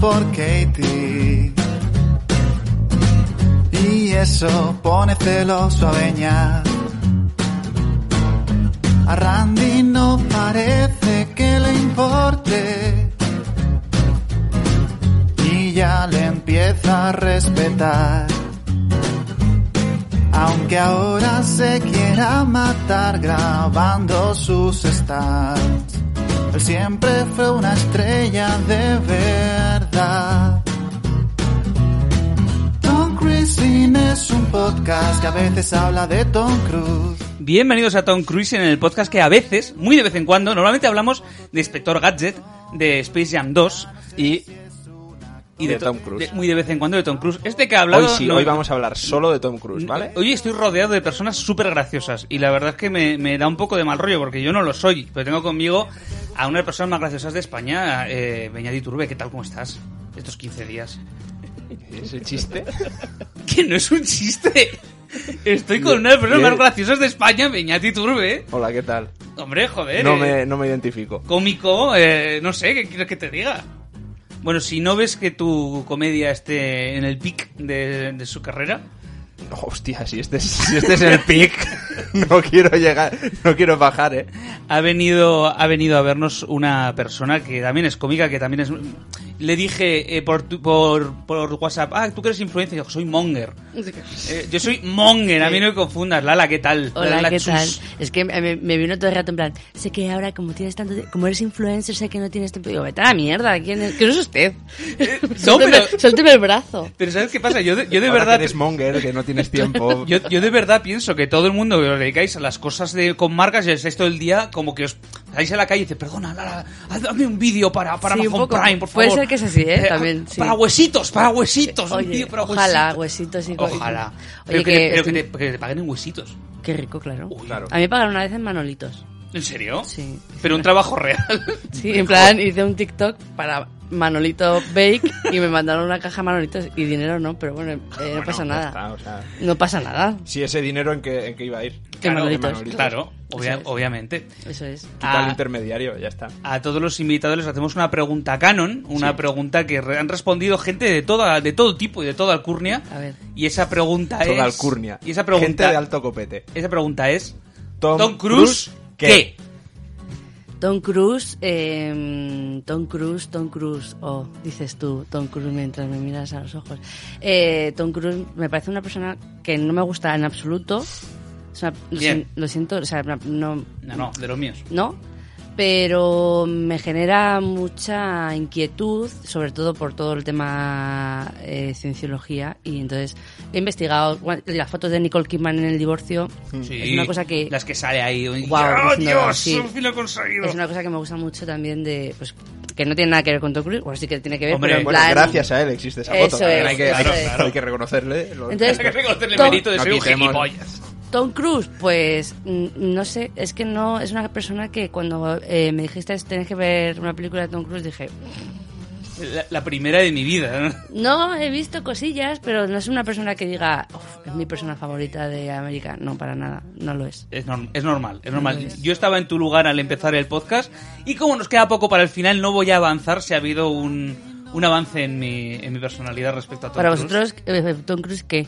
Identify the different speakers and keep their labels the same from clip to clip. Speaker 1: por Katie. Y eso pone celoso a Beñat. A Randy no parece que le importe. Y ya le empieza a respetar. Aunque ahora se quiera matar grabando sus stands. Él siempre fue una estrella de verdad. Tom Cruising es un podcast que a veces habla de Tom Cruise.
Speaker 2: Bienvenidos a Tom Cruise en el podcast que a veces, muy de vez en cuando, normalmente hablamos de Inspector Gadget, de Space Jam 2 y, y
Speaker 3: De
Speaker 2: to-
Speaker 3: Tom Cruise.
Speaker 2: de- muy de vez en cuando de Tom Cruise. Este que ha hablado...
Speaker 3: Hoy sí,
Speaker 2: no-
Speaker 3: hoy vamos a hablar solo de Tom Cruise, ¿vale?
Speaker 2: Hoy estoy rodeado de personas súper graciosas y la verdad es que me, me da un poco de mal rollo porque yo no lo soy, pero tengo conmigo a una de las personas más graciosas de España, eh, Beñadi Turbe. ¿Qué tal? ¿Cómo estás? Estos 15 días.
Speaker 3: ¿Es el chiste?
Speaker 2: Que no es un chiste. Estoy con una de las personas más graciosas de España, Beñati Turbe.
Speaker 3: Hola, ¿qué tal?
Speaker 2: Hombre, joder.
Speaker 3: No
Speaker 2: eh.
Speaker 3: me, no me identifico.
Speaker 2: cómico, eh, no sé, ¿qué quieres que te diga? Bueno, si no ves que tu comedia esté en el pic de, de su carrera,
Speaker 3: Hostia, si este, es- si este es el pick, no quiero llegar, no quiero bajar, ¿eh?
Speaker 2: ha venido, ha venido a vernos una persona que también es cómica, que también es... Le dije eh, por, tu- por, por WhatsApp, ah, tú que eres influencer, Y yo, soy monger. Eh, yo soy monger, a mí no me confundas. Lala, ¿qué tal?
Speaker 4: Hola,
Speaker 2: Lala
Speaker 4: ¿qué
Speaker 2: Chus.
Speaker 4: tal? Es que eh, me, me vino todo el rato en plan, sé que ahora como tienes tanto ti- como eres influencer, sé que no tienes tiempo. Digo, vete a la mierda, ¿quién es? ¿Quién es usted? Suélteme-
Speaker 2: Eh, pero-
Speaker 4: suélteme el brazo.
Speaker 2: Pero ¿sabes qué pasa? Yo de, yo de
Speaker 3: Ahora que
Speaker 2: verdad...
Speaker 3: eres monger, que no tienes tiempo.
Speaker 2: Yo, yo de verdad pienso que todo el mundo que os dedicáis a las cosas de, con marcas y estáis todo el día como que os salís a la calle y dices, perdona, Lara, haz- hazme un vídeo para, para
Speaker 4: Sí, un
Speaker 2: Amazon
Speaker 4: poco.
Speaker 2: Prime, por favor.
Speaker 4: Puede ser que es así, ¿eh?
Speaker 2: ah,
Speaker 4: También, sí.
Speaker 2: Para huesitos, para huesitos. un
Speaker 4: Oye,
Speaker 2: vídeo para
Speaker 4: ojalá,
Speaker 2: huesitos.
Speaker 4: huesitos y co-
Speaker 2: Ojalá.
Speaker 4: Oye,
Speaker 2: pero que,
Speaker 4: que
Speaker 2: te- pero
Speaker 4: estoy-
Speaker 2: que te, que te paguen en huesitos.
Speaker 4: Qué rico, claro.
Speaker 2: Uy,
Speaker 3: Claro.
Speaker 4: A mí me pagaron una vez en Manolitos.
Speaker 2: ¿En serio?
Speaker 4: Sí.
Speaker 2: Pero un trabajo real.
Speaker 4: Sí, en plan hice un TikTok para Manolito Bake y me mandaron una caja de Manolitos y dinero no, pero bueno, eh, no
Speaker 3: Bueno,
Speaker 4: pasa
Speaker 3: ya
Speaker 4: nada.
Speaker 3: está, o sea,
Speaker 4: No pasa nada.
Speaker 3: si ese dinero en que, en que iba a ir.
Speaker 4: En
Speaker 2: Claro,
Speaker 4: Manolitos.
Speaker 3: Manolitos.
Speaker 2: Claro, obvia-
Speaker 4: Eso es.
Speaker 2: obviamente.
Speaker 4: Eso es.
Speaker 3: Quita el
Speaker 2: Ah.
Speaker 3: intermediario, ya está.
Speaker 2: a todos los invitados les hacemos una pregunta canon, una pregunta que re- han respondido gente de toda de todo tipo y de toda alcurnia.
Speaker 4: A ver.
Speaker 2: Y esa pregunta Ah, es
Speaker 3: Toda alcurnia.
Speaker 2: Y esa pregunta
Speaker 3: Gente de alto copete.
Speaker 2: esa pregunta es
Speaker 3: Tom
Speaker 2: Cruise
Speaker 3: Cruise,
Speaker 2: qué?
Speaker 3: ¿qué?
Speaker 4: Tom Cruise, eh, Tom Cruise, Tom Cruise, o dices tú, Tom Cruise mientras me miras a los ojos. Eh, Tom Cruise me parece una persona que no me gusta en absoluto. O sea, lo,
Speaker 2: Bien.
Speaker 4: sin- lo siento, o sea, no,
Speaker 2: No, no, de los míos.
Speaker 4: no, pero me genera mucha inquietud, sobre todo por todo el tema eh, cienciología. Y entonces he investigado bueno, las fotos de Nicole Kidman en el divorcio.
Speaker 2: Sí,
Speaker 4: Mm. Es una cosa que
Speaker 2: las que sale ahí y-
Speaker 4: Guau,
Speaker 2: ¡Oh,
Speaker 4: es una-
Speaker 2: Dios,
Speaker 4: sí.
Speaker 2: al fin lo he conseguido.
Speaker 4: es una cosa que me gusta mucho también de pues que no tiene nada que ver con Tom Cruise bueno sí que tiene que ver
Speaker 2: Hombre,
Speaker 4: pero en
Speaker 3: Bueno,
Speaker 4: plan-
Speaker 3: gracias a él existe esa
Speaker 4: Eso
Speaker 3: foto. también
Speaker 4: es,
Speaker 3: hay, que, hay
Speaker 4: eso
Speaker 3: que-
Speaker 4: es.
Speaker 3: hay que reconocerle. lo-
Speaker 4: Entonces,
Speaker 2: Hay que reconocerle el
Speaker 4: Tom-
Speaker 2: mérito de
Speaker 3: No
Speaker 2: ser un
Speaker 3: quitemos-
Speaker 2: gilipollas.
Speaker 4: Tom Cruise pues mm, no sé es que no es una persona que cuando eh, me dijiste tenés que ver una película de Tom Cruise dije
Speaker 2: La, la primera de mi vida. ¿no?
Speaker 4: no he visto cosillas pero no es una persona que diga "Uf, es mi persona favorita de América no para nada no lo es
Speaker 2: Es, norm- es normal, es normal. Yo estaba en tu lugar al empezar el podcast y como nos queda poco para el final, no voy a avanzar si ha habido un, un avance en mi, en mi personalidad respecto a todo.
Speaker 4: para vosotros eh, Tom Cruise qué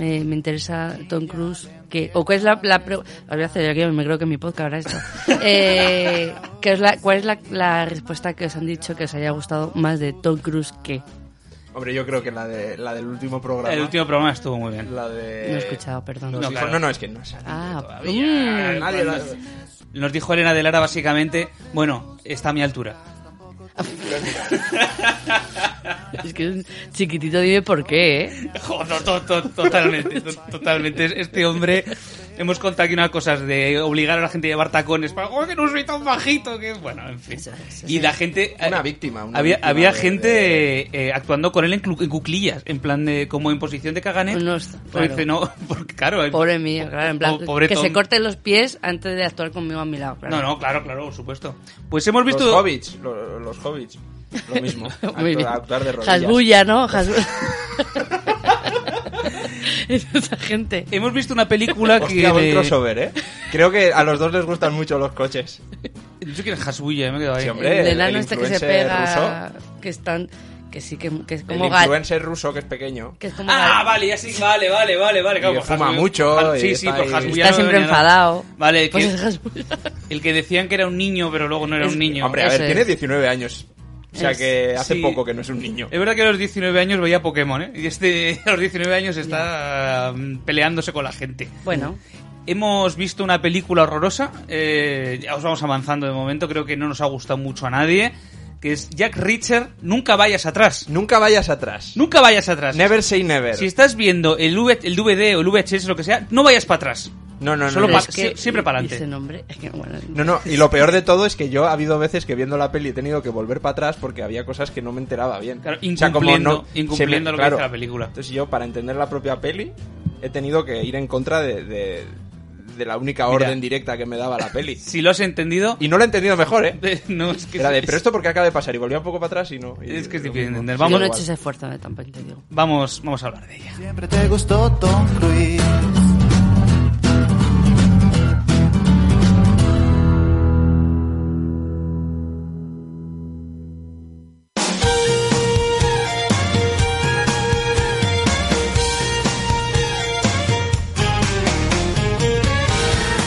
Speaker 4: Eh, me interesa Tom Cruise que o cuál es la, la pre- Os voy a hacer aquí me creo que en mi podcast ahora esto Eh, ¿qué es la, cuál es la, la respuesta que os han dicho que os haya gustado más de Tom Cruise que
Speaker 3: Hombre, yo creo que la, de, la del último programa.
Speaker 2: El último programa estuvo muy bien.
Speaker 3: La de...
Speaker 4: No he escuchado, perdón.
Speaker 3: Nos
Speaker 2: Eh, No,
Speaker 3: dijo-
Speaker 2: claro.
Speaker 3: no, no, es que no es
Speaker 4: ah
Speaker 2: Todavía.
Speaker 3: Nadie la-
Speaker 2: Nos dijo Elena de Lara básicamente, bueno, está a mi altura.
Speaker 4: mm, es que es un chiquitito dime por qué ¿eh?
Speaker 2: Joder, to- to- totalmente, to- totalmente. Este hombre, hemos contado aquí unas cosas de obligar a la gente a llevar tacones para, "Oh, que no soy tan bajito, que bueno, en fin. Y la gente... eh,
Speaker 3: Una víctima, una
Speaker 2: había
Speaker 3: víctima
Speaker 2: había
Speaker 3: de-
Speaker 2: gente
Speaker 3: de-
Speaker 2: eh, actuando con él en, clu- en cuclillas, en plan de, como en posición de caganet.
Speaker 4: Unos-
Speaker 2: Pues
Speaker 4: claro.
Speaker 2: dice, no, porque claro... eh, el-
Speaker 4: pobre mío claro en plan
Speaker 2: po- pobre
Speaker 4: que se
Speaker 2: Tom.
Speaker 4: corten los pies antes de actuar conmigo a mi lado claro.
Speaker 2: No, no, claro, claro, por supuesto. Pues hemos
Speaker 3: Los
Speaker 2: visto...
Speaker 3: hobbits, lo- los hobbits. Lo mismo. Actu-
Speaker 4: Muy bien.
Speaker 3: Actuar de rodillas.
Speaker 4: Hasbulla, ¿no? Hasbulla. Es Esa gente.
Speaker 2: Hemos visto una película que...
Speaker 3: Hostia, buen
Speaker 2: de-
Speaker 3: crossover, ¿eh? Creo que a los dos les gustan mucho los coches.
Speaker 2: Yo quiero Hasbulla, me he quedado ahí.
Speaker 3: Sí, hombre.
Speaker 4: el
Speaker 3: el-
Speaker 4: enano
Speaker 3: el
Speaker 4: este que se
Speaker 3: influencer
Speaker 4: pega. Que están. Que sí, que, que es
Speaker 3: El
Speaker 4: como Gal.
Speaker 3: influencer ruso que es pequeño.
Speaker 4: Que es como
Speaker 2: Ah,
Speaker 4: Gal-
Speaker 2: vale, ya sí, vale, vale, vale, vale. Claro,
Speaker 3: Y
Speaker 2: por
Speaker 3: fuma
Speaker 2: Hasbullo-
Speaker 3: mucho,
Speaker 2: Has-
Speaker 3: y
Speaker 2: Sí, sí,
Speaker 3: está
Speaker 2: por
Speaker 3: ahí-
Speaker 2: Hasbullo
Speaker 4: Está
Speaker 2: no
Speaker 4: siempre
Speaker 2: venía nada.
Speaker 4: enfadado.
Speaker 2: Vale,
Speaker 4: Pues
Speaker 2: que-
Speaker 4: es Hasbullo.
Speaker 2: el que decían que era un niño, pero luego no era
Speaker 4: Es-
Speaker 2: un niño.
Speaker 3: Hombre, a ver,
Speaker 4: Ese.
Speaker 3: tiene 19 años. O sea
Speaker 4: Es-
Speaker 3: que hace
Speaker 2: sí.
Speaker 3: poco que no es un niño.
Speaker 2: Es verdad que a los 19 años veía Pokémon, ¿eh? Y este a los 19 años está mm, peleándose con la gente.
Speaker 4: Bueno,
Speaker 2: Hemos visto una película horrorosa, eh, ya os vamos avanzando de momento, creo que no nos ha gustado mucho a nadie, que es Jack Richard, nunca vayas atrás.
Speaker 3: Nunca vayas atrás.
Speaker 2: Nunca vayas atrás.
Speaker 3: Never say never.
Speaker 2: Si estás viendo el, V- el DVD o el VHS, lo que sea, no vayas para atrás.
Speaker 3: No, no, no.
Speaker 2: Solo
Speaker 3: no.
Speaker 2: pa-
Speaker 4: pero es que
Speaker 2: sie- siempre para
Speaker 4: Ese
Speaker 2: adelante.
Speaker 4: nombre es que, bueno,
Speaker 3: No, no, y lo peor de todo es que yo ha habido veces que viendo la peli he tenido que volver para atrás porque había cosas que no me enteraba bien.
Speaker 2: Claro,
Speaker 3: O sea, como
Speaker 2: incumpliendo-
Speaker 3: se
Speaker 2: incumpliendo lo que dice la película.
Speaker 3: Entonces yo, para entender la propia peli, he tenido que ir en contra de, de- de la única
Speaker 2: Mira.
Speaker 3: orden directa que me daba la peli.
Speaker 2: Si lo has entendido...
Speaker 3: Y no lo he entendido mejor, ¿eh?
Speaker 2: No, es que
Speaker 3: Era de,
Speaker 2: es-
Speaker 3: pero esto porque acaba de pasar y volvía un poco para atrás y no. y-
Speaker 2: Es que es difícil
Speaker 3: lo mismo.
Speaker 2: entender.
Speaker 3: Sí,
Speaker 2: Vamos.
Speaker 4: yo
Speaker 3: da
Speaker 4: no he
Speaker 3: igual.
Speaker 4: hecho ese esfuerzo de tampoco te digo.
Speaker 2: vamos, vamos a hablar de ella.
Speaker 1: Siempre te gustó Tom Cruise.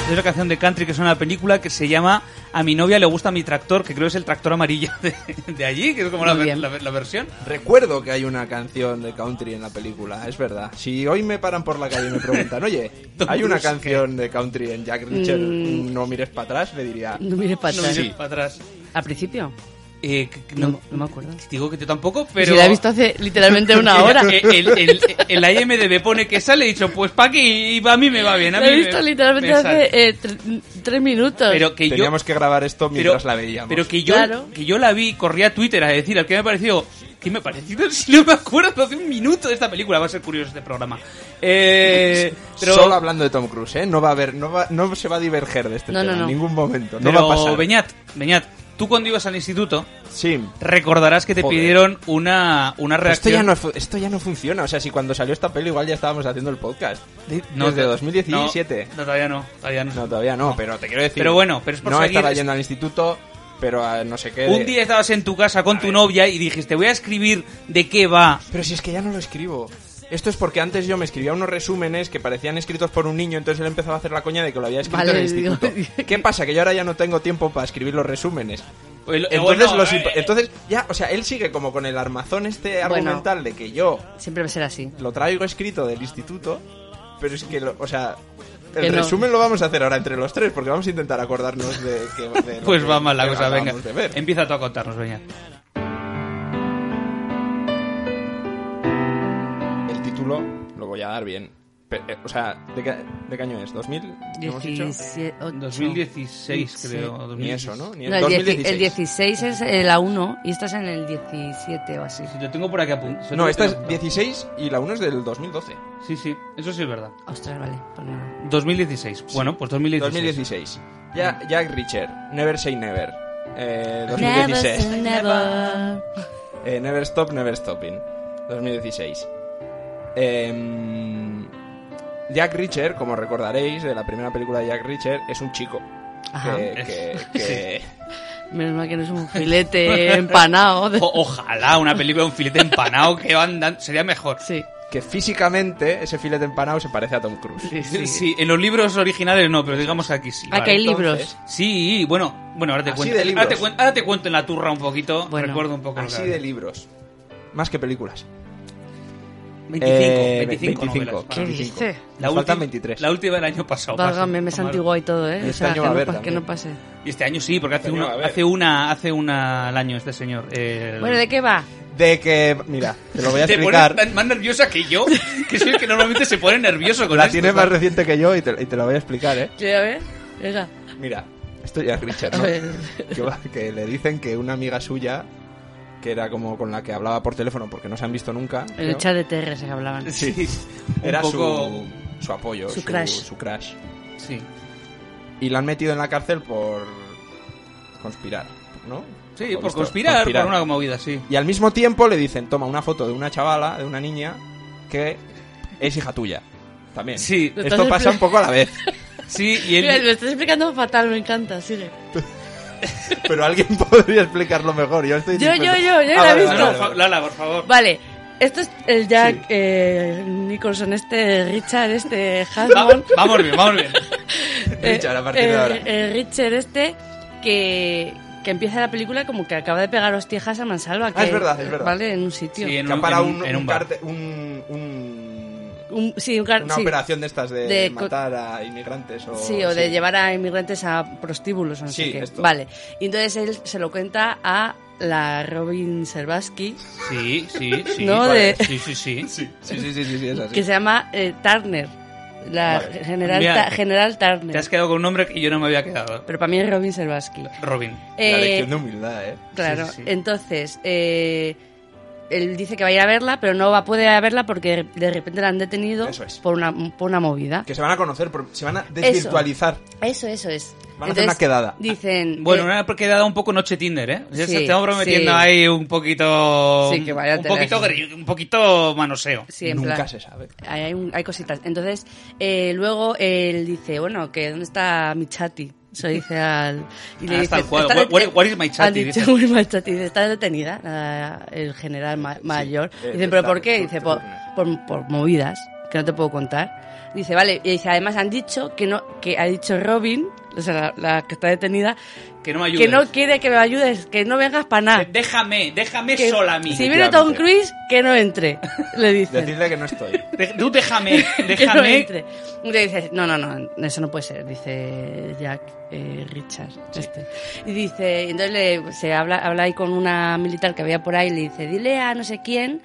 Speaker 2: Es la canción de country que es una película que se llama A mi novia le gusta mi tractor, que creo es el tractor amarillo de, de allí, que es como la,
Speaker 4: Muy
Speaker 2: ver-
Speaker 4: bien.
Speaker 2: la ver- la versión.
Speaker 3: Recuerdo que hay una canción de country en la película, es verdad. Si hoy me paran por la calle y me preguntan, oye,
Speaker 2: Tom
Speaker 3: hay una
Speaker 2: Cruise,
Speaker 3: canción de country en Jack Richard,
Speaker 4: Mm.
Speaker 3: no mires para atrás, le diría.
Speaker 4: No mires para
Speaker 2: No
Speaker 4: atrás.
Speaker 2: mires para atrás.
Speaker 4: ¿Al principio?
Speaker 2: Eh, que-
Speaker 4: No,
Speaker 2: no,
Speaker 4: no me acuerdo.
Speaker 2: digo que yo tampoco, pero...
Speaker 4: Si la he visto hace literalmente una hora.
Speaker 2: Eh, El, el, el, IMDB pone que sale y he dicho, pues pa' aquí, y a mí me va bien. A
Speaker 4: La
Speaker 2: mí
Speaker 4: he visto
Speaker 2: me-
Speaker 4: literalmente
Speaker 2: me sale.
Speaker 4: hace eh, tre- tres minutos.
Speaker 2: Pero que yo...
Speaker 3: Teníamos que grabar esto
Speaker 2: Pero,
Speaker 3: mientras la veíamos.
Speaker 2: pero que yo
Speaker 4: Claro.
Speaker 2: que yo la vi, corrí a Twitter a decir al que me ha parecido... ¿Qué me ha parecido? Si no me acuerdo hace un minuto de esta película. Va a ser curioso este programa. Eh, pero,
Speaker 3: Solo hablando de Tom Cruise, ¿eh? No va a haber, no, va- no se va a diverger de este
Speaker 4: No, no,
Speaker 3: tema en
Speaker 4: no.
Speaker 3: ningún momento. No
Speaker 2: pero,
Speaker 3: va a pasar.
Speaker 2: Beñat, Beñat, tú cuando ibas al instituto
Speaker 3: Sí.
Speaker 2: recordarás que te
Speaker 3: Joder.
Speaker 2: pidieron una, una
Speaker 3: Esto
Speaker 2: reacción...
Speaker 3: ya, no, fu- esto ya no funciona. O sea, si cuando salió esta peli igual ya estábamos haciendo el podcast. desde
Speaker 2: to-
Speaker 3: 2017.
Speaker 2: No, no, todavía no, todavía no.
Speaker 3: No, todavía no, pero te quiero decir.
Speaker 2: Pero bueno, pero es por
Speaker 3: No
Speaker 2: seguir-
Speaker 3: estaba yendo al instituto, pero a no sé qué. de-
Speaker 2: Un día estabas en tu casa con tu novia y dijiste, voy a escribir de qué va.
Speaker 3: Pero si es que ya no lo escribo. Esto es porque antes yo me escribía unos resúmenes que parecían escritos por un niño, entonces él empezaba a hacer la coña de que lo había escrito
Speaker 4: Vale,
Speaker 3: en el
Speaker 4: digo-
Speaker 3: instituto. ¿Qué pasa? Que yo ahora ya no tengo tiempo para escribir los resúmenes.
Speaker 2: O el- o
Speaker 3: Entonces,
Speaker 2: no,
Speaker 3: los
Speaker 2: eh,
Speaker 3: imp- entonces ya, o sea, él sigue como con el armazón este
Speaker 4: Bueno.
Speaker 3: argumental de que yo
Speaker 4: Siempre va a ser así.
Speaker 3: lo traigo escrito del instituto, pero es que, lo- o sea, el
Speaker 4: Que no.
Speaker 3: resumen lo vamos a hacer ahora entre los tres, porque vamos a intentar acordarnos de que... de lo
Speaker 2: Pues
Speaker 3: que-
Speaker 2: va mal la
Speaker 3: que
Speaker 2: cosa, venga.
Speaker 3: eh, acabamos de ver.
Speaker 2: Empieza tú a contarnos, venga.
Speaker 3: El título lo voy a dar bien. Pe- eh, o sea, ¿de qué, de qué año es? ¿2000? ¿Qué hemos dicho?
Speaker 4: 17, ocho.
Speaker 2: 2016,
Speaker 4: Sí.
Speaker 2: creo.
Speaker 3: Ni eso, ¿no? Ni
Speaker 4: No, el, 16. el 16 es eh, la 1 y esta es en el 17 o así.
Speaker 2: Si lo tengo por aquí apuntado.
Speaker 3: No, esta es 16 y la 1 es del 2012.
Speaker 2: Sí, sí, eso sí es verdad.
Speaker 4: Ostras, vale. pues nada.
Speaker 2: 2016. Bueno, pues 2016.
Speaker 3: 2016. Ya, Jack Richard, Never Say Never. Eh,
Speaker 4: Never
Speaker 3: 2016.
Speaker 4: say never.
Speaker 3: Eh, Never Stop, Never Stopping, 2016. Em, Jack Richard, como recordaréis de la primera película de Jack Richard, es un chico.
Speaker 4: Ajá.
Speaker 3: Que, que- que-
Speaker 4: Menos mal que no es un filete empanado. de-
Speaker 2: O- ojalá una película de un filete empanado que van dando- sería mejor.
Speaker 4: Sí.
Speaker 3: que físicamente ese filete empanado se parece a Tom Cruise.
Speaker 4: Sí, sí.
Speaker 2: Sí, en los libros originales no, pero digamos que aquí sí.
Speaker 4: Ah, que hay libros.
Speaker 3: Entonces,
Speaker 2: Sí, bueno, bueno, ahora te
Speaker 3: Así
Speaker 2: cuento.
Speaker 3: de libros.
Speaker 2: Ahora te, cuen- ahora te cuento en la turra un poquito,
Speaker 4: Bueno.
Speaker 2: recuerdo un poco. lo que
Speaker 3: Así
Speaker 2: había.
Speaker 3: de libros. Más que películas.
Speaker 2: 25,
Speaker 3: Eh,
Speaker 2: 25,
Speaker 3: 25,
Speaker 2: novelas.
Speaker 4: ¿Qué dice?
Speaker 2: La
Speaker 3: Nos faltan
Speaker 2: ulti-
Speaker 3: 23.
Speaker 2: La última del año pasado.
Speaker 4: Válgame,
Speaker 2: pasa,
Speaker 4: me es
Speaker 2: toma-
Speaker 4: antiguo y todo, ¿eh?
Speaker 3: Este
Speaker 4: O sea,
Speaker 3: año
Speaker 4: que
Speaker 3: va a
Speaker 4: no,
Speaker 3: haber
Speaker 4: pa- que
Speaker 3: también.
Speaker 4: no pase.
Speaker 2: Y este año sí, porque hace,
Speaker 3: Este año
Speaker 2: una,
Speaker 3: va a haber.
Speaker 2: hace una hace una al año este señor. eh,
Speaker 4: Bueno, ¿de qué va?
Speaker 3: De que, mira, te lo voy a
Speaker 2: te pones
Speaker 3: explicar.
Speaker 2: tan- más nerviosa que yo, que soy el que normalmente se pone nervioso con
Speaker 3: La
Speaker 2: esto,
Speaker 3: tienes
Speaker 2: ¿sabes?
Speaker 3: más reciente que yo y te, y te lo voy a explicar, ¿eh?
Speaker 4: ¿Quiere a ver? Venga.
Speaker 3: Mira, esto ya es Richard,
Speaker 4: A ver.
Speaker 3: ¿no? que, va- que le dicen que una amiga suya, que era como con la que hablaba por teléfono porque no se han visto nunca,
Speaker 4: En el
Speaker 3: creo,
Speaker 4: chat de TR se hablaban.
Speaker 2: Sí, un
Speaker 3: era
Speaker 2: poco-
Speaker 3: su, su apoyo,
Speaker 4: Su crush.
Speaker 3: su crush.
Speaker 2: Sí,
Speaker 3: Y la han metido en la cárcel por conspirar, ¿no?
Speaker 2: Sí,
Speaker 3: lo
Speaker 2: por
Speaker 3: visto,
Speaker 2: conspirar, por una movida, sí.
Speaker 3: Y al mismo tiempo le dicen, toma una foto de una chavala, de una niña, que es hija tuya. También.
Speaker 2: Sí,
Speaker 4: Lo
Speaker 3: Esto
Speaker 4: estás
Speaker 3: pasa
Speaker 4: expli-
Speaker 3: un poco a la vez.
Speaker 2: sí, y
Speaker 4: Mira,
Speaker 2: él...
Speaker 4: lo estás explicando fatal, me encanta, sigue.
Speaker 3: Pero alguien podría explicarlo mejor. Yo, estoy
Speaker 4: Yo,
Speaker 3: dispuesto.
Speaker 4: yo, yo, yo
Speaker 3: Ah,
Speaker 4: la
Speaker 3: vale,
Speaker 4: he visto.
Speaker 3: vale,
Speaker 2: No, no,
Speaker 3: vale,
Speaker 2: fa-
Speaker 3: vale.
Speaker 2: Lala, por favor.
Speaker 4: Vale, esto es el Jack
Speaker 3: Sí.
Speaker 4: eh, Nicholson, este Richard, este
Speaker 2: Va-
Speaker 4: Hammond.
Speaker 2: vamos bien, vamos bien.
Speaker 4: Eh,
Speaker 3: Richard, a partir de
Speaker 4: eh,
Speaker 3: ahora.
Speaker 4: eh, Richard este que, que empieza la película como que acaba de pegar hostijas a Mansalva.
Speaker 3: Ah, es verdad, es verdad.
Speaker 4: Vale, en un sitio.
Speaker 2: Sí, en
Speaker 3: Que ha
Speaker 2: un,
Speaker 3: parado
Speaker 2: en un-
Speaker 3: un,
Speaker 2: en
Speaker 3: un
Speaker 2: un bar.
Speaker 3: carte- un- un-
Speaker 4: Un- sí, un gar-
Speaker 3: una
Speaker 4: sí.
Speaker 3: operación de estas de,
Speaker 4: De co-
Speaker 3: matar a inmigrantes o...
Speaker 4: Sí, o de llevar a inmigrantes a prostíbulos, o no
Speaker 3: Sí,
Speaker 4: sé qué.
Speaker 3: esto.
Speaker 4: Vale. Y entonces él se lo cuenta a la Robin Serbaski,
Speaker 2: Sí, sí, sí.
Speaker 4: No,
Speaker 2: vale.
Speaker 4: de-
Speaker 2: Sí, sí, sí.
Speaker 3: Sí, sí, sí, sí, sí, sí, es así.
Speaker 4: que se llama eh, Turner. La
Speaker 3: Vale.
Speaker 4: general,
Speaker 2: Mira,
Speaker 4: Ta- general
Speaker 2: Te
Speaker 4: Turner.
Speaker 2: has quedado con un nombre que yo no me había quedado.
Speaker 4: Pero para mí es Robin Serbaski.
Speaker 2: Robin.
Speaker 3: La
Speaker 4: Eh,
Speaker 3: lección de humildad, ¿eh?
Speaker 4: Claro,
Speaker 2: Sí, sí, sí.
Speaker 4: entonces, eh, él dice que va a ir a verla, pero no va a poder ir a verla porque de repente la han detenido
Speaker 3: Eso es.
Speaker 4: por, una, por una movida.
Speaker 3: Que se van a conocer, pero se van a desvirtualizar.
Speaker 4: Eso, eso es.
Speaker 3: Van a hacer una quedada.
Speaker 4: Dicen...
Speaker 2: Bueno,
Speaker 4: eh,
Speaker 2: una quedada un poco noche Tinder, ¿eh? Ya
Speaker 4: Sí,
Speaker 2: se estamos prometiendo
Speaker 4: sí.
Speaker 2: ahí un poquito...
Speaker 4: Sí, que vaya
Speaker 2: un
Speaker 4: tela.
Speaker 2: poquito, gri- un poquito manoseo.
Speaker 4: sí, en
Speaker 3: Nunca
Speaker 4: plan-
Speaker 3: se sabe.
Speaker 4: Hay, hay un- hay cositas. Entonces, eh, luego él dice, bueno, que ¿dónde está mi chati? Se lo dice al... Y
Speaker 2: Ah, está el cuadro.
Speaker 4: "Está
Speaker 2: Where-
Speaker 4: deten-
Speaker 2: where is my chati?",
Speaker 4: han dicho,
Speaker 2: dice.
Speaker 4: "Where is my chati?". Dice, está detenida, la- el general ma- mayor.
Speaker 3: eh,
Speaker 4: Dicen, ¿pero
Speaker 3: está-
Speaker 4: por qué?
Speaker 3: tú-
Speaker 4: Dice,
Speaker 3: tú-
Speaker 4: por,
Speaker 3: tú-
Speaker 4: por, por movidas, que no te puedo contar. Dice, vale, y dice, además han dicho que no, que ha dicho Robin, o sea, la, la que está detenida,
Speaker 2: Que no me ayudes.
Speaker 4: que no quiere que me ayudes, que no vengas para nada.
Speaker 2: Eh, Déjame, déjame
Speaker 4: Que
Speaker 2: sola a mí.
Speaker 4: si viene Tom Cruise, que no entre, le dicen.
Speaker 3: Decidle que no estoy.
Speaker 2: De- tú déjame,
Speaker 4: que no
Speaker 2: déjame.
Speaker 4: entre. Y le dices, no, no, no, eso no puede ser, dice Jack eh, Richard. este. Y dice, y entonces le- pues, se habla, habla ahí con una militar que había por ahí y le dice, dile a no sé quién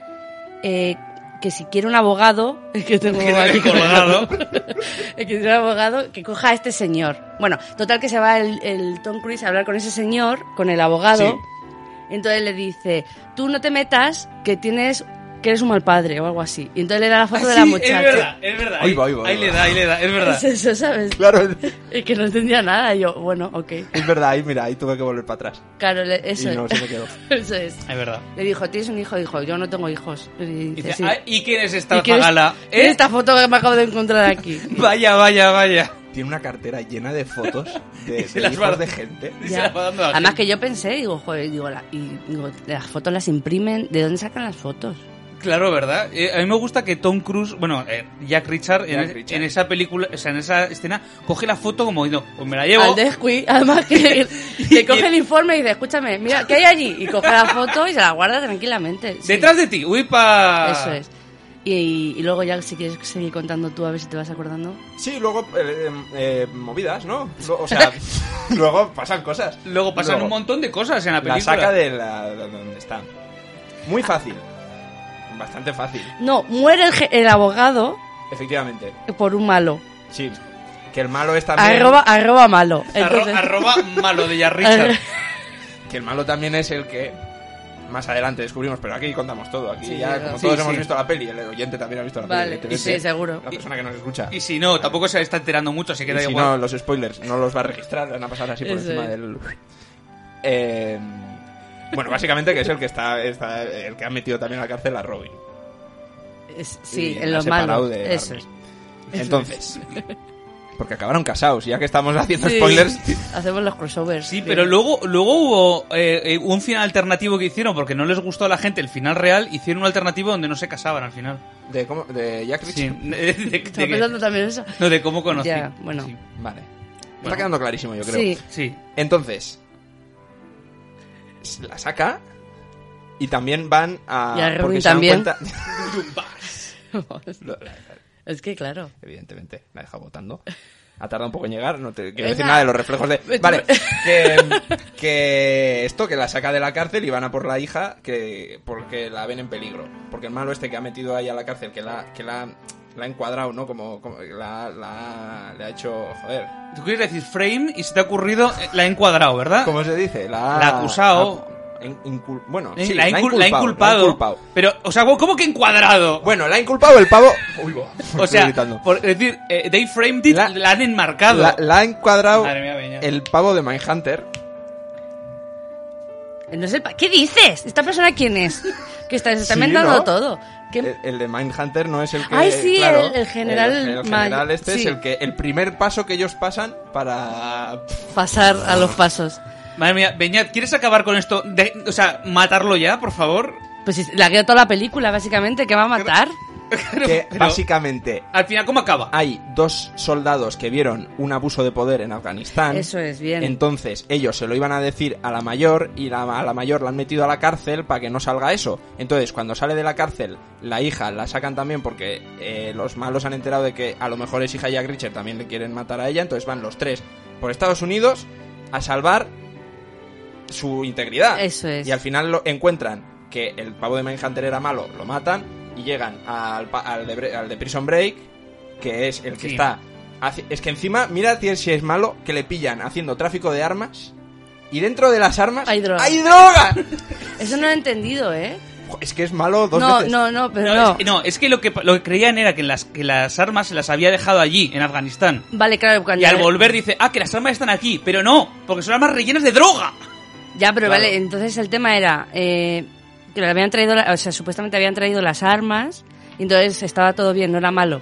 Speaker 4: eh, que si quiere un abogado, que tengo
Speaker 2: Que
Speaker 4: aquí
Speaker 2: te he colgado.
Speaker 4: que quiere un abogado, que coja a este señor. Bueno, total que se va el, el Tom Cruise a hablar con ese señor, con el abogado.
Speaker 3: Sí.
Speaker 4: Entonces le dice, tú no te metas, que tienes que eres un mal padre o algo así. Y entonces le da la foto de la
Speaker 2: Sí,
Speaker 4: muchacha.
Speaker 2: Es verdad, es verdad.
Speaker 3: Ahí va, ahí va, ahí
Speaker 2: le
Speaker 3: va.
Speaker 2: da, ahí le da, es verdad.
Speaker 4: Es eso, ¿sabes?
Speaker 3: Claro, es-
Speaker 4: Es que no entendía nada. Yo, bueno, ok.
Speaker 3: es verdad, ahí mira, ahí tuve que volver para atrás.
Speaker 4: Claro, le- eso
Speaker 3: Y no,
Speaker 4: es.
Speaker 3: se me quedó.
Speaker 4: Eso es.
Speaker 2: Es verdad.
Speaker 4: Le dijo, ¿tienes un hijo? Dijo, yo no tengo hijos. Y
Speaker 2: Y,
Speaker 4: dice,
Speaker 2: dice,
Speaker 4: sí.
Speaker 2: "Ah, ¿y quién es esta
Speaker 4: ¿Y quién es-
Speaker 2: zagala?
Speaker 4: quién es
Speaker 2: ¿Eh?
Speaker 4: esta foto que me acabo de encontrar aquí?
Speaker 2: Vaya, vaya, vaya.
Speaker 3: Tiene una cartera llena de fotos de,
Speaker 2: Y se
Speaker 3: de
Speaker 2: las
Speaker 3: hijos
Speaker 2: va-
Speaker 3: de gente.
Speaker 2: Y se la va dando a la
Speaker 4: Además
Speaker 2: gente.
Speaker 4: que yo pensé, digo, joder, digo, la- y, digo, las fotos las imprimen, ¿de dónde sacan las fotos?
Speaker 2: Claro, ¿verdad? Eh, a mí me gusta que Tom Cruise, bueno, eh, Jack Richard, en, e-,
Speaker 3: Jack Richard.
Speaker 2: en esa película, o sea, en esa escena, coge la foto como diciendo, pues me la llevo.
Speaker 4: Al descuí, además que le coge el informe y dice, escúchame, mira, ¿qué hay allí? Y coge la foto y se la guarda tranquilamente. Sí.
Speaker 2: Detrás de ti, uy, pa.
Speaker 4: Eso es. Y, y luego ya, si quieres seguir contando tú, a ver si te vas acordando.
Speaker 3: Sí, luego eh, eh, movidas, ¿no? Lo- O sea, luego pasan cosas.
Speaker 2: Luego pasan
Speaker 3: Luego,
Speaker 2: un montón de cosas en la
Speaker 3: La
Speaker 2: película.
Speaker 3: saca de la de donde está. Muy fácil. Bastante fácil,
Speaker 4: No, muere el, ge- el abogado
Speaker 3: efectivamente.
Speaker 4: por un malo.
Speaker 3: Sí. Que el malo es también.
Speaker 4: Arroba, arroba malo.
Speaker 2: Arro-
Speaker 4: Entonces,
Speaker 2: arroba malo de Jack Richard.
Speaker 4: Arro-
Speaker 3: Que el malo también es el que más adelante descubrimos, pero aquí contamos todo. Aquí
Speaker 4: Sí,
Speaker 3: ya,
Speaker 4: verdad.
Speaker 3: como
Speaker 4: Sí,
Speaker 3: todos hemos
Speaker 2: sí.
Speaker 3: visto la peli, el oyente también ha visto la
Speaker 4: Vale,
Speaker 3: peli.
Speaker 4: y sí,
Speaker 3: evidentemente.
Speaker 4: seguro.
Speaker 3: La persona que nos escucha.
Speaker 2: Y si no, tampoco se está enterando mucho, así que da
Speaker 3: Y si
Speaker 2: igual.
Speaker 3: no, los spoilers no los va a registrar, van a pasar así por
Speaker 4: Eso
Speaker 3: encima
Speaker 4: es.
Speaker 3: del. Eh, bueno, básicamente que es el que está, está- el que ha metido también a la cárcel a Robin.
Speaker 4: es- sí,
Speaker 3: Y
Speaker 4: en
Speaker 3: la
Speaker 4: lo
Speaker 3: ha separado
Speaker 4: malo.
Speaker 3: de
Speaker 4: Eso
Speaker 3: Barney.
Speaker 4: es.
Speaker 3: Entonces, porque acabaron casados, ya que estamos haciendo
Speaker 4: Sí.
Speaker 3: spoilers.
Speaker 4: Hacemos los crossovers.
Speaker 2: Sí, pero luego, luego hubo eh, eh, un final alternativo que hicieron porque no les gustó a la gente el final real. Hicieron un alternativo donde no se casaban al final.
Speaker 3: De, cómo- de Jack
Speaker 2: Sí.
Speaker 3: Richard.
Speaker 2: De, de-
Speaker 4: Estaba
Speaker 2: de-
Speaker 4: pensando también eso.
Speaker 2: no, de cómo conocí.
Speaker 4: Ya, bueno.
Speaker 2: Sí.
Speaker 3: Vale.
Speaker 2: Bueno.
Speaker 3: Está quedando clarísimo, yo creo.
Speaker 4: Sí.
Speaker 2: Sí.
Speaker 3: Entonces, la saca y también van a.
Speaker 4: Y a Robin
Speaker 3: porque se dan
Speaker 4: también.
Speaker 3: cuenta-
Speaker 4: es que claro.
Speaker 3: evidentemente, la deja votando. Ha tardado un poco en llegar, no te quiero
Speaker 4: Venga.
Speaker 3: decir nada de los reflejos de...
Speaker 4: Vete.
Speaker 3: Vale, que, que esto, que la saca de la cárcel y van a por la hija que porque la ven en peligro. Porque el malo este que ha metido ahí a la cárcel, que la, que la, la ha encuadrado, ¿no? Como, como la, la- le ha hecho... Joder,
Speaker 2: Tú quieres decir frame y se te ha ocurrido, eh, la he encuadrado, ¿verdad?
Speaker 3: ¿cómo se dice? La,
Speaker 2: La ha acusado.
Speaker 3: ha- en- incul- bueno,
Speaker 2: Eh,
Speaker 3: sí,
Speaker 2: la, he
Speaker 3: la ha
Speaker 2: incul- la he
Speaker 3: inculpado, la ha
Speaker 2: inculpado.
Speaker 3: inculpado.
Speaker 2: Pero, o sea, ¿cómo que encuadrado?
Speaker 3: Bueno, la ha inculpado el pavo... Uy, bo,
Speaker 2: o
Speaker 3: estoy
Speaker 2: sea,
Speaker 3: gritando.
Speaker 2: por es decir, eh, they framed it, la,
Speaker 3: La-
Speaker 2: han enmarcado.
Speaker 3: La, la ha encuadrado
Speaker 2: Madre mía, Beñat.
Speaker 3: el pavo de Mindhunter.
Speaker 4: No sé, pa- ¿Qué dices? ¿Esta persona quién es? Que está, se está
Speaker 3: Sí,
Speaker 4: inventando
Speaker 3: ¿no? Eh.
Speaker 4: todo. ¿Qué-
Speaker 3: El, el de Mindhunter no es el que.
Speaker 4: Ay, sí,
Speaker 3: claro,
Speaker 4: el- el general
Speaker 3: El, el
Speaker 4: Ma-
Speaker 3: general este es
Speaker 4: sí.
Speaker 3: el que. El primer paso que ellos pasan para.
Speaker 4: Pasar a los pasos.
Speaker 2: Madre mía, Beñat, ¿quieres acabar con esto? De- o sea, matarlo ya, por favor.
Speaker 4: Pues si- la queda toda la película, básicamente, que va a matar.
Speaker 3: que
Speaker 2: pero-
Speaker 3: básicamente
Speaker 2: Al final, ¿cómo acaba?
Speaker 3: hay dos soldados que vieron un abuso de poder en Afganistán.
Speaker 4: Eso es, bien.
Speaker 3: Entonces ellos se lo iban a decir a la mayor y la, a la mayor la han metido a la cárcel para que no salga eso. Entonces cuando sale de la cárcel la hija la sacan también porque eh, los malos han enterado de que a lo mejor es hija de Jack Richard también le quieren matar a ella. Entonces van los tres por Estados Unidos a salvar su integridad.
Speaker 4: Eso es.
Speaker 3: Y al final lo encuentran que el pavo de Mindhunter era malo, lo matan y llegan al, pa- al, de, Bre- al de Prison Break, que es el
Speaker 2: Sí.
Speaker 3: que está... haci- Es que encima, mira si es- si es malo, que le pillan haciendo tráfico de armas y dentro de las armas
Speaker 4: Hay droga.
Speaker 3: ¡Hay droga!
Speaker 4: Eso no lo he entendido, ¿eh?
Speaker 3: Jo, es que es malo dos
Speaker 4: No,
Speaker 3: veces.
Speaker 4: no, no, pero
Speaker 2: No,
Speaker 4: no.
Speaker 2: Es, no, es que lo que lo que creían era que las, que las armas se las había dejado allí, en Afganistán.
Speaker 4: Vale, claro, cuando...
Speaker 2: Y al volver dice, ah, que las armas están aquí, pero no, porque son armas rellenas de droga.
Speaker 4: Ya, pero
Speaker 3: Claro.
Speaker 4: vale, entonces el tema era eh, que le habían traído, la- o sea, supuestamente habían traído las armas, y entonces estaba todo bien, no era malo.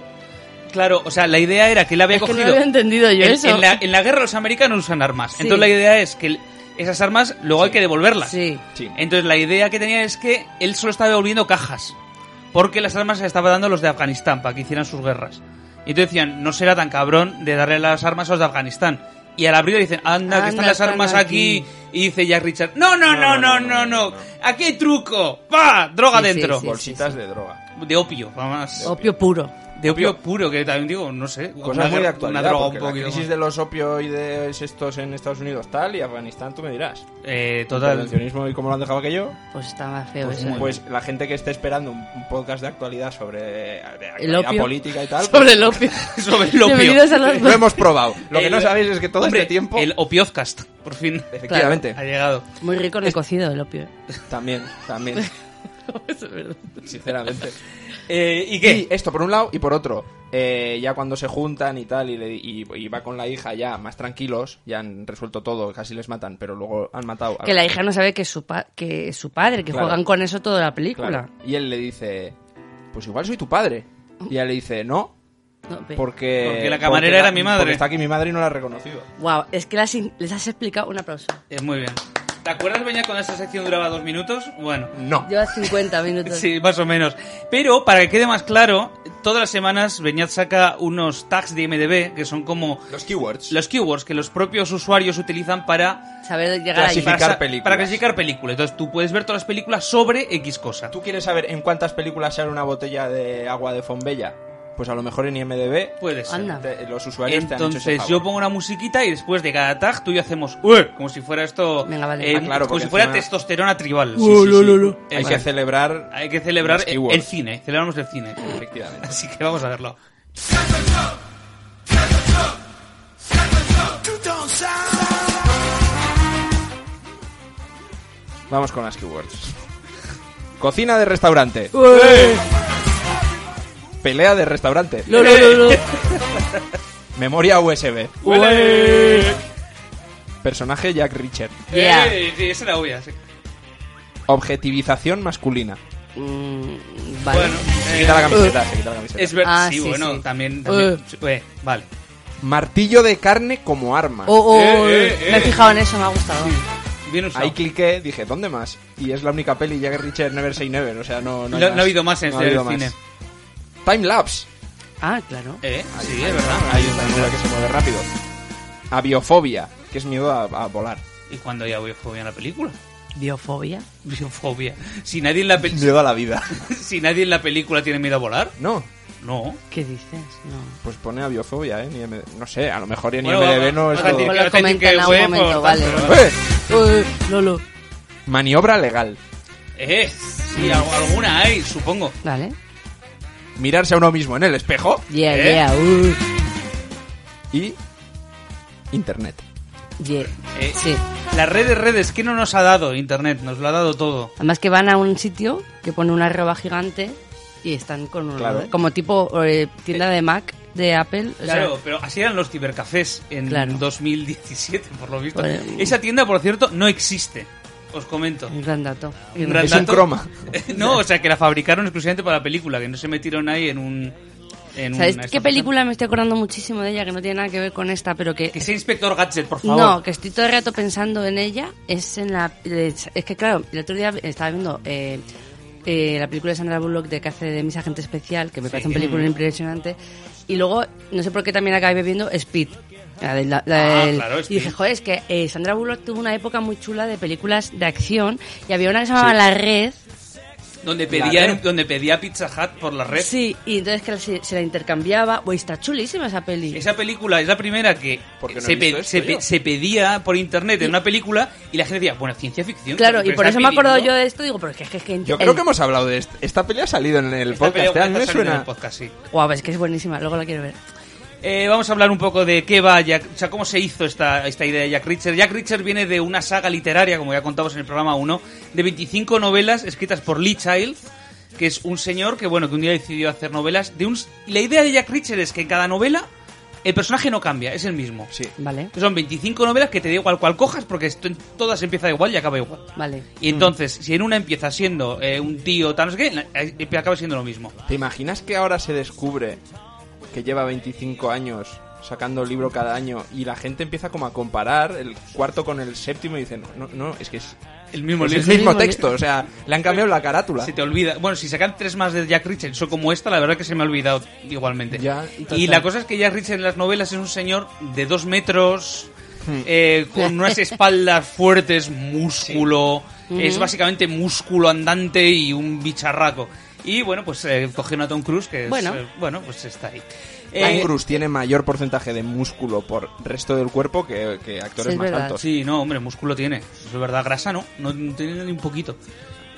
Speaker 2: Claro, o sea, la idea era que él había
Speaker 4: Es que no
Speaker 2: cogido...
Speaker 4: había entendido yo
Speaker 2: en,
Speaker 4: eso.
Speaker 2: en la, en la guerra los americanos usan armas.
Speaker 4: Sí.
Speaker 2: Entonces la idea es que el- esas armas luego hay que devolverlas.
Speaker 4: Sí.
Speaker 3: Sí.
Speaker 2: Entonces la idea que tenía es que él solo estaba devolviendo cajas. Porque las armas se las estaba dando a los de Afganistán para que hicieran sus guerras. Y entonces decían, no será tan cabrón de darle las armas a los de Afganistán. Y al abrir dicen, anda, que
Speaker 4: Anda,
Speaker 2: están las
Speaker 4: están
Speaker 2: armas aquí.
Speaker 4: aquí.
Speaker 2: Y dice Jack Richard, no, no, no, no, no, no. Aquí hay truco. ¡Pa! Droga
Speaker 4: Sí, sí,
Speaker 2: dentro.
Speaker 4: sí,
Speaker 3: Bolsitas de droga.
Speaker 2: De opio, vamos.
Speaker 4: Opio puro.
Speaker 2: de opio puro, que también digo, no sé.
Speaker 3: Cosas muy de
Speaker 2: guerra-
Speaker 3: actualidad,
Speaker 2: una droga
Speaker 3: porque
Speaker 2: un poquito.
Speaker 3: la crisis
Speaker 2: más.
Speaker 3: de los opioides estos en Estados Unidos tal y Afganistán, tú me dirás.
Speaker 2: Eh,
Speaker 3: El
Speaker 2: total.
Speaker 3: intervencionismo y cómo lo han dejado aquello.
Speaker 4: Pues estaba feo
Speaker 3: Pues,
Speaker 4: eso.
Speaker 3: pues la gente que esté esperando un, un podcast de actualidad sobre eh, de actualidad
Speaker 4: El opio.
Speaker 3: política y tal,
Speaker 4: Sobre el opio.
Speaker 2: Sobre el opio.
Speaker 4: Bienvenidos a los...
Speaker 3: pues, lo hemos probado. Lo que
Speaker 2: El-
Speaker 3: no sabéis es que todo
Speaker 2: Hombre,
Speaker 3: este tiempo,
Speaker 2: El Opiozcast, por fin.
Speaker 3: efectivamente,
Speaker 2: Ha llegado.
Speaker 4: Muy rico recocido el opio.
Speaker 3: también, también, sinceramente.
Speaker 2: Eh, ¿Y
Speaker 3: Y
Speaker 2: qué?
Speaker 3: esto por un lado y por otro, eh, ya cuando se juntan y tal y, le- y- y va con la hija ya más tranquilos, ya han resuelto todo, casi les matan, pero luego han matado. a-
Speaker 4: que la hija no sabe que es su, pa- que es su padre, que
Speaker 3: Claro.
Speaker 4: juegan con eso toda la
Speaker 3: Claro.
Speaker 4: película.
Speaker 3: Y él le dice, pues igual soy tu padre. Y ella le dice, no,
Speaker 4: No, pe-
Speaker 3: porque
Speaker 2: Porque la camarera era mi madre.
Speaker 3: porque está aquí mi madre y no la ha reconocido.
Speaker 4: Guau, es que las in- les has explicado un aplauso.
Speaker 2: Eh, muy bien. ¿Te acuerdas, Beña, cuando esta sección duraba dos minutos? Bueno.
Speaker 3: No.
Speaker 4: Llevas 50 minutos.
Speaker 2: Sí, más o menos. Pero, para que quede más claro, todas las semanas Beñat saca unos tags de IMDB que son como
Speaker 3: Los keywords.
Speaker 2: los keywords que los propios usuarios utilizan para...
Speaker 4: Saber llegar allí.
Speaker 3: Clasificar
Speaker 2: para sa-
Speaker 3: películas.
Speaker 2: Para clasificar películas. Entonces tú puedes ver todas las películas sobre X cosa.
Speaker 3: ¿Tú quieres saber en cuántas películas sale una botella de agua de Fonbella? Pues a lo mejor en IMDB
Speaker 2: Puedes.
Speaker 4: Anda.
Speaker 3: te- los usuarios te han
Speaker 2: Entonces
Speaker 3: hecho ese
Speaker 2: yo
Speaker 3: favor.
Speaker 2: pongo una musiquita y después de cada tag tú y yo hacemos "Ué", como si fuera esto
Speaker 4: Venga, vale.
Speaker 2: eh,
Speaker 3: Ah, claro,
Speaker 2: como
Speaker 3: porque
Speaker 2: si fuera
Speaker 3: encima-
Speaker 2: testosterona tribal.
Speaker 3: Sí, sí, sí. Hay
Speaker 2: Vale.
Speaker 3: que celebrar...
Speaker 2: Hay que celebrar
Speaker 3: Los
Speaker 2: el,
Speaker 3: keywords.
Speaker 2: el cine, celebramos el cine.
Speaker 3: Efectivamente.
Speaker 2: Así que vamos a verlo.
Speaker 3: Vamos con las keywords. Cocina de restaurante. Pelea de restaurante.
Speaker 4: No, no, no, no.
Speaker 3: Memoria USB.
Speaker 2: ¡Ué!
Speaker 3: Personaje Jack Richard.
Speaker 4: Yeah.
Speaker 2: Eh, sí, esa era obvia, sí.
Speaker 3: Objetivización masculina.
Speaker 4: Mm, vale.
Speaker 2: Bueno,
Speaker 3: Se
Speaker 2: eh,
Speaker 3: quita la camiseta, se quita la camiseta.
Speaker 2: es verdad,
Speaker 4: Ah,
Speaker 2: sí,
Speaker 4: sí,
Speaker 2: bueno,
Speaker 4: sí.
Speaker 2: también. también-
Speaker 4: Eh.
Speaker 2: sí, eh, vale.
Speaker 3: Martillo de carne como arma.
Speaker 4: Oh, oh, oh,
Speaker 2: Eh, eh,
Speaker 4: me he
Speaker 2: eh.
Speaker 4: fijado en eso, me ha gustado.
Speaker 2: Bien usado.
Speaker 3: Ahí cliqué, dije, ¿dónde más? Y es la única peli Jack Richard Never Say Never. O sea, no, no,
Speaker 2: no,
Speaker 3: hay
Speaker 2: no ha habido más en
Speaker 3: No ha
Speaker 2: el
Speaker 3: habido
Speaker 2: cine.
Speaker 3: más. Time lapse.
Speaker 4: Ah, claro.
Speaker 2: Eh, sí, es verdad.
Speaker 3: Ahí es la nube que se mueve rápido. Aviofobia, que es miedo a, a volar.
Speaker 2: ¿Y cuando ya biofobia en la película?
Speaker 4: Biofobia.
Speaker 2: Biofobia. Si nadie en la, pel-
Speaker 3: Miedo a la vida.
Speaker 2: si nadie en la película tiene miedo a volar,
Speaker 3: No,
Speaker 2: no.
Speaker 4: ¿Qué dices? No.
Speaker 3: pues pone aviofobia, ¿eh? Ni M- No sé, a lo mejor en
Speaker 2: Bueno,
Speaker 3: IMDB
Speaker 2: va-
Speaker 3: no es
Speaker 2: va a
Speaker 3: todo.
Speaker 2: decir va
Speaker 4: Lo
Speaker 2: a decir
Speaker 4: comenta en algún
Speaker 2: fue por tanto,
Speaker 4: momento, vale.
Speaker 2: pero-
Speaker 3: ¡Eh!
Speaker 4: Eh, Lolo.
Speaker 3: Maniobra legal.
Speaker 2: Eh, sí, al- alguna hay, supongo.
Speaker 4: Vale.
Speaker 3: Mirarse a uno mismo en el espejo
Speaker 4: Yeah,
Speaker 2: Eh.
Speaker 4: yeah, uh,
Speaker 3: y... Internet.
Speaker 4: yeah.
Speaker 2: Eh.
Speaker 4: Sí.
Speaker 2: La red de redes, que no nos ha dado Internet? Nos lo ha dado todo.
Speaker 4: Además que van a un sitio que pone una arroba gigante y están con un...
Speaker 3: Claro.
Speaker 4: Como tipo eh, tienda de Mac, de Apple. o sea,
Speaker 2: Claro, pero así eran los cibercafés en
Speaker 4: Claro.
Speaker 2: 2017, por lo visto.
Speaker 4: Bueno. mm.
Speaker 2: Esa tienda, por cierto, no existe. Os comento.
Speaker 4: un gran dato.
Speaker 2: Un gran
Speaker 3: es un
Speaker 2: dato.
Speaker 3: croma.
Speaker 2: no, o sea, que la fabricaron exclusivamente para la película, que no se metieron ahí en un... en
Speaker 4: ¿Sabes
Speaker 2: una
Speaker 4: qué
Speaker 2: estampilla.
Speaker 4: película me estoy acordando muchísimo de ella que no tiene nada que ver con esta, pero que
Speaker 2: Que sea Inspector Gadget, por favor.
Speaker 4: No, que estoy todo el rato pensando en ella. Es en la. Es que, claro, el otro día estaba viendo eh, eh, la película de Sandra Bullock de que hace de Mis Agente Especial, que me parece una película impresionante. Y luego, no sé por qué también acabé viendo Speed. La de la- la
Speaker 2: Ah,
Speaker 4: del-
Speaker 2: claro, Speed.
Speaker 4: y dije, joder, es que eh, Sandra Bullock tuvo una época muy chula de películas de acción y había una que se llamaba La Red.
Speaker 2: Donde
Speaker 3: La
Speaker 2: pedía,
Speaker 3: red.
Speaker 2: donde pedía Pizza Hut por la red.
Speaker 4: Sí, y entonces que se, se la intercambiaba. Uy, está chulísima esa peli.
Speaker 2: Esa película es la primera que
Speaker 3: ¿Por qué no he
Speaker 2: se, pe-
Speaker 3: visto esto
Speaker 2: se pe-
Speaker 3: yo?
Speaker 2: se pedía por internet en una película y la gente decía, bueno, ciencia ficción.
Speaker 4: Claro, y
Speaker 2: pero
Speaker 4: por
Speaker 2: está
Speaker 4: eso me he acordado yo
Speaker 2: pidiendo-
Speaker 4: de esto. Digo, pero es que es que. que
Speaker 3: Yo
Speaker 4: el-
Speaker 3: creo que hemos hablado de esto. Esta peli ha salido en el
Speaker 2: Esta película
Speaker 3: podcast. ¿eh? A mí me
Speaker 2: está saliendo en
Speaker 3: suena.
Speaker 2: el podcast, sí.
Speaker 4: Guau, es que es buenísima. Luego la quiero ver.
Speaker 2: Eh, vamos a hablar un poco de qué va Jack, o sea, cómo se hizo esta, esta idea de Jack Reacher. Jack Reacher viene de una saga literaria, como ya contamos en el programa 1, de 25 novelas escritas por Lee Child, que es un señor que, bueno, que un día decidió hacer novelas. De un, y la idea de Jack Reacher es que en cada novela el personaje no cambia, es el mismo.
Speaker 3: Sí.
Speaker 4: Vale,
Speaker 2: Son 25 novelas que te da igual cual cojas, porque esto en todas empieza igual y acaba igual.
Speaker 4: vale.
Speaker 2: Y entonces, si en una empieza siendo eh, un tío tal, no sé qué, en la- eh, acaba siendo lo mismo.
Speaker 3: ¿Te imaginas que ahora se descubre que lleva 25 años sacando libro cada año y la gente empieza como a comparar el cuarto con el séptimo y dicen, no, no, es que es,
Speaker 2: El mismo
Speaker 3: es
Speaker 2: libro.
Speaker 3: el mismo
Speaker 4: mismo li-
Speaker 3: texto, o sea, le han cambiado la carátula.
Speaker 2: Se te olvida. Bueno, si sacan tres más de Jack Reacher, son como esta, la verdad que se me ha olvidado igualmente.
Speaker 3: Ya,
Speaker 2: y
Speaker 3: total.
Speaker 2: la cosa es que Jack Reacher en las novelas es un señor de dos metros,
Speaker 3: Hmm.
Speaker 2: eh, con unas espaldas fuertes, músculo, es básicamente músculo andante y un bicharraco. Y bueno, pues eh, cogieron a Tom Cruise, que es,
Speaker 4: Bueno.
Speaker 2: eh, bueno, pues está ahí.
Speaker 3: Tom
Speaker 2: Eh,
Speaker 3: Cruise tiene mayor porcentaje de músculo por resto del cuerpo que, que actores
Speaker 4: Sí, es
Speaker 3: más
Speaker 4: verdad.
Speaker 3: altos.
Speaker 2: Sí, no, hombre, músculo tiene. Eso es verdad, grasa no, no tiene ni un poquito.
Speaker 3: Sí,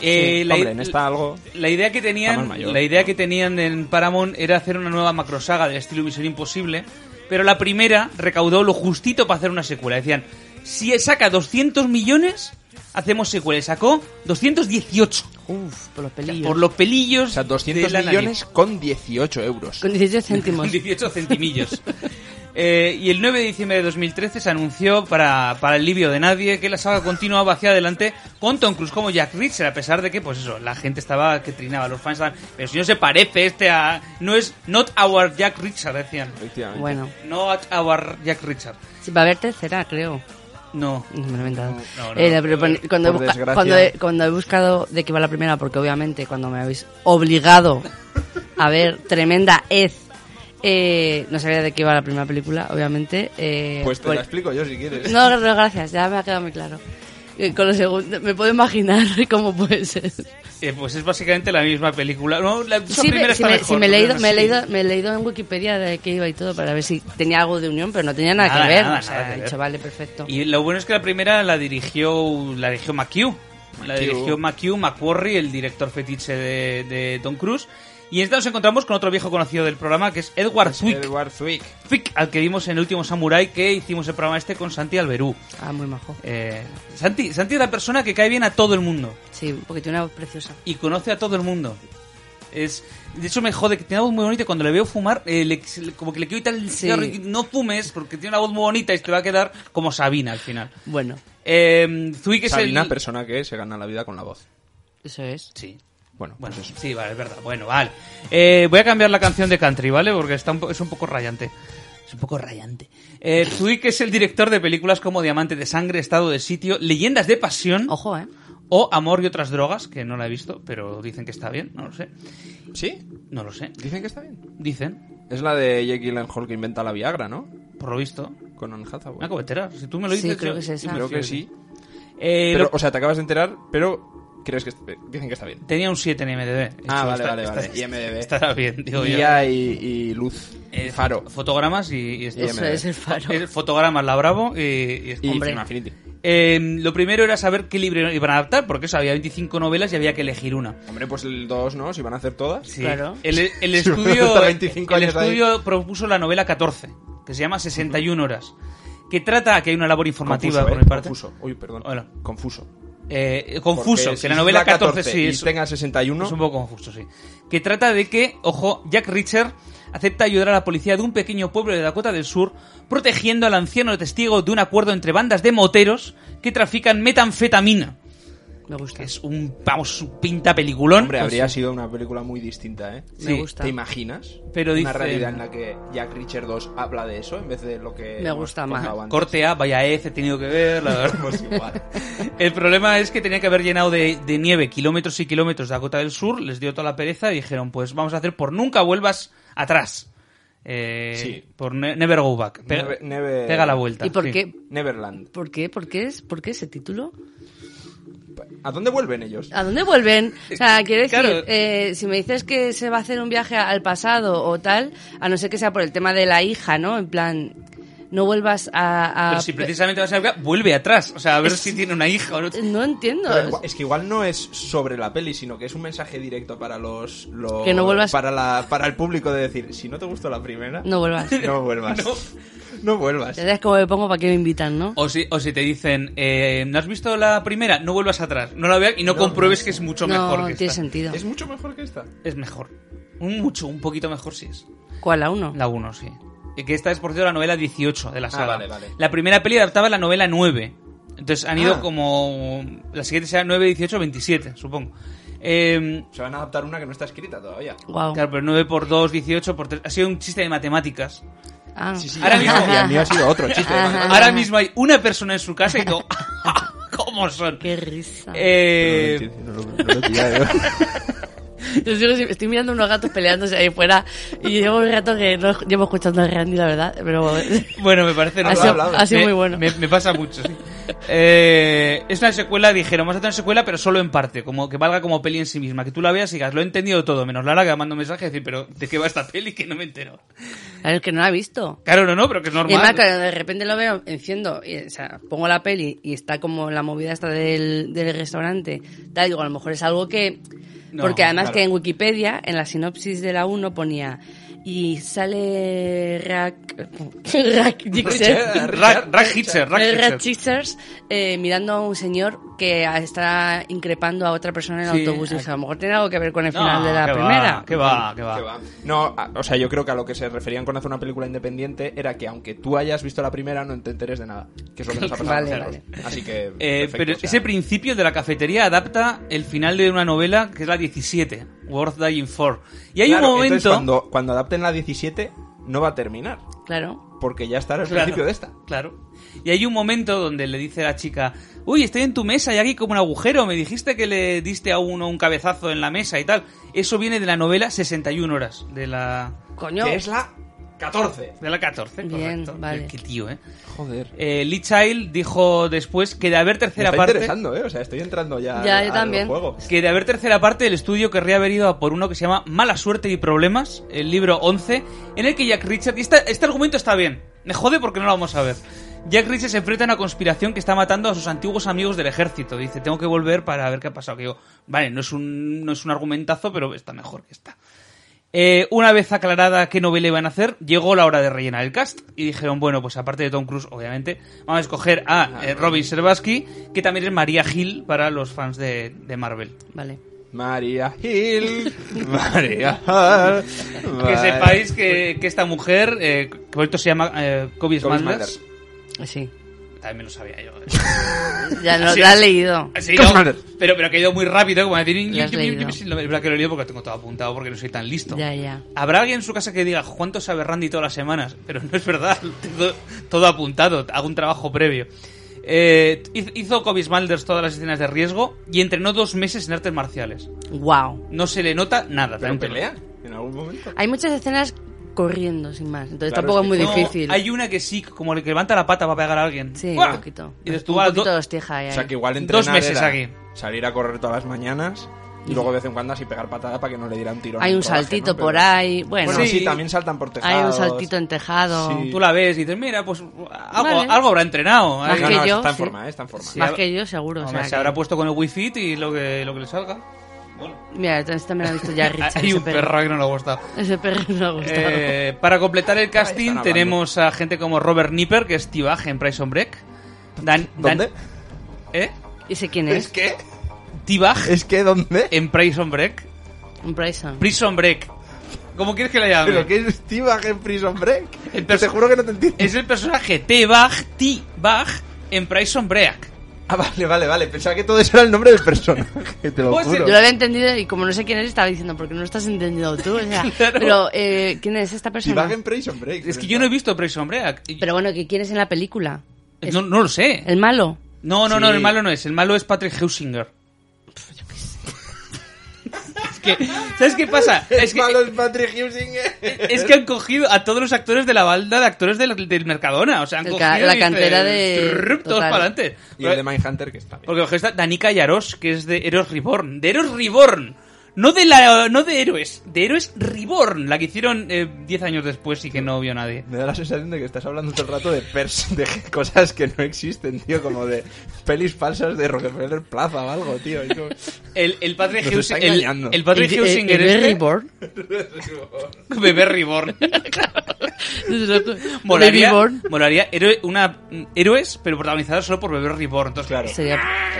Speaker 2: Eh, la-
Speaker 3: hombre, en esta algo...
Speaker 2: La idea que
Speaker 3: Está
Speaker 2: tenían,
Speaker 3: más mayor,
Speaker 2: la idea
Speaker 3: ¿no?
Speaker 2: que tenían en Paramount era hacer una nueva macrosaga del estilo Misión Imposible, pero la primera recaudó lo justito para hacer una secuela. Decían, si saca 200 millones, hacemos secuela. Y Sacó 218
Speaker 4: Uf, por los pelillos.
Speaker 2: por los pelillos.
Speaker 3: O sea, 200
Speaker 2: de la nariz.
Speaker 3: millones con 18 euros.
Speaker 4: Con 18 céntimos.
Speaker 2: 18 centimillos. Eh, y el 9 de diciembre de 2013 se anunció para, para el alivio de nadie que la saga continuaba hacia adelante con Tom Cruise como Jack Reacher, a pesar de que, pues eso, la gente estaba que trinaba, los fans estaban, pero si no se parece este a... No es not our Jack Reacher, decían.
Speaker 3: Efectivamente.
Speaker 4: Bueno,
Speaker 2: Not our Jack Reacher.
Speaker 4: sí, va a haber tercera, creo.
Speaker 2: No.
Speaker 4: No me lo he inventado.
Speaker 2: No, no,
Speaker 4: Eh,
Speaker 2: no,
Speaker 4: pero pon- cuando, he
Speaker 3: por
Speaker 4: busca-
Speaker 3: desgracia.
Speaker 4: cuando, he, cuando he buscado de qué va la primera, porque obviamente cuando me habéis obligado a ver tremenda Ed, eh, no sabía de qué iba la primera película, obviamente. eh,
Speaker 3: Pues te
Speaker 4: por-
Speaker 3: la explico yo si quieres.
Speaker 4: no, no, gracias, ya me ha quedado muy claro. Eh, Con lo segundo, me puedo imaginar cómo puede ser.
Speaker 2: Eh, pues es básicamente la misma película. No, la esa
Speaker 4: Sí,
Speaker 2: primera
Speaker 4: me, si
Speaker 2: está
Speaker 4: me,
Speaker 2: mejor,
Speaker 4: si me he
Speaker 2: no
Speaker 4: leído,
Speaker 2: sé.
Speaker 4: me he leído, me he leído en Wikipedia de qué iba y todo para ver si tenía algo de unión, pero no tenía nada,
Speaker 2: Nada,
Speaker 4: que ver.
Speaker 2: nada,
Speaker 4: o sea,
Speaker 2: nada que
Speaker 4: he
Speaker 2: ver.
Speaker 4: dicho, vale, perfecto.
Speaker 2: Y lo bueno es que la primera la dirigió la dirigió McHugh. La
Speaker 3: McHugh.
Speaker 2: dirigió McHugh, McQuarrie, el director fetiche de, de Tom Cruise. Y en esta nos encontramos con otro viejo conocido del programa, que es Edward Zwick,
Speaker 3: Edward Zwick.
Speaker 2: Zwick, al que vimos en el último Samurai, que hicimos el programa este con Santi Alberú.
Speaker 4: Ah, muy majo.
Speaker 2: Eh, Santi, Santi es la persona que cae bien a todo el mundo
Speaker 4: Sí, porque tiene una voz preciosa.
Speaker 2: y conoce a todo el mundo. Es, de hecho me jode que tiene una voz muy bonita y cuando le veo fumar, eh, le- como que le quiero quitar el
Speaker 4: Sí.
Speaker 2: cigarro y no fumes porque tiene una voz muy bonita y te va a quedar como Sabina al final.
Speaker 4: Bueno,
Speaker 2: Eh, Zwick es
Speaker 3: Sabina,
Speaker 2: el...
Speaker 3: persona que se gana la vida con la voz.
Speaker 4: eso es.
Speaker 2: Sí.
Speaker 3: Bueno,
Speaker 2: Bueno,
Speaker 3: pues eso.
Speaker 2: sí, vale, es verdad. Bueno, vale. Eh, voy a cambiar la canción de country, ¿vale? Porque está un po- es un poco rayante. Es un poco rayante. Eh, Zwick es el director de películas como Diamante de Sangre, Estado de Sitio, Leyendas de Pasión
Speaker 4: Ojo, ¿eh?
Speaker 2: o Amor y otras drogas, que no la he visto, pero dicen que está bien, no lo sé.
Speaker 3: ¿Sí?
Speaker 2: No lo sé.
Speaker 3: Dicen que está bien.
Speaker 2: Dicen,
Speaker 3: Es la de Jake Gyllenhaal que inventa la Viagra, ¿no?
Speaker 2: por lo visto.
Speaker 3: Con Anne Hathaway.
Speaker 2: Una cobetera. Si tú me lo
Speaker 4: Sí,
Speaker 2: dices, yo-
Speaker 4: creo que es esa.
Speaker 2: yo me
Speaker 3: Creo
Speaker 2: fío
Speaker 3: que
Speaker 2: de ti.
Speaker 3: sí.
Speaker 2: Eh,
Speaker 3: Pero,
Speaker 2: lo-
Speaker 3: o sea, te acabas de enterar, pero crees que eh, dicen que está bien.
Speaker 2: Tenía un 7 en MDB.
Speaker 3: Ah, vale, vale, vale. IMDb.
Speaker 2: Estará bien, digo yo.
Speaker 3: Guía y, y luz.
Speaker 2: Eh,
Speaker 3: faro.
Speaker 2: Fotogramas y, y este-
Speaker 4: Eso
Speaker 3: IMDb.
Speaker 4: es el faro.
Speaker 2: Eh, Fotogramas, la Bravo y, y este-
Speaker 3: Y
Speaker 4: Hombre.
Speaker 3: Film Affinity.
Speaker 2: Eh, lo primero era saber qué libro iban a adaptar, porque eso, había 25 novelas y había que elegir una.
Speaker 3: Hombre, pues el 2, ¿no? Si van a hacer todas.
Speaker 2: Sí.
Speaker 4: Claro.
Speaker 2: El, el
Speaker 3: Si van a
Speaker 2: estudio,
Speaker 3: estar 25
Speaker 2: el
Speaker 3: años ahí.
Speaker 2: estudio propuso la novela 14, que se llama 61 horas, que trata, que hay una labor informativa
Speaker 3: Confuso,
Speaker 2: por
Speaker 3: ¿eh?
Speaker 2: mi parte,
Speaker 3: Confuso. Uy, perdón.
Speaker 2: Hola.
Speaker 3: Confuso.
Speaker 2: Eh, confuso,
Speaker 3: Porque
Speaker 2: que
Speaker 3: si
Speaker 2: la
Speaker 3: es
Speaker 2: novela 14, sí,
Speaker 3: y
Speaker 2: es,
Speaker 3: tenga 61.
Speaker 2: Es un poco confuso, sí. Que trata de que, ojo, Jack Reacher acepta ayudar a la policía de un pequeño pueblo de Dakota del Sur, protegiendo al anciano testigo de un acuerdo entre bandas de moteros que trafican metanfetamina.
Speaker 4: Me gusta.
Speaker 2: que es un, vamos, un pinta peliculón. Pues,
Speaker 3: Hombre, habría sido una película muy distinta, ¿eh?
Speaker 4: Me
Speaker 2: sí,
Speaker 4: gusta.
Speaker 3: ¿Te imaginas?
Speaker 2: Pero
Speaker 3: una
Speaker 2: dice-
Speaker 3: realidad en la que Jack Richard 2 habla de eso en vez de lo que.
Speaker 4: Me
Speaker 3: hemos
Speaker 4: gusta
Speaker 3: contado
Speaker 4: más.
Speaker 3: antes.
Speaker 2: Corte A, vaya F, he tenido que ver, la verdad.
Speaker 3: Pues igual.
Speaker 2: El problema es que tenía que haber llenado de, de nieve kilómetros y kilómetros de Dakota del Sur, les dio toda la pereza y dijeron, pues vamos a hacer por nunca vuelvas atrás. Eh,
Speaker 3: Sí.
Speaker 2: Por ne- Never Go Back. Pe-
Speaker 3: Never- never-
Speaker 2: Pega la vuelta.
Speaker 4: ¿Y por
Speaker 2: sí.
Speaker 4: qué?
Speaker 3: Neverland.
Speaker 4: ¿Por qué? ¿Por qué es? ¿Por qué ese título?
Speaker 3: ¿A dónde vuelven ellos?
Speaker 4: ¿A dónde vuelven? O sea, quiero decir,
Speaker 2: Claro.
Speaker 4: eh, si me dices que se va a hacer un viaje al pasado o tal, a no ser que sea por el tema de la hija, ¿no? En plan, no vuelvas a... a-
Speaker 2: Pero si precisamente vas a ver, vuelve atrás. O sea, a ver si tiene una hija o no.
Speaker 4: No entiendo.
Speaker 3: Pero igua- es que igual no es sobre la peli, sino que es un mensaje directo para los, los-
Speaker 4: Que no vuelvas-
Speaker 3: para la para el público de decir, si no te gustó la primera,
Speaker 4: No Eh, vuelvas.
Speaker 3: no vuelvas.
Speaker 2: No.
Speaker 3: no. vuelvas.
Speaker 4: Ya sabes cómo me pongo para que me invitan, ¿no?
Speaker 2: O si, o si te dicen, eh, ¿no has visto la primera? No vuelvas atrás. No la veas y no, compruebes que es mucho mejor
Speaker 4: No
Speaker 2: que
Speaker 4: tiene
Speaker 2: esta.
Speaker 4: sentido.
Speaker 3: Es mucho mejor que esta.
Speaker 2: Es mejor. Un mucho, un poquito mejor sí es.
Speaker 4: ¿Cuál? ¿La uno?
Speaker 2: La 1, sí. Y Que esta es, por cierto, la novela 18 de la saga.
Speaker 3: vale, vale.
Speaker 2: La primera peli adaptaba la novela 9. Entonces han ido
Speaker 3: Ah.
Speaker 2: como... La siguiente será 9, 18, 27, supongo. Eh,
Speaker 3: Se van a adaptar una que no está escrita todavía.
Speaker 4: Guau.
Speaker 2: Claro, pero 9 por 2, 18 por 3... Ha sido un chiste de matemáticas.
Speaker 4: Ah.
Speaker 2: Ahora
Speaker 3: y el
Speaker 2: mismo-
Speaker 3: mío- y el mío ha sido otro chiste.
Speaker 4: Ajá.
Speaker 2: Ahora mismo hay una persona en su casa y digo... ¿Cómo son?
Speaker 4: Qué risa.
Speaker 2: Eh,
Speaker 3: No lo- no lo he pillado.
Speaker 4: Yo sigo- estoy mirando unos gatos peleándose ahí fuera y llevo un rato que no llevo escuchando a Randy, la verdad, pero...
Speaker 2: bueno, me parece...
Speaker 4: Ha
Speaker 3: sido-
Speaker 2: normal.
Speaker 4: ha sido
Speaker 2: Me-
Speaker 4: muy bueno.
Speaker 2: Me, me pasa mucho, sí. Eh, es una secuela, dijeron, vamos a hacer una secuela, pero solo en parte, como que valga como peli en sí misma, que tú la veas y digas, lo he entendido todo, menos Lara que me manda un mensaje y decir, pero ¿de qué va esta peli? Que no me entero.
Speaker 4: A ver, que no la he visto.
Speaker 2: Claro, no, no, pero que es
Speaker 4: Y además,
Speaker 2: normal.
Speaker 4: cuando de repente lo veo, enciendo, y, o sea, pongo la peli y está como la movida esta del, del restaurante. Tal, digo, a lo mejor es algo que...
Speaker 2: No,
Speaker 4: porque además
Speaker 2: claro.
Speaker 4: que en Wikipedia, en la sinopsis de la 1 ponía... Y sale Rack... Rack Dixon.
Speaker 2: Rack rack Hitcher, Rack
Speaker 4: el Red
Speaker 2: Hitcher.
Speaker 4: Sisters eh, mirando a un señor que está increpando a otra persona en el
Speaker 2: Sí,
Speaker 4: autobús. Y
Speaker 2: ah.
Speaker 4: dije, a lo mejor tiene algo que ver con el
Speaker 2: No,
Speaker 4: final de la
Speaker 2: qué va,
Speaker 4: primera.
Speaker 2: qué va, qué va.
Speaker 3: Que va. No, a- o sea, yo creo que a lo que se referían con hacer una película independiente era que aunque tú hayas visto la primera, no te enteres de nada. Que es lo que nos ha pasado
Speaker 4: Vale,
Speaker 3: a nosotros. Así que.
Speaker 2: Eh,
Speaker 3: perfecto,
Speaker 2: pero
Speaker 3: o sea,
Speaker 2: ese principio de la cafetería adapta el final de una novela que es la 17, Worth Dying For. Y hay
Speaker 3: claro,
Speaker 2: un
Speaker 3: entonces,
Speaker 2: momento...
Speaker 3: Cuando, cuando adapten la 17, no va a terminar.
Speaker 4: Claro.
Speaker 3: Porque ya estará el
Speaker 2: Claro,
Speaker 3: principio de esta.
Speaker 2: Claro. Y hay un momento donde le dice la chica, uy, estoy en tu mesa y aquí como un agujero, me dijiste que le diste a uno un cabezazo en la mesa y tal. Eso viene de la novela 61 horas, de la,
Speaker 4: Coño.
Speaker 3: Que es la 14.
Speaker 2: de la 14,
Speaker 4: Bien,
Speaker 2: correcto.
Speaker 4: vale.
Speaker 2: Qué tío, ¿eh?
Speaker 3: Joder.
Speaker 2: Eh, Lee Child dijo después que de haber
Speaker 3: Me
Speaker 2: tercera
Speaker 3: está
Speaker 2: parte...
Speaker 3: interesando, ¿eh? O sea, estoy entrando ya,
Speaker 4: Ya,
Speaker 3: al-
Speaker 4: yo
Speaker 3: al
Speaker 4: también.
Speaker 3: juego.
Speaker 2: Que de haber tercera parte el estudio querría haber ido a por uno que se llama Mala suerte y problemas, el libro 11, en el que Jack Richard... Y esta- este argumento está bien. Me jode porque no lo vamos a ver. Jack Richard se enfrenta a una conspiración que está matando a sus antiguos amigos del ejército. Dice, tengo que volver para ver qué ha pasado. Que digo, vale, no es un, no es un argumentazo, pero está mejor que está. Eh, una vez aclarada qué novela iban a hacer, llegó la hora de rellenar el cast y dijeron, bueno, pues aparte de Tom Cruise, obviamente, vamos a escoger a eh, Robin Serbaski, que también es María Hill para los fans de, de Marvel.
Speaker 4: Vale.
Speaker 3: María Hill. María Hall,
Speaker 2: Que
Speaker 3: Mar-
Speaker 2: sepáis que, que esta mujer, eh, que por esto se llama eh, Kobe
Speaker 3: Kobe
Speaker 2: Smulders,
Speaker 4: Sí.
Speaker 2: también lo sabía yo.
Speaker 4: Ya lo,
Speaker 2: Así
Speaker 4: lo has
Speaker 2: es.
Speaker 4: leído.
Speaker 2: Así
Speaker 3: Kobe
Speaker 2: no,
Speaker 3: Smulders.
Speaker 2: pero, pero que he ido muy rápido, como a decir,
Speaker 4: Lo has leído.
Speaker 2: es verdad que lo he leído porque lo tengo todo apuntado, porque no soy tan listo.
Speaker 4: Ya, ya.
Speaker 2: Habrá alguien en su casa que diga, ¿cuánto sabe Randy todas las semanas? Pero no es verdad, todo, todo apuntado, hago un trabajo previo. Eh, hiz- hizo Kobe Smulders todas las escenas de riesgo y entrenó dos meses en artes marciales.
Speaker 4: Wow.
Speaker 2: No se le nota nada.
Speaker 3: Pero
Speaker 2: también te lo
Speaker 3: pelea en algún momento.
Speaker 4: Hay muchas escenas corriendo, sin más. Entonces
Speaker 3: Claro,
Speaker 4: tampoco
Speaker 3: es
Speaker 4: es muy
Speaker 3: que
Speaker 2: No,
Speaker 4: difícil.
Speaker 2: Hay una que sí, como el que levanta la pata para pegar a alguien.
Speaker 4: Sí,
Speaker 2: ¡Buah!
Speaker 4: un poquito.
Speaker 2: Y dices tú,
Speaker 4: un
Speaker 2: "Ah,
Speaker 4: poquito
Speaker 2: do-
Speaker 4: de hostija ahí,
Speaker 3: O sea,
Speaker 4: ahí.
Speaker 3: que igual
Speaker 2: Dos
Speaker 3: entrenar
Speaker 2: meses
Speaker 3: era
Speaker 2: aquí.
Speaker 3: salir a correr todas las mañanas y luego de vez en cuando así pegar patada para que no le diera un tirón.
Speaker 4: Hay
Speaker 3: en
Speaker 4: un
Speaker 3: coraje,
Speaker 4: saltito
Speaker 3: ¿no? Pero-
Speaker 4: por ahí. Bueno,
Speaker 3: Bueno,
Speaker 2: Sí.
Speaker 3: sí, también saltan por tejados.
Speaker 4: hay un saltito en tejado.
Speaker 3: Sí.
Speaker 2: Tú la ves y dices, mira, pues algo,
Speaker 4: Vale.
Speaker 2: algo habrá entrenado.
Speaker 4: Más
Speaker 2: Ahí-
Speaker 3: No,
Speaker 4: que
Speaker 3: no,
Speaker 4: yo,
Speaker 3: está en
Speaker 4: sí.
Speaker 3: forma, eh, está en forma.
Speaker 2: Sí.
Speaker 4: Más
Speaker 2: hab-
Speaker 4: que yo, seguro. o
Speaker 2: Hombre,
Speaker 4: sea,
Speaker 2: se
Speaker 4: que-
Speaker 2: habrá puesto con el wifi y lo que, lo que le salga. Ah,
Speaker 4: Mira, entonces también lo ha visto ya Richard.
Speaker 2: Hay
Speaker 4: ese
Speaker 2: un perro que no le gusta.
Speaker 4: Ese perro no ha gustado.
Speaker 2: Eh, para completar el
Speaker 3: Ahí
Speaker 2: casting
Speaker 3: están
Speaker 2: tenemos a gente como Robert Nipper, que es Tibaj en Prison Break. Dan, Dan-
Speaker 3: ¿Dónde?
Speaker 2: ¿Eh?
Speaker 4: ¿Y ese quién es?
Speaker 3: que...
Speaker 2: Tibaj
Speaker 3: ¿Es que dónde?
Speaker 2: en Prison Break.
Speaker 4: Un Bryson.
Speaker 2: Prison Break. ¿Cómo quieres que la llame?
Speaker 3: ¿Pero qué es Steve en Prison Break?
Speaker 2: El
Speaker 3: Te
Speaker 2: perso-
Speaker 3: juro que no te entiendo.
Speaker 2: Es el personaje T-Bag, T-Bag en Prison Break.
Speaker 3: Ah, vale, vale, vale. Pensaba que todo eso era el nombre del personaje, te lo
Speaker 2: Pues,
Speaker 3: juro.
Speaker 4: Yo lo había entendido y como no sé quién es, estaba diciendo, porque no estás entendiendo tú. O sea, Pero, eh, ¿quién es esta persona?
Speaker 3: Divaguen Prison Break.
Speaker 2: Es que yo no he visto Prison Break. Y-
Speaker 4: Pero bueno, ¿qué quieres en la película? Es-
Speaker 2: No, no lo sé.
Speaker 4: ¿El malo?
Speaker 2: No, no, no,
Speaker 3: Sí.
Speaker 2: el malo no es. El malo es Patrick Heusinger. es que, ¿sabes qué pasa? Es que,
Speaker 3: malo es Patrick eh. Husinger.
Speaker 2: es que han cogido a todos los actores de la balda de actores del, del Mercadona. O sea, han
Speaker 4: El
Speaker 2: cogido
Speaker 4: ca- la
Speaker 2: y
Speaker 4: cantera
Speaker 2: dices,
Speaker 4: de-
Speaker 2: "Trrrup", todos
Speaker 4: total.
Speaker 2: para adelante.
Speaker 3: Y el de Mindhunter que está bien.
Speaker 2: Porque está Danica Yaros, que es de Heroes Reborn. De Heroes Reborn. No de, la, no de Héroes, de Héroes Reborn, la que hicieron eh, 10 años después y que no vio nadie.
Speaker 3: Me da la sensación de que estás hablando todo el rato de pers de cosas que no existen, tío, como de pelis falsas de Rockefeller Plaza o algo, tío. y como-
Speaker 2: El, el Patrick
Speaker 3: Nos está
Speaker 2: Heus- el-
Speaker 3: engañando.
Speaker 2: el Patrick
Speaker 4: ¿El- el-
Speaker 2: Heusinger
Speaker 4: el
Speaker 2: este-
Speaker 4: Reborn?
Speaker 2: Bebé Reborn.
Speaker 4: Baby
Speaker 2: Molaría,
Speaker 4: Born.
Speaker 2: molaría héroe- una, mm, héroes, pero protagonizada solo por Bebé Reborn. Entonces,
Speaker 3: Claro.
Speaker 4: Sería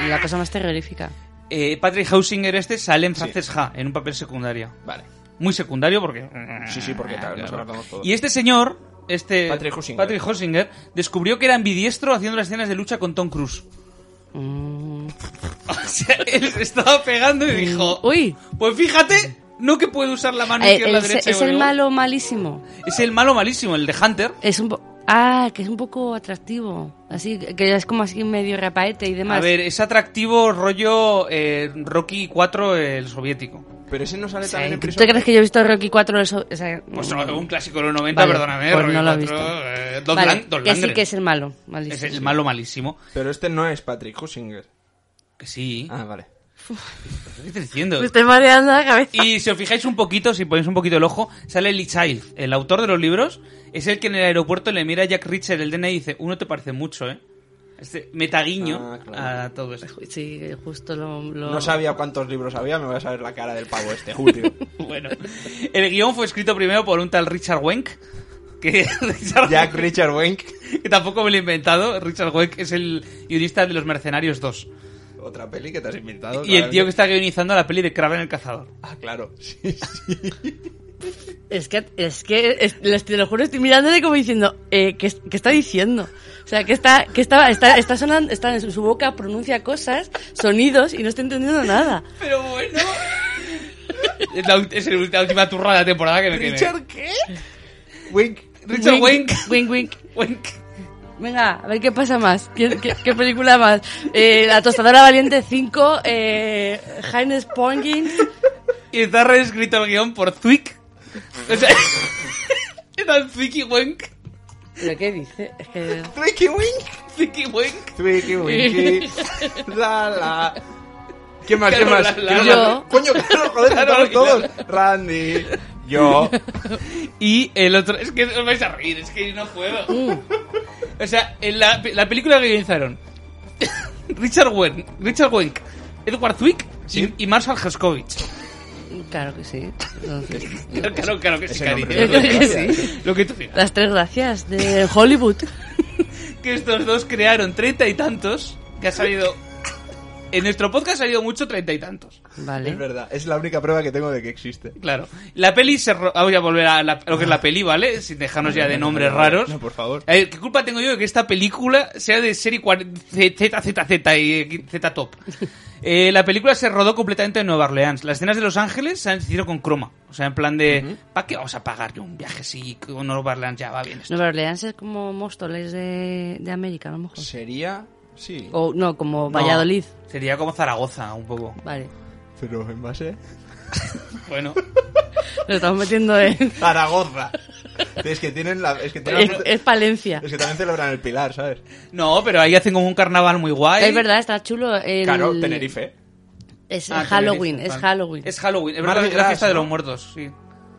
Speaker 4: la cosa más terrorífica.
Speaker 2: eh, Patrick Hausinger este sale en Frances Ha, en un papel secundario.
Speaker 3: Vale.
Speaker 2: Muy secundario porque...
Speaker 3: Sí, sí, porque claro, nos acordamos todos.
Speaker 2: Y este señor, este
Speaker 3: Patrick Hausinger.
Speaker 2: Patrick Hausinger, descubrió que era ambidiestro haciendo las escenas de lucha con Tom Cruise.
Speaker 4: Mm.
Speaker 2: O sea, él se estaba pegando y dijo...
Speaker 4: Uy.
Speaker 2: Pues fíjate, no que puede usar la mano
Speaker 4: Eh,
Speaker 2: izquierda,
Speaker 4: el se-
Speaker 2: derecha y
Speaker 4: es el
Speaker 2: bueno".
Speaker 4: malo malísimo.
Speaker 2: Es el malo malísimo, el de Hunter.
Speaker 4: Es un po- ah, que es un poco atractivo. Así que es como así medio rapaete y demás.
Speaker 2: A ver, es atractivo rollo eh, Rocky 4 el soviético.
Speaker 3: Pero ese no sale
Speaker 4: O sea,
Speaker 3: también en
Speaker 4: ¿Tú
Speaker 3: Prison
Speaker 4: crees que yo he visto Rocky 4 eso? o sea,
Speaker 2: Pues
Speaker 4: mm,
Speaker 2: un clásico de los 90,
Speaker 4: Vale,
Speaker 2: perdóname.
Speaker 4: pues
Speaker 2: Rocky
Speaker 4: no lo he
Speaker 2: IV,
Speaker 4: visto.
Speaker 2: eh, Don
Speaker 4: vale,
Speaker 2: Lang- Don
Speaker 4: que sí
Speaker 2: Langren.
Speaker 4: que es el malo. malísimo.
Speaker 2: Es el malo malísimo.
Speaker 3: Pero este no es Patrick Husinger.
Speaker 2: Que sí.
Speaker 3: Ah, vale.
Speaker 2: ¿Qué estoy diciendo?
Speaker 4: Me estoy mareando la cabeza.
Speaker 2: Y si os fijáis un poquito, si ponéis un poquito el ojo, sale Lee Child, el autor de los libros. Es el que en el aeropuerto le mira a Jack Richard el DNA y dice: Uno te parece mucho, ¿eh? Este metaguiño
Speaker 3: Ah, claro.
Speaker 2: a todo eso.
Speaker 4: Sí, justo lo... lo-
Speaker 3: No sabía cuántos libros había, me voy a saber la cara del pavo este, Julio.
Speaker 2: Bueno, el guión fue escrito primero por un tal Richard Wenk. Que Richard
Speaker 3: Jack
Speaker 2: Wenk-
Speaker 3: Richard Wenk.
Speaker 2: que tampoco me lo he inventado. Richard Wenk es el guionista de Los Mercenarios 2.
Speaker 3: Otra peli que te has inventado.
Speaker 2: Y el tío que
Speaker 3: claramente.
Speaker 2: está guionizando la peli de Kraven el Cazador.
Speaker 3: Ah, claro. Sí, sí.
Speaker 4: Es que, es que es- les- te lo juro, estoy mirándole como diciendo, eh, ¿qué, es- qué está diciendo? O sea, que está, que está, está, está sonando, está en su, su boca, pronuncia cosas, sonidos y no está entendiendo nada.
Speaker 2: Pero bueno. es, la, ult- es el- la última turra de la temporada que me tiene.
Speaker 3: ¿Richard qué? Wenk.
Speaker 2: Richard Wenk.
Speaker 4: Wink, wink.
Speaker 2: Wenk.
Speaker 4: Venga, a ver qué pasa más. ¿Qué, qué- qué película más? Eh, la tostadora valiente 5, eh, Heinz Pongin.
Speaker 2: Y está reescrito el guión por Zwick. O sea. Eran Zwick y Wenk.
Speaker 4: ¿Pero qué dice? Es que...
Speaker 3: Twiki Wink.
Speaker 2: Zwick y Wenk.
Speaker 3: Twiki Winky. La la. ¿Qué más? ¿Qué
Speaker 2: Claro,
Speaker 3: más?
Speaker 2: la, la,
Speaker 3: ¿Qué más?
Speaker 4: Yo.
Speaker 3: Coño, claro, joder,
Speaker 2: Claro,
Speaker 3: estamos
Speaker 2: claro.
Speaker 3: todos. Randy. Yo.
Speaker 2: Y el otro. Es que os vais a reír, es que no puedo.
Speaker 4: mm,
Speaker 2: O sea, en la, la película que guionizaron Richard Wenk, Richard Wenk Edward Zwick
Speaker 3: Sí.
Speaker 2: y, y Marshall Herskovich.
Speaker 4: Claro que sí. Entonces,
Speaker 2: Claro, claro, claro que sí,
Speaker 3: Ese
Speaker 2: cariño.
Speaker 3: nombre
Speaker 4: Yo creo que sí.
Speaker 2: Lo que tú digas.
Speaker 4: Las tres gracias de Hollywood.
Speaker 2: Que estos dos crearon treinta y tantos, que ha salido... En nuestro podcast ha salido mucho treinta y tantos.
Speaker 3: Es
Speaker 4: Vale.
Speaker 3: verdad, es la única prueba que tengo de que existe.
Speaker 2: Claro. La peli se... ro- ah, Voy a volver a, la- a lo que es la peli, ¿vale? Sin dejarnos ya de nombres raros.
Speaker 3: No, por favor.
Speaker 2: A ver, ¿qué culpa tengo yo de que esta película sea de serie cuar- Z, Z, Z y eh, Z top? Eh, la película se rodó completamente en Nueva Orleans. Las escenas de Los Ángeles se han hicieron con croma. O sea, en plan de, ¿para qué vamos a pagar yo un viaje si con Nueva Orleans ya va bien esto?
Speaker 4: Nueva Orleans es como Móstoles de, de América, a lo mejor.
Speaker 3: Sería. Sí.
Speaker 4: O no, como Valladolid.
Speaker 2: No, sería como Zaragoza, un poco.
Speaker 4: Vale.
Speaker 3: Pero en base.
Speaker 2: Bueno,
Speaker 4: Lo estamos metiendo en...
Speaker 3: Zaragoza. Es que tienen la. Es que, tienen
Speaker 4: Es, es Palencia.
Speaker 3: es que también celebran el pilar, ¿sabes?
Speaker 2: no, pero ahí hacen como un carnaval muy guay.
Speaker 4: Es verdad, está chulo. el-
Speaker 3: Claro, Tenerife.
Speaker 4: Es
Speaker 2: Ah,
Speaker 4: Halloween,
Speaker 2: Tenerife,
Speaker 4: es
Speaker 2: vale.
Speaker 4: Halloween.
Speaker 2: Es Halloween, es
Speaker 3: Mardi
Speaker 2: verdad, es la
Speaker 3: Gras,
Speaker 2: fiesta de
Speaker 3: ¿no?
Speaker 2: los muertos, sí.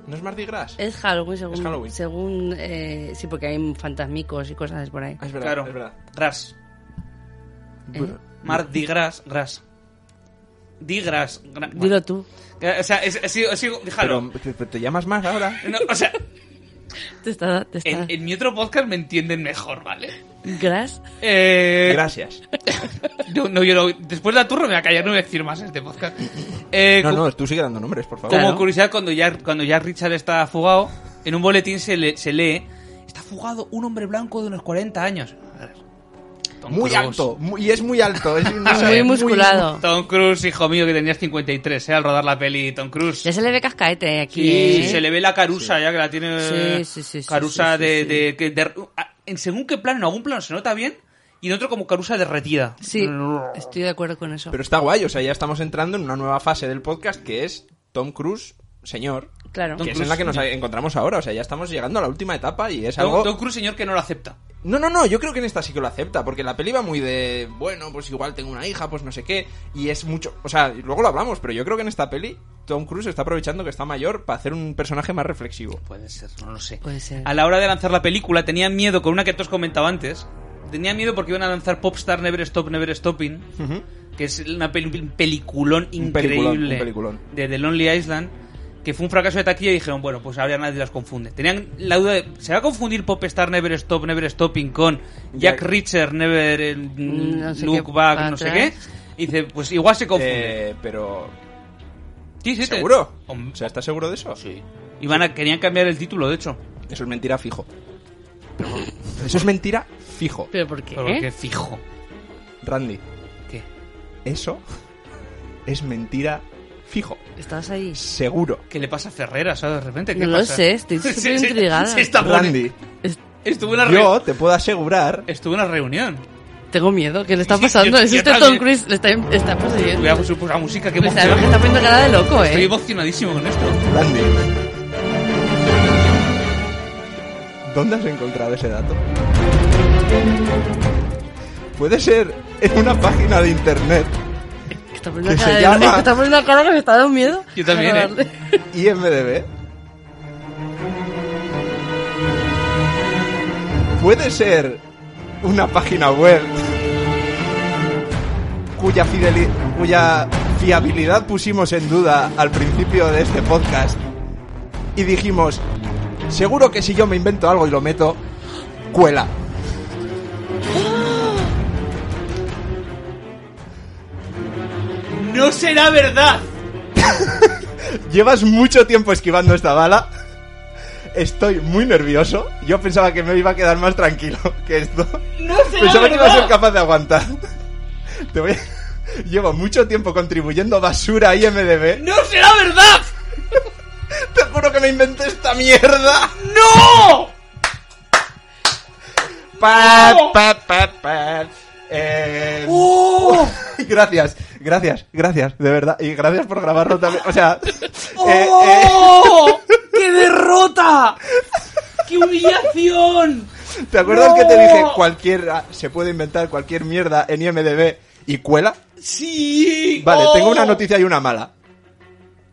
Speaker 3: ¿No es Mardi Gras?
Speaker 4: Es Halloween según...
Speaker 3: Es Halloween.
Speaker 4: según eh, sí, porque hay fantasmicos y cosas por ahí.
Speaker 3: Ah, es verdad,
Speaker 2: claro,
Speaker 3: es verdad.
Speaker 2: Gras.
Speaker 4: ¿Eh?
Speaker 2: Mardi Gras, Gras. Di Gras. gra-
Speaker 4: Dilo tú.
Speaker 2: Eh, O sea, es, ha sido- ha sido-
Speaker 3: Pero
Speaker 2: déjalo.
Speaker 3: te, te llamas más ahora.
Speaker 2: No, o sea,
Speaker 4: Te está... Te está...
Speaker 2: en, en mi otro podcast me entienden mejor, ¿vale?
Speaker 4: Gras.
Speaker 2: Eh,
Speaker 3: Gracias.
Speaker 2: no, no, yo no- después de la turra me voy a callar, no voy a decir más en este podcast. Eh,
Speaker 3: No,
Speaker 2: co-
Speaker 3: no, tú sigue dando nombres, por favor.
Speaker 2: Como
Speaker 4: Claro.
Speaker 2: curiosidad, cuando ya, cuando ya Richard está fugado, en un boletín se, le- se lee: Está fugado un hombre blanco de unos 40 años. A ver. Tom
Speaker 3: Muy
Speaker 2: Cruise.
Speaker 3: alto, muy- y es muy alto. Es un- no sé,
Speaker 4: muy musculado.
Speaker 2: Tom Cruise, hijo mío, que tenías 53, ¿eh? Al rodar la peli, Tom Cruise.
Speaker 4: Ya se le ve cascaete aquí.
Speaker 2: Sí,
Speaker 4: ¿eh?
Speaker 2: se le ve la carusa ya que la tiene
Speaker 4: Sí, sí, sí, sí,
Speaker 2: carusa
Speaker 4: sí, sí,
Speaker 2: de,
Speaker 4: sí.
Speaker 2: de- que de- a- en según qué plano en algún plano se nota bien y en otro como carusa derretida
Speaker 4: Sí, estoy de acuerdo con eso.
Speaker 3: Pero está guay, o sea, ya estamos entrando en una nueva fase del podcast que es Tom Cruise, señor.
Speaker 4: claro.
Speaker 2: Tom
Speaker 3: que es
Speaker 2: Cruise,
Speaker 3: en la que nos
Speaker 2: señor.
Speaker 3: encontramos ahora, o sea, ya estamos llegando a la última etapa y es
Speaker 2: Tom,
Speaker 3: algo...
Speaker 2: Tom Cruise señor que no lo acepta
Speaker 3: No, no, no, yo creo que en esta sí que lo acepta, porque la peli va muy de, bueno, pues igual tengo una hija, pues no sé qué, y es mucho, o sea, y luego lo hablamos, pero yo creo que en esta peli Tom Cruise está aprovechando que está mayor para hacer un personaje más reflexivo.
Speaker 2: puede ser no lo sé
Speaker 4: Puede ser.
Speaker 2: a la hora de lanzar la película tenía miedo con una que te os comentaba antes tenía miedo porque iban a lanzar Popstar Never Stop Never Stopping que es una peli- un peliculón
Speaker 3: Un
Speaker 2: increíble
Speaker 3: peliculón, un peliculón.
Speaker 2: de The Lonely Island que fue un fracaso de taquilla y dijeron bueno pues ahora ya nadie las confunde tenían la duda de se va a confundir Popstar Never Stop Never Stopping con Jack,
Speaker 3: Jack-
Speaker 2: Richard Never eh,
Speaker 4: No sé
Speaker 2: Look
Speaker 4: qué,
Speaker 2: Back
Speaker 4: para
Speaker 2: no sé qué
Speaker 4: atrás.
Speaker 2: y dice pues igual se confunde
Speaker 3: Eh, pero...
Speaker 2: Sí, sí, te-
Speaker 3: ¿Seguro?
Speaker 2: Hom-
Speaker 3: O sea, ¿estás seguro de eso?
Speaker 2: sí Iban a- querían cambiar el título de hecho
Speaker 3: Eso es mentira fijo. Eso es mentira fijo.
Speaker 4: ¿Pero por qué?
Speaker 2: porque fijo
Speaker 3: Randy,
Speaker 2: ¿Qué?
Speaker 3: eso es mentira fijo.
Speaker 4: ¿Estabas ahí?
Speaker 3: Seguro.
Speaker 2: ¿Qué le pasa a Ferrera? ¿sabes? De repente, ¿qué
Speaker 4: No lo
Speaker 2: pasa?
Speaker 4: sé, estoy
Speaker 2: Sí,
Speaker 4: súper
Speaker 2: sí,
Speaker 4: intrigada.
Speaker 2: sí, está bueno.
Speaker 3: Randy,
Speaker 2: Estuve en una
Speaker 3: yo
Speaker 2: reunión.
Speaker 3: te puedo asegurar
Speaker 2: Estuve en una reunión.
Speaker 4: Tengo miedo. ¿Qué le está
Speaker 2: Sí, sí,
Speaker 4: pasando?
Speaker 2: yo-
Speaker 4: es
Speaker 2: yo
Speaker 4: este Tom
Speaker 2: también.
Speaker 4: Cruise. Le está, está poseyendo.
Speaker 2: Voy a poner la música que
Speaker 4: Pues sabemos que está
Speaker 2: emocionado.
Speaker 4: poniendo cara de loco,
Speaker 2: Estoy
Speaker 4: ¿eh?
Speaker 2: emocionadísimo con esto.
Speaker 3: Randy. ¿Dónde has encontrado ese dato? Puede ser en una página de internet
Speaker 4: Está poniendo
Speaker 3: que
Speaker 4: cara
Speaker 3: se
Speaker 4: de
Speaker 3: llama-
Speaker 4: es que Está poniendo una cara que me está dando miedo.
Speaker 2: Yo también, ¿eh?
Speaker 4: Joder.
Speaker 3: IMDB. Puede ser una página web cuya, fideli- cuya fiabilidad pusimos en duda al principio de este podcast y dijimos, seguro que si yo me invento algo y lo meto, cuela.
Speaker 2: ¡No será verdad!
Speaker 3: Llevas mucho tiempo esquivando esta bala. Estoy muy nervioso. Yo pensaba que me iba a quedar más tranquilo que esto. pensaba que iba a ser capaz de aguantar. Te voy a- Llevo mucho tiempo contribuyendo basura a IMDB.
Speaker 2: ¡No será verdad!
Speaker 3: Te juro que me inventé esta mierda.
Speaker 2: ¡No!
Speaker 3: Pa,
Speaker 2: No.
Speaker 3: pa, pa, pa. Eh,
Speaker 2: ¡Oh!
Speaker 3: Gracias, gracias, gracias, de verdad. Y gracias por grabarlo también. O sea, eh, eh,
Speaker 2: ¡Oh! ¡Qué derrota! ¡Qué humillación!
Speaker 3: ¿Te acuerdas que te
Speaker 2: ¡No!
Speaker 3: dije cualquier ah, se puede inventar cualquier mierda en IMDb y cuela?
Speaker 2: ¡Sí!
Speaker 3: Vale,
Speaker 2: ¡Oh!
Speaker 3: tengo una noticia y una mala.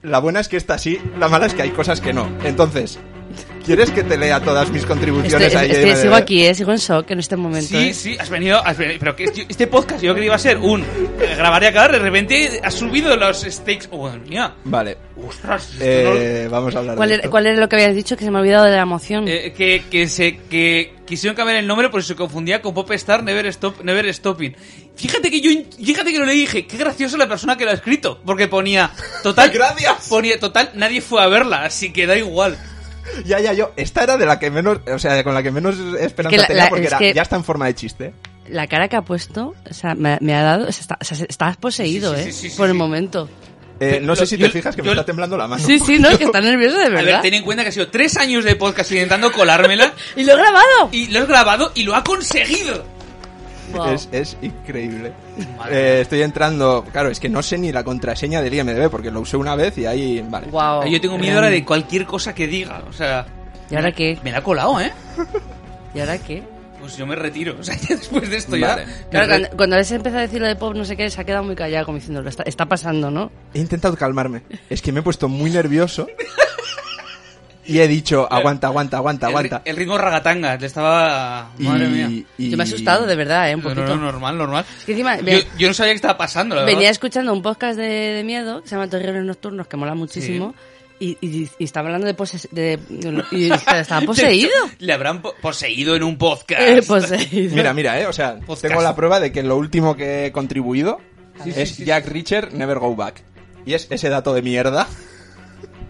Speaker 3: La buena es que esta sí, la mala es que hay cosas que no. Entonces, ¿quieres que te lea todas mis contribuciones
Speaker 4: Estoy-
Speaker 3: ahí?
Speaker 4: estoy- Este, sigo aquí, ¿eh? Sigo en shock en este momento.
Speaker 2: Sí,
Speaker 4: ¿eh?
Speaker 2: sí, has venido, has venido- Pero que este- este podcast yo creo que iba a ser un... eh, Grabaría cada de repente has subido los stakes... ¡Oh, madre mía!
Speaker 3: Vale,
Speaker 2: ¡Ostras! esto
Speaker 3: eh, vamos a hablar
Speaker 4: ¿Cuál
Speaker 3: de
Speaker 4: era,
Speaker 3: esto.
Speaker 4: cuál era lo que habías dicho que se me ha olvidado de la emoción?
Speaker 3: Mm.
Speaker 2: no- eh, que, que se que quisieron cambiar el nombre porque se confundía con Pop Star Never Stop Never Stopping. Fíjate que yo fíjate que no le dije, qué gracioso la persona que lo ha escrito, porque ponía total
Speaker 3: Gracias.
Speaker 2: Ponía total, nadie fue a verla, así que da igual.
Speaker 3: Ya, ya, yo. Esta era de la que menos, o sea, con la que menos esperanza
Speaker 4: Es que la-
Speaker 3: tenía
Speaker 4: la-
Speaker 3: porque
Speaker 4: es
Speaker 3: era,
Speaker 4: que-
Speaker 3: ya está en forma de chiste.
Speaker 4: La cara que ha puesto, o sea, me, me ha dado. o sea, está- o sea, estás poseído,
Speaker 2: Sí, sí,
Speaker 4: ¿eh?
Speaker 2: sí, sí, sí,
Speaker 4: por el
Speaker 2: sí.
Speaker 4: momento.
Speaker 3: Eh, no
Speaker 2: Lo-
Speaker 3: sé si
Speaker 2: yo-
Speaker 3: te fijas que
Speaker 2: yo-
Speaker 3: me está temblando la mano.
Speaker 4: Sí, sí, no, que está nervioso de
Speaker 2: A
Speaker 4: verdad.
Speaker 2: ver, ten en cuenta que ha sido tres años de podcast intentando colármela
Speaker 4: Y lo he grabado.
Speaker 2: y lo has grabado y lo ha conseguido.
Speaker 4: Wow.
Speaker 3: Es, es increíble.
Speaker 2: Madre.
Speaker 3: Eh, estoy entrando. Claro, es que no sé ni la contraseña del IMDB porque lo usé una vez y ahí. Vale.
Speaker 4: Wow.
Speaker 2: Yo tengo miedo ahora de cualquier cosa que diga, o sea...
Speaker 4: ¿Y ahora qué?
Speaker 2: Me la ha colado, ¿eh?
Speaker 4: ¿Y ahora qué?
Speaker 2: Pues yo me retiro, o sea, ya después de esto
Speaker 3: Vale.
Speaker 2: ya...
Speaker 4: Claro, cuando, cuando habéis empezado a decir lo de pop, no sé qué, se ha quedado muy callado, como diciendo, lo está, está pasando, ¿no?
Speaker 3: He intentado calmarme. Es que me he puesto muy nervioso. Y he dicho, aguanta, aguanta, aguanta,
Speaker 2: El ri-
Speaker 3: aguanta.
Speaker 2: El, ritmo ragatanga, le estaba... Madre
Speaker 3: Y-
Speaker 2: mía.
Speaker 3: y-
Speaker 4: Yo me he asustado, de verdad, ¿eh?
Speaker 2: No,
Speaker 4: Un poquito.
Speaker 2: no, no, normal, normal.
Speaker 4: que encima-
Speaker 2: yo,
Speaker 4: ve-
Speaker 2: yo no sabía qué estaba pasando, la verdad.
Speaker 4: Venía escuchando un podcast de, de miedo que se llama Torreones Nocturnos, que mola muchísimo. Y, y- y estaba hablando de, poses, de, y estaba poseído.
Speaker 2: De hecho, Le habrán po- poseído en un podcast.
Speaker 4: Eh, poseído.
Speaker 3: Ah, Mira, mira, eh. O sea,
Speaker 2: Podcast.
Speaker 3: tengo la prueba de que lo último que he contribuido
Speaker 2: Sí, sí,
Speaker 3: es
Speaker 2: sí,
Speaker 3: Jack Richard Never Go Back. Y es ese dato de mierda.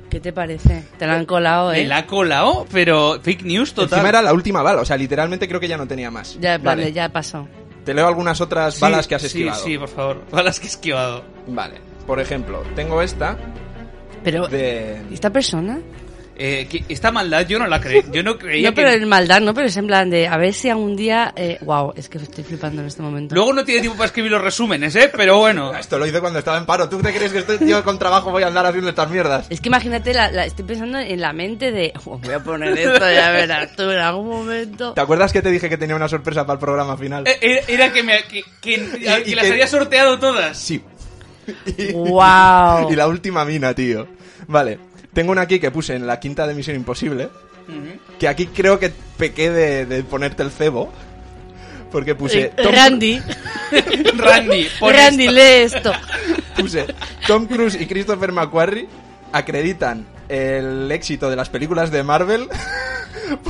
Speaker 4: ¿Qué te parece? Te la han colado,
Speaker 2: Me
Speaker 4: ¿eh?
Speaker 2: la ha colado, pero fake news total.
Speaker 3: Encima era la última bala. O sea, literalmente creo que ya no tenía más.
Speaker 4: Ya, en plan
Speaker 3: Vale.
Speaker 4: de, ya pasó.
Speaker 3: Te leo algunas otras
Speaker 2: Sí,
Speaker 3: balas que has
Speaker 2: sí,
Speaker 3: esquivado.
Speaker 2: Sí, por favor. Balas que he esquivado.
Speaker 3: Vale. Por ejemplo, tengo esta
Speaker 4: Pero,
Speaker 3: de...
Speaker 4: ¿esta persona?
Speaker 2: Eh, que esta maldad yo no la creí. Yo no creía
Speaker 4: No, pero
Speaker 2: que...
Speaker 4: en maldad, ¿no? Pero es en plan de a ver si algún día... Eh, wow, es que estoy flipando en este momento.
Speaker 2: Luego no tiene tiempo para escribir los resúmenes, ¿eh? Pero bueno.
Speaker 3: Esto lo hice cuando estaba en paro. ¿Tú te crees que estoy tío con trabajo voy a andar haciendo estas mierdas?
Speaker 4: Es que imagínate, la, la- estoy pensando en la mente de... "Oh, voy a poner esto, ya verás tú en algún momento.
Speaker 3: ¿Te acuerdas que te dije que tenía una sorpresa para el programa final?
Speaker 2: Eh, Era, era que, me, que, que- que
Speaker 3: y
Speaker 2: las
Speaker 3: que-
Speaker 2: había sorteado todas.
Speaker 3: Sí.
Speaker 4: ¡Wow!
Speaker 3: Y la última mina, tío. Vale. Tengo una aquí que puse en la quinta de Misión Imposible. Que aquí creo que pequé de, de ponerte el cebo. Porque puse.
Speaker 4: Eh, Randy,
Speaker 2: Randy. pon
Speaker 4: Randy,
Speaker 2: esto.
Speaker 4: lee esto.
Speaker 3: Puse Tom Cruise y Christopher McQuarrie acreditan el éxito de las películas de Marvel.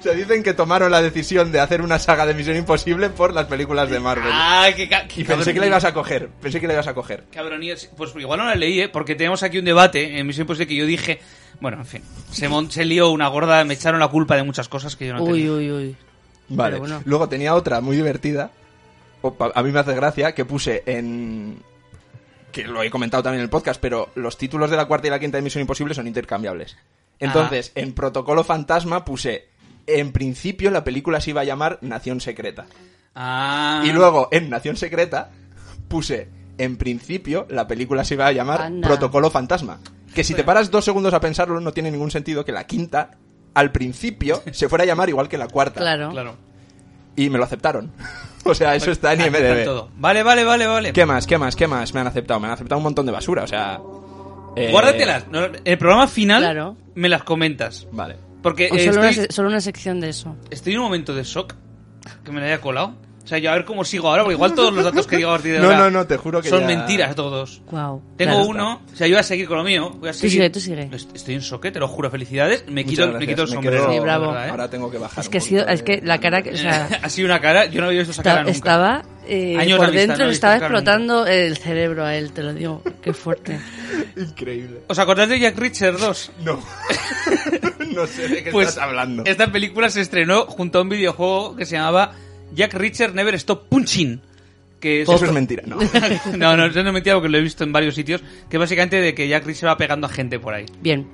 Speaker 3: Se dicen que tomaron la decisión de hacer una saga de Misión Imposible por las películas de Marvel.
Speaker 2: Ah, que, ca- que
Speaker 3: y pensé que la ibas a coger. Pensé que la ibas a coger.
Speaker 2: Cabronía, sí. pues igual no la leí, ¿eh? porque tenemos aquí un debate en Misión Imposible que yo dije, bueno, en fin, se, mon- se lió una gorda, me echaron la culpa de muchas cosas que yo no
Speaker 4: Uy,
Speaker 2: tenía.
Speaker 4: uy, uy.
Speaker 3: Vale.
Speaker 4: Pero bueno.
Speaker 3: Luego tenía otra muy divertida. o pa- A mí me hace gracia que puse en. Que lo he comentado también en el podcast, pero los títulos de la cuarta y la quinta de Misión Imposible son intercambiables. Entonces, en Protocolo Fantasma puse. En principio, la película se iba a llamar Nación Secreta.
Speaker 2: Ah,
Speaker 3: Y luego, en Nación Secreta, puse. En principio, la película se iba a llamar
Speaker 4: Anda.
Speaker 3: Protocolo Fantasma. Que si te paras dos segundos a pensarlo, no tiene ningún sentido que la quinta, al principio, se fuera a llamar igual que la cuarta
Speaker 4: Claro.
Speaker 2: Claro.
Speaker 3: y me lo aceptaron. O sea, eso está en
Speaker 2: Ah, está
Speaker 3: IMDB.
Speaker 2: todo. Vale, vale, vale, vale.
Speaker 3: ¿Qué más? ¿Qué más? ¿Qué más? Me han aceptado. Me han aceptado un montón de basura, o sea... eh,
Speaker 2: Guárdatelas. No, El programa final
Speaker 4: Claro.
Speaker 2: me las comentas.
Speaker 3: Vale.
Speaker 2: Porque
Speaker 4: O
Speaker 2: eh,
Speaker 4: solo, una,
Speaker 2: estoy,
Speaker 4: se- solo una sección de eso.
Speaker 2: estoy en un momento de shock que me la haya colado. O sea, yo a ver cómo sigo ahora, porque igual todos los datos que digo a partir de
Speaker 3: No,
Speaker 2: ahora
Speaker 3: no, no, te juro que
Speaker 2: son
Speaker 3: ya-
Speaker 2: mentiras todos.
Speaker 4: Wow.
Speaker 2: Tengo uno, o sea, yo voy a seguir con lo mío. Voy a seguir.
Speaker 4: sigue, tú sigue.
Speaker 2: Est- Estoy en shock, te lo juro, felicidades. Me
Speaker 3: Muchas
Speaker 2: quito, me
Speaker 3: gracias.
Speaker 2: quito el
Speaker 3: Me
Speaker 2: sombrero.
Speaker 3: quedo-
Speaker 4: Sí, bravo.
Speaker 2: la verdad, ¿eh?
Speaker 3: Ahora tengo que bajar
Speaker 4: Es
Speaker 3: un
Speaker 4: que ha sido,
Speaker 3: poquito
Speaker 4: es que
Speaker 3: de-
Speaker 4: la cara que, o sea,
Speaker 2: ha sido una cara, yo no había visto esa cara nunca.
Speaker 4: estaba eh,
Speaker 2: Años de
Speaker 4: por
Speaker 2: amistad, no
Speaker 4: dentro,
Speaker 2: he
Speaker 4: le
Speaker 2: visto
Speaker 4: estaba
Speaker 2: esa cara
Speaker 4: explotando el cerebro a él, te lo digo, qué fuerte.
Speaker 3: Increíble.
Speaker 2: ¿Os acordáis de Jack Richard 2?
Speaker 3: No. no sé de qué
Speaker 2: Pues
Speaker 3: estás hablando.
Speaker 2: esta película se estrenó junto a un videojuego que se llamaba Jack Richard Never Stop Punching. Que es
Speaker 3: Eso es mentira, no.
Speaker 2: no, no, eso no es mentira porque lo he visto en varios sitios. Que básicamente de que Jack Richard va pegando a gente por ahí.
Speaker 4: Bien.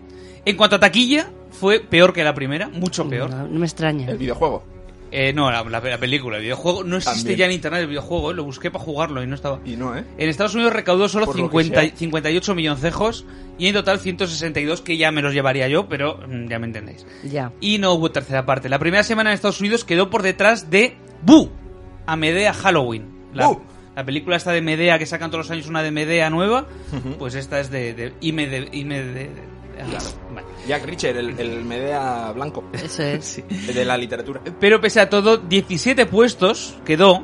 Speaker 2: En cuanto a taquilla, fue peor que la primera, mucho peor.
Speaker 4: No, no me extraña.
Speaker 3: El videojuego.
Speaker 2: Eh, no, la, la- la película, el videojuego. No existe
Speaker 3: También.
Speaker 2: ya en internet el videojuego, eh, lo busqué para jugarlo y no estaba.
Speaker 3: Y no, ¿eh?
Speaker 2: En Estados Unidos recaudó solo
Speaker 3: Por lo que
Speaker 2: 50,
Speaker 3: sea.
Speaker 2: 58 milloncejos y en total 162 que ya me los llevaría yo, pero mm, ya me entendéis.
Speaker 4: Ya.
Speaker 2: Y no hubo tercera parte. La primera semana en Estados Unidos quedó por detrás de Boo, a Medea Halloween. La,
Speaker 3: Boo.
Speaker 2: la película esta de Medea que sacan todos los años una de Medea nueva, pues esta es de, de IMD- IMD- ah, vale.
Speaker 3: Jack Richard, el, el Medea Blanco.
Speaker 4: Eso es.
Speaker 3: De la literatura.
Speaker 2: Pero pese a todo, 17 puestos quedó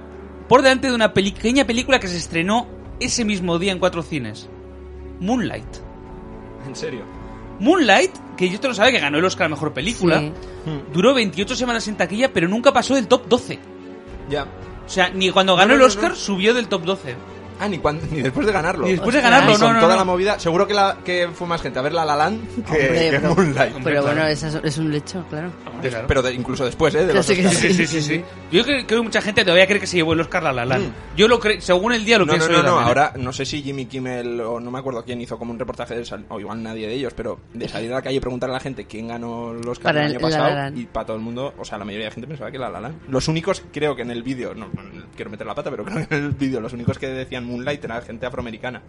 Speaker 2: por delante de una peli- pequeña película que se estrenó ese mismo día en cuatro cines. Moonlight.
Speaker 3: En serio.
Speaker 2: Moonlight, que yo te lo sabe que ganó el Oscar a mejor película,
Speaker 4: Sí.
Speaker 3: Hmm.
Speaker 2: duró 28 semanas en taquilla, pero nunca pasó del top 12.
Speaker 3: Ya.
Speaker 2: O sea, ni cuando ganó
Speaker 3: No, no,
Speaker 2: el
Speaker 3: no,
Speaker 2: Oscar
Speaker 3: no.
Speaker 2: subió del top 12.
Speaker 3: Ah, ni, cuan- ni después de ganarlo.
Speaker 2: Ni después de
Speaker 4: Ostras.
Speaker 2: ganarlo,
Speaker 3: Ni con
Speaker 2: no, no,
Speaker 3: toda
Speaker 2: no.
Speaker 3: la movida. Seguro que, la, que fue más gente a ver La La Land que,
Speaker 4: Hombre,
Speaker 3: que
Speaker 4: pero-
Speaker 3: Moonlight.
Speaker 4: Pero bueno, esa es, es un lecho, claro.
Speaker 2: Hombre, claro.
Speaker 3: Pero de- incluso después, ¿eh? De los
Speaker 4: Así que
Speaker 3: Oscars.
Speaker 2: Sí, sí, sí, sí. Yo creo, creo que mucha gente todavía cree que se llevó el Oscar la la Land.
Speaker 3: Mm.
Speaker 2: Yo lo creo, según el día lo
Speaker 3: no,
Speaker 2: pienso
Speaker 3: no, no,
Speaker 2: yo
Speaker 3: no,
Speaker 2: también, ¿eh?
Speaker 3: ahora no sé si Jimmy Kimmel o no me acuerdo quién hizo como un reportaje de sal- o igual nadie de ellos, pero de salir a la calle y preguntar a la gente quién ganó los Oscar
Speaker 4: Para
Speaker 3: el
Speaker 4: el-
Speaker 3: año
Speaker 4: La La
Speaker 3: pasado
Speaker 4: Land.
Speaker 3: y para todo el mundo, o sea, la mayoría de gente pensaba que la la Land. Los únicos creo que en el vídeo, no, no quiero meter la pata, pero creo que en el vídeo los únicos que decían Moonlight eran gente afroamericana,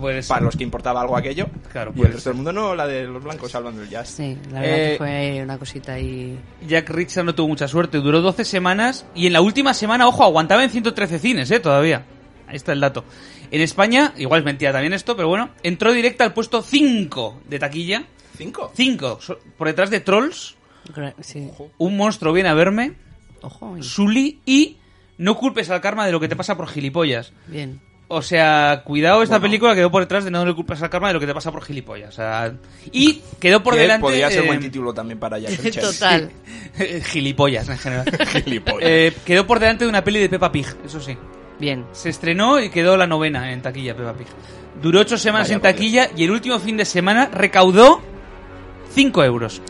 Speaker 2: Puede ser.
Speaker 3: para los que importaba algo aquello.
Speaker 2: Claro, pues
Speaker 3: y
Speaker 2: puede
Speaker 3: el resto del mundo no, la de los blancos hablando del jazz.
Speaker 4: Sí, la verdad
Speaker 2: Eh,
Speaker 4: que fue una cosita ahí.
Speaker 2: Jack Richard no tuvo mucha suerte, duró 12 semanas y en la última semana, ojo, aguantaba en 113 cines, ¿eh? Todavía. Ahí está el dato. En España, igual es mentira también esto, pero bueno, entró directa al puesto 5 de taquilla.
Speaker 3: ¿Cinco?
Speaker 2: 5, por detrás de Trolls,
Speaker 4: gra- Sí.
Speaker 2: Un monstruo viene a verme,
Speaker 4: Ojo. y-
Speaker 2: Sully y No culpes al karma de lo que te pasa por gilipollas.
Speaker 4: Bien.
Speaker 2: O sea, cuidado, esta
Speaker 3: Bueno.
Speaker 2: película quedó por detrás de No le culpes al karma de lo que te pasa por gilipollas. O sea, y quedó por
Speaker 3: Que
Speaker 2: delante...
Speaker 3: Podría ser
Speaker 2: eh,
Speaker 3: buen título también para Jack Richards.
Speaker 4: Total.
Speaker 2: gilipollas en general.
Speaker 3: Gilipollas.
Speaker 2: Eh, quedó por delante de una peli de Peppa Pig, eso sí.
Speaker 4: Bien.
Speaker 2: Se estrenó y quedó la novena en taquilla, Peppa Pig. Duró ocho semanas
Speaker 3: Vaya
Speaker 2: en
Speaker 3: por
Speaker 2: taquilla y el último fin de semana recaudó 5 euros.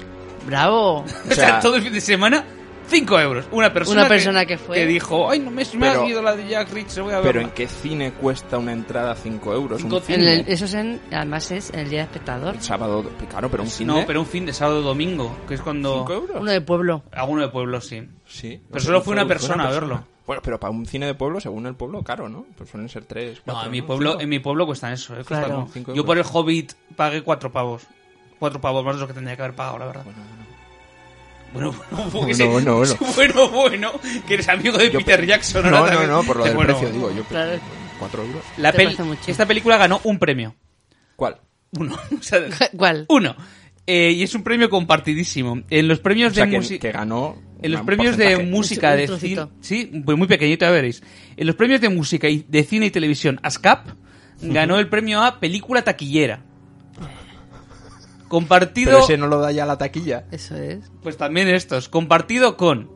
Speaker 4: Bravo.
Speaker 2: O sea, todo el fin de semana 5 euros. Una persona,
Speaker 4: Una persona que fue.
Speaker 2: dijo, ay, no me, me
Speaker 3: Pero-
Speaker 2: ha ido la de Jack Rich, voy a
Speaker 3: Pero
Speaker 2: verla".
Speaker 3: ¿en qué cine cuesta una entrada 5 euros?
Speaker 2: Cinco
Speaker 3: Un
Speaker 2: cine.
Speaker 4: En
Speaker 3: cine.
Speaker 4: el- eso es en, además es en el Día de Espectador.
Speaker 3: El sábado, claro, pero un cine.
Speaker 2: No, pero un fin de sábado domingo, que es cuando...
Speaker 3: ¿Cinco euros?
Speaker 4: Uno de pueblo.
Speaker 2: Alguno de pueblo, sí.
Speaker 3: Sí.
Speaker 2: Pero solo fue una
Speaker 3: Fue
Speaker 2: persona a verlo.
Speaker 3: Bueno, pero para un cine de pueblo, según el pueblo, caro, ¿no? Pues suelen ser tres.
Speaker 2: No,
Speaker 3: cuatro,
Speaker 2: en mi pueblo,
Speaker 3: Cinco.
Speaker 2: en mi pueblo cuestan eso, eh, cuestan
Speaker 4: Claro.
Speaker 2: como-
Speaker 3: Cinco
Speaker 2: Yo por el
Speaker 3: euros.
Speaker 2: Hobbit pagué cuatro pavos. Cuatro pavos más de lo que tendría que haber pagado, la verdad. Bueno, bueno, bueno, ese-
Speaker 3: bueno, bueno.
Speaker 2: ese bueno, bueno, que eres amigo de
Speaker 3: Yo-
Speaker 2: Peter Jackson.
Speaker 3: No,
Speaker 2: ahora
Speaker 3: no,
Speaker 2: también.
Speaker 3: no, por lo del
Speaker 2: Bueno,
Speaker 3: precio, digo yo.
Speaker 4: Claro.
Speaker 3: Cuatro euros.
Speaker 2: La
Speaker 4: Te
Speaker 2: peli-
Speaker 4: parece mucho.
Speaker 2: esta película ganó un premio.
Speaker 3: ¿Cuál?
Speaker 2: Uno. O sea,
Speaker 4: ¿Cuál?
Speaker 2: uno. Eh, y es un premio compartidísimo. En los premios
Speaker 3: O sea,
Speaker 2: de
Speaker 3: que,
Speaker 2: música...
Speaker 3: que ganó.
Speaker 2: En los
Speaker 3: pues un
Speaker 2: premios de
Speaker 3: porcentaje.
Speaker 2: música
Speaker 4: Un
Speaker 2: de cine,
Speaker 4: trocito.
Speaker 2: sí, pues muy pequeñito ya veréis. En los premios de música y de cine y televisión ASCAP ganó el premio a película taquillera.
Speaker 3: Pero
Speaker 2: Compartido
Speaker 3: ese no lo da ya la taquilla.
Speaker 4: Eso es.
Speaker 2: pues también estos, compartido con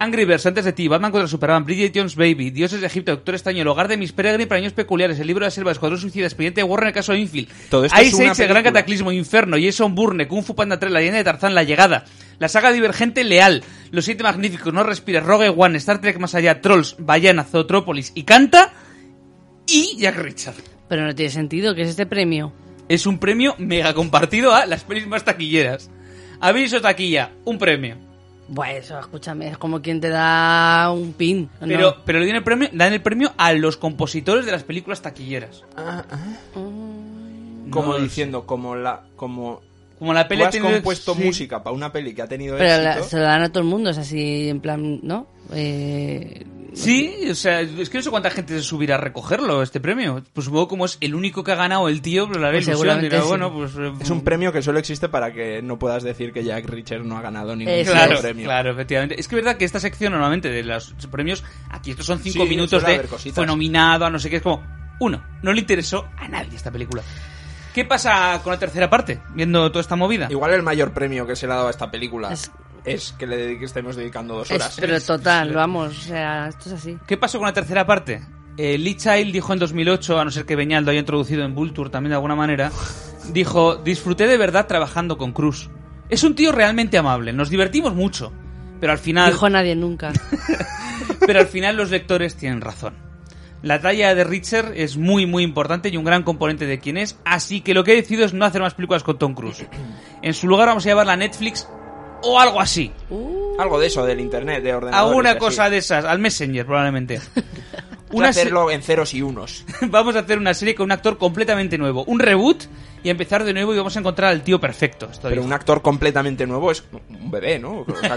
Speaker 2: Angry Birds, antes de ti, Batman contra Superman, Bridget Jones Baby, Dioses de Egipto, Doctor Extraño, El Hogar de Miss Peregrine para niños peculiares, El Libro de la Selva, Escuadrón Suicida, Expediente Warren, El Caso de Infield,
Speaker 3: Todo esto es
Speaker 2: Ice
Speaker 3: una
Speaker 2: Age, El Gran
Speaker 3: película.
Speaker 2: Cataclismo, Inferno, Jason Bourne, Kung Fu Panda 3, La Leyenda de Tarzán, La Llegada, La Saga Divergente, Leal, Los Siete Magníficos, No Respires, Rogue One, Star Trek Más Allá, Trolls, Bayana, Zootrópolis y Canta y Jack Richard.
Speaker 4: Pero no tiene sentido, que es este premio?
Speaker 2: Es un premio mega compartido a las pelis más taquilleras. Aviso taquilla, un premio.
Speaker 4: Bueno, eso, escúchame, es como quien te da un pin. ¿o Ah, no?
Speaker 2: Pero, pero le dan el premio, dan el premio a los compositores de las películas taquilleras.
Speaker 3: Ah, Como
Speaker 2: No lo
Speaker 3: diciendo, como la. Como.
Speaker 2: sé. Como la peli
Speaker 3: tú
Speaker 2: ha
Speaker 3: has
Speaker 2: tenido-
Speaker 3: compuesto
Speaker 2: sí.
Speaker 3: música para una peli que ha tenido
Speaker 4: Pero la- se
Speaker 3: éxito.
Speaker 4: lo dan a todo el mundo, es así, en plan, ¿no? Eh,
Speaker 2: Sí, o sea, es que no sé cuánta gente se subirá a recogerlo, este premio. Pues supongo como es el único que ha ganado el tío, pero la haré
Speaker 4: Pues
Speaker 2: ilusión.
Speaker 4: seguramente
Speaker 2: Dirá,
Speaker 4: sí.
Speaker 2: bueno, pues, eh,
Speaker 3: Es un premio que solo existe para que no puedas decir que Jack Richard no ha ganado ningún
Speaker 4: Eso
Speaker 3: tipo de
Speaker 2: Claro,
Speaker 3: premio.
Speaker 2: claro, efectivamente. Es que es verdad que esta sección normalmente de los premios, aquí estos son cinco
Speaker 3: Sí,
Speaker 2: minutos
Speaker 3: suele
Speaker 2: de
Speaker 3: haber cositas.
Speaker 2: fue nominado a no sé qué, es como, uno, no le interesó a nadie esta película. ¿Qué pasa con la tercera parte, viendo toda esta movida?
Speaker 3: Igual el mayor premio que se le ha dado a esta película es,
Speaker 4: Es-
Speaker 3: que le dedique- estemos dedicando dos
Speaker 4: es-
Speaker 3: horas.
Speaker 2: ¿eh?
Speaker 4: pero total, vamos, o sea, esto es así.
Speaker 2: ¿Qué pasó con la tercera parte? Eh, Lee Child dijo en 2008, a no ser que Beñaldo haya introducido en Vulture también de alguna manera, dijo, disfruté de verdad trabajando con Cruz. Es un tío realmente amable, nos divertimos mucho, pero al final,
Speaker 4: Dijo nadie nunca.
Speaker 2: pero al final los lectores tienen razón. La talla de Richard es muy muy importante y un gran componente de quién es, así que lo que he decidido es no hacer más películas con Tom Cruise. En su lugar vamos a llevarla a Netflix o algo así.
Speaker 4: Uh,
Speaker 3: Algo de eso, del internet, de ordenador.
Speaker 2: Alguna cosa de esas, al Messenger probablemente. se-
Speaker 3: hacerlo en ceros y unos.
Speaker 2: vamos a hacer una serie con un actor completamente nuevo, un reboot y a empezar de nuevo y vamos a encontrar al tío perfecto. Esto
Speaker 3: Pero
Speaker 2: dijo.
Speaker 3: un actor completamente nuevo es un bebé, ¿no? O sea,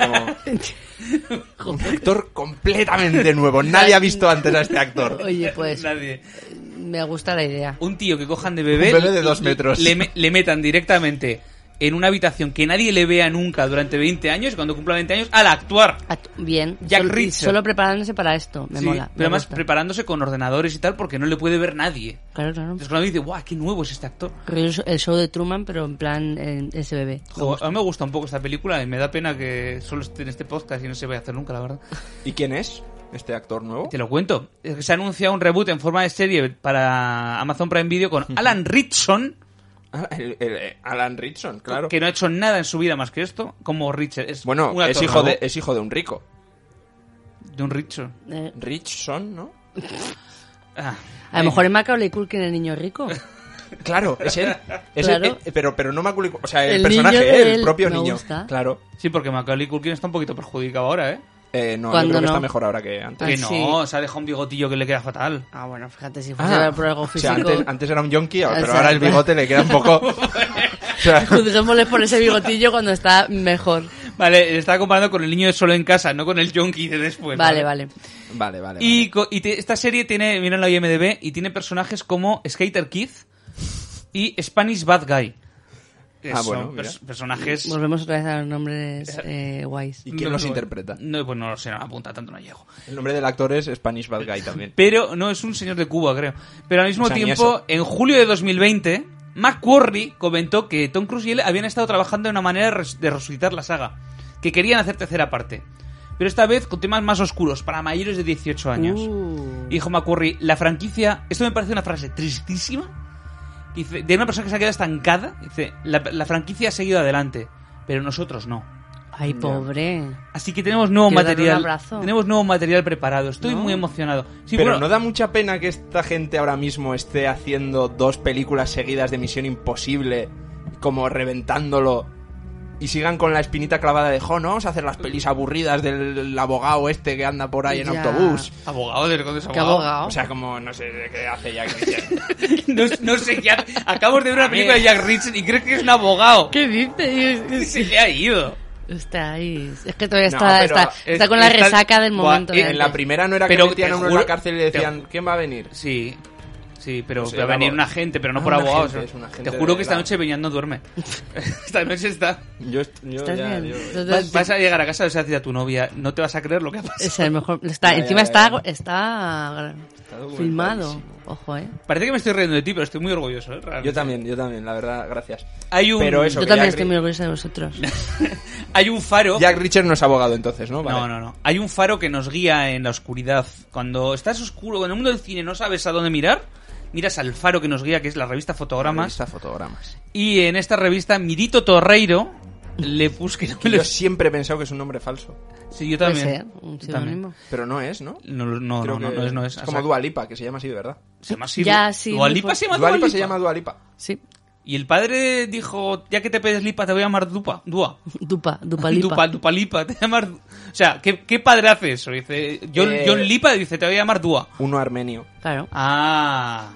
Speaker 3: como... un actor completamente nuevo. Nadie ha visto antes a este actor.
Speaker 4: oye, pues,
Speaker 2: Nadie.
Speaker 4: me gusta la idea.
Speaker 2: Un tío que cojan de bebé,
Speaker 3: Un bebé de dos metros.
Speaker 2: le, me- le metan directamente en una habitación que nadie le vea nunca durante 20 años y cuando cumpla 20 años al actuar.
Speaker 4: Act- Bien,
Speaker 2: Jack
Speaker 4: solo, y
Speaker 2: Reacher.
Speaker 4: solo preparándose para esto, me
Speaker 2: Sí,
Speaker 4: mola. me
Speaker 2: pero además
Speaker 4: gusta.
Speaker 2: preparándose con ordenadores y tal porque no le puede ver nadie.
Speaker 4: Claro, claro.
Speaker 2: Entonces cuando dice, guau, qué nuevo es este actor.
Speaker 4: Rollo El show de Truman, pero en plan eh, ese bebé.
Speaker 2: Jo, a mí me gusta un poco esta película y me da pena que solo esté en este podcast y no se vaya a hacer nunca, la verdad.
Speaker 3: ¿Y quién es este actor nuevo?
Speaker 2: Te lo cuento. Es que se anuncia un reboot en forma de serie para Amazon Prime Video con Alan Ritson,
Speaker 3: Ah, el- el- eh, Alan Richardson, claro.
Speaker 2: que no ha hecho nada en su vida más que esto, como Richard. Es
Speaker 3: Bueno,
Speaker 2: un actor
Speaker 3: es hijo,
Speaker 2: nuevo
Speaker 3: de, es hijo de un rico.
Speaker 2: de un Ritson.
Speaker 4: Eh,
Speaker 3: Richson, ¿no?
Speaker 2: Ah,
Speaker 4: a lo mejor es Macaulay Culkin el niño rico.
Speaker 3: Claro, es él. Es
Speaker 4: Claro.
Speaker 3: él, eh, pero, pero no Macaulay Culkin, O sea, el,
Speaker 4: El
Speaker 3: personaje,
Speaker 4: niño de
Speaker 3: él, el
Speaker 4: él,
Speaker 3: propio
Speaker 4: me
Speaker 3: niño.
Speaker 4: gusta.
Speaker 3: Claro.
Speaker 2: sí, porque Macaulay Culkin está un poquito perjudicado ahora, ¿eh?
Speaker 3: Eh, no, yo
Speaker 4: ¿Cuándo
Speaker 3: creo que
Speaker 4: no?
Speaker 3: está mejor ahora que antes.
Speaker 4: Ah,
Speaker 2: Que
Speaker 4: sí.
Speaker 2: no, se ha dejado un bigotillo que le queda fatal.
Speaker 4: Ah, bueno, fíjate, si
Speaker 3: Ah,
Speaker 4: fuera por algo
Speaker 3: o
Speaker 4: físico.
Speaker 3: sea, antes, antes era un yonki, ahora- pero
Speaker 4: Exacto.
Speaker 3: ahora el bigote le queda un poco. o sea,
Speaker 4: Juzguémosle por ese bigotillo cuando está mejor.
Speaker 2: Vale, está comparando con el niño de solo en casa, no con el junkie de después.
Speaker 4: Vale, vale.
Speaker 3: Pues vale, vale.
Speaker 2: Y, co- y te- esta serie tiene, mira en la IMDB, y tiene personajes como Skater Kid y Spanish Bad Guy. Que
Speaker 3: Ah,
Speaker 2: son
Speaker 3: bueno, mira.
Speaker 2: pers- personajes
Speaker 4: Volvemos otra vez a los nombres eh, guays.
Speaker 3: Pues- ¿Y quién
Speaker 2: No,
Speaker 3: los
Speaker 2: no,
Speaker 3: interpreta?
Speaker 2: No, pues no lo sé, no me apunta, tanto no llego.
Speaker 3: El nombre del actor es Spanish Bad Guy también.
Speaker 2: Pero, no, es un señor de Cuba, creo. Pero al mismo
Speaker 3: O sea, ni
Speaker 2: tiempo,
Speaker 3: eso.
Speaker 2: en julio de 2020, McQuarrie comentó que Tom Cruise y él habían estado trabajando en una manera de res- de resucitar la saga. Que querían hacer tercera parte. Pero esta vez con temas más oscuros, para mayores de 18 años.
Speaker 4: Uh.
Speaker 2: Dijo McQuarrie, la franquicia... Esto me parece una frase tristísima. que dice, de una persona que se ha quedado estancada. Dice, la, la franquicia ha seguido adelante, pero nosotros no.
Speaker 4: Ay, pobre.
Speaker 2: Así que tenemos nuevo
Speaker 4: Quiero darle un
Speaker 2: material.
Speaker 4: abrazo.
Speaker 2: Tenemos nuevo material preparado. Estoy
Speaker 4: No.
Speaker 2: muy emocionado. Sí,
Speaker 3: Pero
Speaker 2: bueno,
Speaker 3: no da mucha pena que esta gente ahora mismo esté haciendo dos películas seguidas de Misión Imposible, como reventándolo, y sigan con la espinita clavada de, jo, no, vamos a hacer las pelis aburridas del abogado este que anda por ahí en
Speaker 4: Ya.
Speaker 3: autobús.
Speaker 2: Abogado de dónde es
Speaker 4: Qué abogado.
Speaker 3: O sea, como, no sé qué hace ya Christian.
Speaker 2: no, no sé qué hace. Acabamos de ver una película de Jack Richard y crees que es un abogado.
Speaker 4: ¿Qué dices?
Speaker 2: Se le ha ido.
Speaker 4: Está ahí. Es que todavía
Speaker 3: No,
Speaker 4: está,
Speaker 3: pero
Speaker 4: está,
Speaker 3: es-
Speaker 4: está con la
Speaker 2: está-
Speaker 4: resaca del
Speaker 2: Buah,
Speaker 4: momento.
Speaker 2: y
Speaker 4: de
Speaker 3: en la
Speaker 4: antes.
Speaker 3: primera no era
Speaker 2: Pero
Speaker 3: que metían
Speaker 2: te
Speaker 3: a uno en
Speaker 2: juro-
Speaker 3: la cárcel y le decían, ¿quién va a venir?
Speaker 2: Sí, sí, pero
Speaker 3: No sé,
Speaker 2: va a venir
Speaker 3: abogado.
Speaker 2: una gente, pero no
Speaker 3: Ah,
Speaker 2: por
Speaker 3: una
Speaker 2: abogados.
Speaker 3: gente, es una gente
Speaker 2: Te juro
Speaker 3: de
Speaker 2: que esta
Speaker 3: verdad.
Speaker 2: noche Beñat no duerme. esta noche está.
Speaker 3: Yo, est- yo
Speaker 4: ¿Estás
Speaker 3: ya-
Speaker 4: bien?
Speaker 3: yo-
Speaker 4: Entonces-
Speaker 2: Vas, vas a llegar a casa y vas a decir a tu novia, no te vas a creer lo que ha pasado.
Speaker 4: Es el mejor. Está,
Speaker 3: Ya, ya,
Speaker 4: encima
Speaker 3: ya,
Speaker 4: está,
Speaker 3: ya.
Speaker 4: está,
Speaker 3: documentadísimo.
Speaker 4: filmado. Ojo, eh.
Speaker 2: Parece que me estoy riendo de ti, pero estoy muy orgulloso. ¿eh?
Speaker 3: yo también, yo también, la verdad, gracias.
Speaker 2: Hay un-
Speaker 3: Pero eso,
Speaker 4: Yo
Speaker 3: que
Speaker 4: también
Speaker 3: Jack,
Speaker 4: estoy muy orgullosa de vosotros.
Speaker 2: Hay un faro.
Speaker 3: Jack Richard no es abogado entonces, ¿no? Vale.
Speaker 2: No, no, no. Hay un faro que nos guía en la oscuridad. Cuando estás oscuro, cuando en el mundo del cine no sabes a dónde mirar, miras al faro que nos guía, que es la revista Fotogramas.
Speaker 3: Revista fotogramas.
Speaker 2: Y en esta revista, Mirito Torreiro le puse que no me
Speaker 3: Yo
Speaker 2: lo-
Speaker 3: siempre he pensado que es un nombre falso.
Speaker 2: Sí, yo
Speaker 4: Puede
Speaker 2: también.
Speaker 4: ser, un
Speaker 2: Yo también.
Speaker 4: seudónimo.
Speaker 3: Pero no es, ¿no?
Speaker 2: No, no,
Speaker 3: Creo
Speaker 2: no, no,
Speaker 3: que
Speaker 2: no es, no es. O
Speaker 3: como
Speaker 2: sea,
Speaker 3: Dualipa, que se llama así de verdad.
Speaker 2: se llama así.
Speaker 4: Ya, sí,
Speaker 2: Dua
Speaker 4: muy
Speaker 2: Lipa
Speaker 4: fuerte.
Speaker 2: se llama Dua
Speaker 3: Dualipa se
Speaker 2: Lipa.
Speaker 3: llama Dualipa.
Speaker 4: Sí.
Speaker 2: Y el padre dijo, ya que te pedes lipa, te voy a llamar dupa, dua.
Speaker 4: Dupa, dupalipa.
Speaker 2: Dupa, dupa lipa, te voy a llamar... du- O sea, ¿qué, qué padre hace eso? Dice, John,
Speaker 3: Eh.
Speaker 2: John Lipa dice, te voy a llamar dua.
Speaker 3: Uno armenio.
Speaker 4: Claro.
Speaker 2: Ah.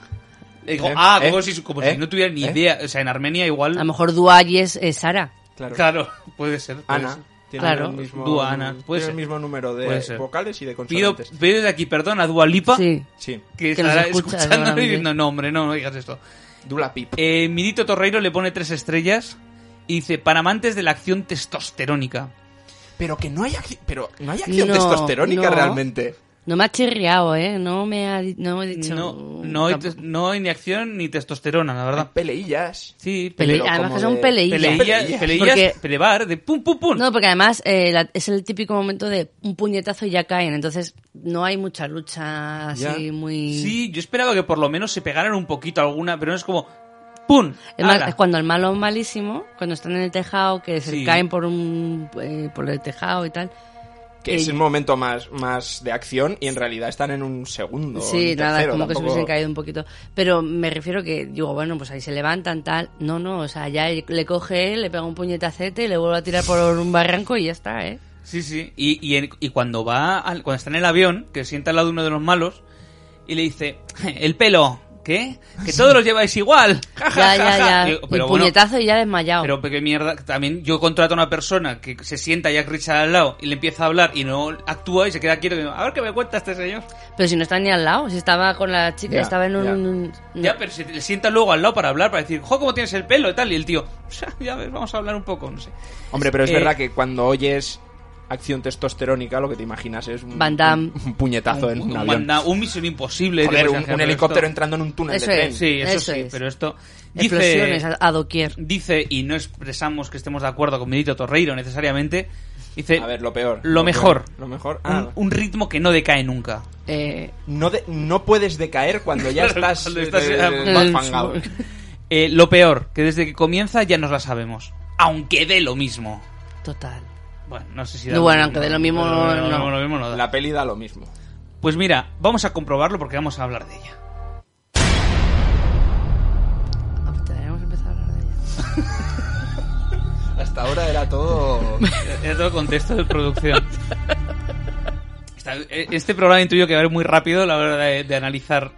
Speaker 2: Le digo,
Speaker 3: Eh,
Speaker 2: ah,
Speaker 3: eh,
Speaker 2: como, si, como
Speaker 3: eh,
Speaker 2: si no tuviera ni
Speaker 3: eh.
Speaker 2: idea. O sea, en Armenia igual...
Speaker 4: A lo mejor Duay es, es Sara.
Speaker 3: Claro.
Speaker 2: Claro, puede ser. puede
Speaker 3: Ana.
Speaker 2: ser.
Speaker 3: Tiene
Speaker 4: Claro.
Speaker 3: el mismo,
Speaker 2: Dua, Ana,
Speaker 3: tiene
Speaker 2: puede ser.
Speaker 3: el mismo número
Speaker 2: Puede
Speaker 3: de
Speaker 2: ser.
Speaker 3: vocales y de
Speaker 2: Pido,
Speaker 3: consonantes.
Speaker 2: pido desde aquí perdón a Dua Lipa,
Speaker 4: Sí.
Speaker 3: Sí.
Speaker 2: que,
Speaker 4: Que nos
Speaker 2: estará
Speaker 4: escucha,
Speaker 2: escuchando y
Speaker 4: seguramente.
Speaker 2: diciendo, no, hombre, no, no digas esto.
Speaker 3: Dulapip.
Speaker 2: Eh, Mirito Torreiro le pone tres estrellas y dice, para amantes de la acción testosterónica.
Speaker 3: Pero que no hay, acci- pero no hay acción
Speaker 4: No,
Speaker 3: testosterónica
Speaker 4: no.
Speaker 3: realmente.
Speaker 4: No me ha chirriado, eh. No me ha, di- no me ha dicho.
Speaker 2: No, no, hay, tes-
Speaker 4: tampoco.
Speaker 2: no hay ni acción ni testosterona, la verdad.
Speaker 3: Peleillas.
Speaker 2: Sí,
Speaker 4: Pele-
Speaker 3: pero
Speaker 4: Además
Speaker 3: como
Speaker 4: que son
Speaker 3: de-
Speaker 4: peleillas.
Speaker 2: peleillas,
Speaker 3: Peleillas.
Speaker 2: peleillas,
Speaker 4: Porque-
Speaker 2: pelebar, de pum, pum, pum.
Speaker 4: No, porque además eh, la- es el típico momento de un puñetazo y ya caen. Entonces no hay mucha lucha así
Speaker 3: Ya.
Speaker 4: muy.
Speaker 2: Sí, yo esperaba que por lo menos se pegaran un poquito alguna, pero no es como pum.
Speaker 4: Es, más,
Speaker 2: ala.
Speaker 4: es cuando el malo es malísimo, cuando están en el tejado, que se
Speaker 2: Sí.
Speaker 4: caen por un eh, por el tejado y tal.
Speaker 3: Que es un momento más, más de acción y en realidad están en un segundo.
Speaker 4: sí,
Speaker 3: en
Speaker 4: nada,
Speaker 3: tercero,
Speaker 4: como que se
Speaker 3: tampoco-
Speaker 4: hubiesen caído un poquito. Pero me refiero que, digo, bueno, pues ahí se levantan, tal. No, no, o sea, ya le coge él, le pega un puñetacete, le vuelve a tirar por un barranco y ya está, ¿eh?
Speaker 2: Sí, sí. Y, y, en- y cuando va, al- cuando está en el avión, que se sienta al lado de uno de los malos y le dice, el pelo, ¿qué? Que todos los lleváis igual. Ja, ja, ja,
Speaker 4: Ya, ya,
Speaker 2: ja".
Speaker 4: ya.
Speaker 2: Digo,
Speaker 4: Y
Speaker 2: Pero bueno,
Speaker 4: puñetazo y ya desmayado.
Speaker 2: Pero qué mierda, también yo contrato a una persona que se sienta Jack Richard al lado y le empieza a hablar y no actúa y se queda quieto. y digo, A ver qué me cuenta este señor.
Speaker 4: Pero si no está ni al lado, si estaba con la chica,
Speaker 3: Ya,
Speaker 4: estaba en un...
Speaker 3: ya.
Speaker 4: un-
Speaker 2: Ya, pero se le sienta luego al lado para hablar, para decir, jo, cómo tienes el pelo y tal. Y el tío, "O sea, ya ves, vamos a hablar un poco, no sé.
Speaker 3: Hombre, pero es
Speaker 2: Eh,
Speaker 3: verdad que cuando oyes acción testosterónica, lo que te imaginas es un,
Speaker 4: Van Damme.
Speaker 3: un, un puñetazo en un, avión.
Speaker 2: manda- un misión imposible.
Speaker 3: Joder, pues,
Speaker 2: digo,
Speaker 3: un,
Speaker 2: o sea,
Speaker 3: un
Speaker 2: pero
Speaker 3: helicóptero
Speaker 2: esto-
Speaker 3: entrando en un túnel
Speaker 4: Eso
Speaker 3: de tren.
Speaker 4: es.
Speaker 2: Sí, eso,
Speaker 4: Eso
Speaker 2: sí,
Speaker 4: es.
Speaker 2: pero esto...
Speaker 4: Explosiones
Speaker 2: Dice,
Speaker 4: a, a doquier.
Speaker 2: dice, y no expresamos que estemos de acuerdo con Benito Torreiro necesariamente, dice...
Speaker 3: A ver, lo peor.
Speaker 2: Lo mejor.
Speaker 3: peor, Lo mejor.
Speaker 2: Un-
Speaker 3: Ah,
Speaker 2: un ritmo que no decae nunca.
Speaker 4: Eh,
Speaker 3: no, de- no puedes decaer cuando ya
Speaker 2: Claro,
Speaker 3: estás,
Speaker 2: cuando estás,
Speaker 3: eh,
Speaker 2: ah,
Speaker 3: eh,
Speaker 4: en el
Speaker 3: fangado.
Speaker 4: suelo.
Speaker 2: Eh, lo peor, que desde que comienza ya nos la sabemos. Aunque de lo mismo.
Speaker 4: total.
Speaker 2: Bueno, no sé si
Speaker 4: No, bueno, aunque dé lo mismo,
Speaker 2: Pero lo
Speaker 4: no.
Speaker 2: mismo, lo mismo no da.
Speaker 3: La peli da lo mismo.
Speaker 2: Pues mira, vamos a comprobarlo porque vamos a hablar de ella.
Speaker 4: Ah, pues deberíamos empezar a hablar de ella.
Speaker 3: Hasta ahora era todo.
Speaker 2: Era todo contexto de producción. Está- eh, Este programa intuyo que va a ser muy rápido a la hora de, de analizar.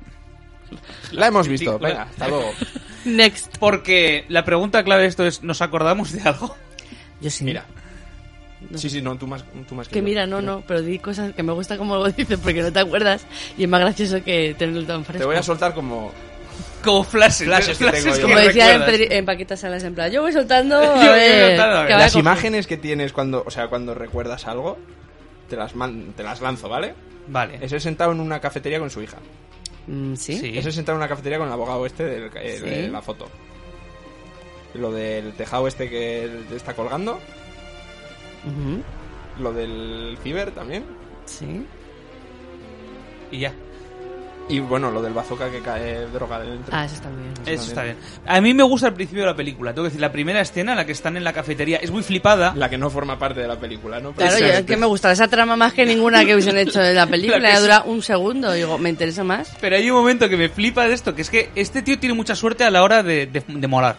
Speaker 3: La hemos visto.
Speaker 2: Película.
Speaker 3: Venga, hasta luego.
Speaker 4: Next.
Speaker 2: Porque la pregunta clave de esto es, ¿nos acordamos de algo?
Speaker 4: Yo sí.
Speaker 3: Mira. Sí, sí, no, tú más, tú más que,
Speaker 4: Que
Speaker 3: yo.
Speaker 4: mira, no, no, pero di cosas que me gusta como lo dices porque no te acuerdas y es más gracioso que tenerlo tan fresco.
Speaker 3: Te voy a soltar como.
Speaker 2: Como flashes.
Speaker 3: Flashes que tengo yo.
Speaker 4: Como decía en,
Speaker 2: recuerdas.
Speaker 4: Pedri- en Paquita Salas, en plan, yo voy soltando
Speaker 2: Yo
Speaker 4: a
Speaker 2: voy
Speaker 4: ver,
Speaker 2: soltando, a ver.
Speaker 4: que vaya
Speaker 3: Las
Speaker 4: cogiendo.
Speaker 3: imágenes que tienes cuando, o sea, cuando recuerdas algo, te las, man- te las lanzo, ¿vale?
Speaker 2: Vale.
Speaker 3: Ese sentado en una cafetería con su hija.
Speaker 4: Mm, ¿Sí?
Speaker 2: Sí.
Speaker 3: Ese sentado en una cafetería con el abogado este del- eh,
Speaker 4: Sí.
Speaker 3: de la foto. Lo del tejado este que él está colgando.
Speaker 4: Ujú,
Speaker 3: Lo del ciber también.
Speaker 4: Sí.
Speaker 2: Y ya.
Speaker 3: Y bueno, lo del bazooka que cae droga del dentro.
Speaker 4: Ah, eso está muy bien.
Speaker 2: Eso está bien.
Speaker 3: bien.
Speaker 2: A mí me gusta el principio de la película. Tengo que decir, la primera escena, la que están en la cafetería, es muy flipada.
Speaker 3: La que no forma parte de la película, ¿no?
Speaker 4: Claro,
Speaker 3: Pero-
Speaker 4: yo, es que me gusta esa trama más que ninguna que hubiesen hecho en la película.
Speaker 2: La que
Speaker 4: Ya
Speaker 2: sí.
Speaker 4: dura un segundo. Digo, me interesa más.
Speaker 2: Pero hay un momento que me flipa de esto, que es que este tío tiene mucha suerte a la hora de, de- de molar.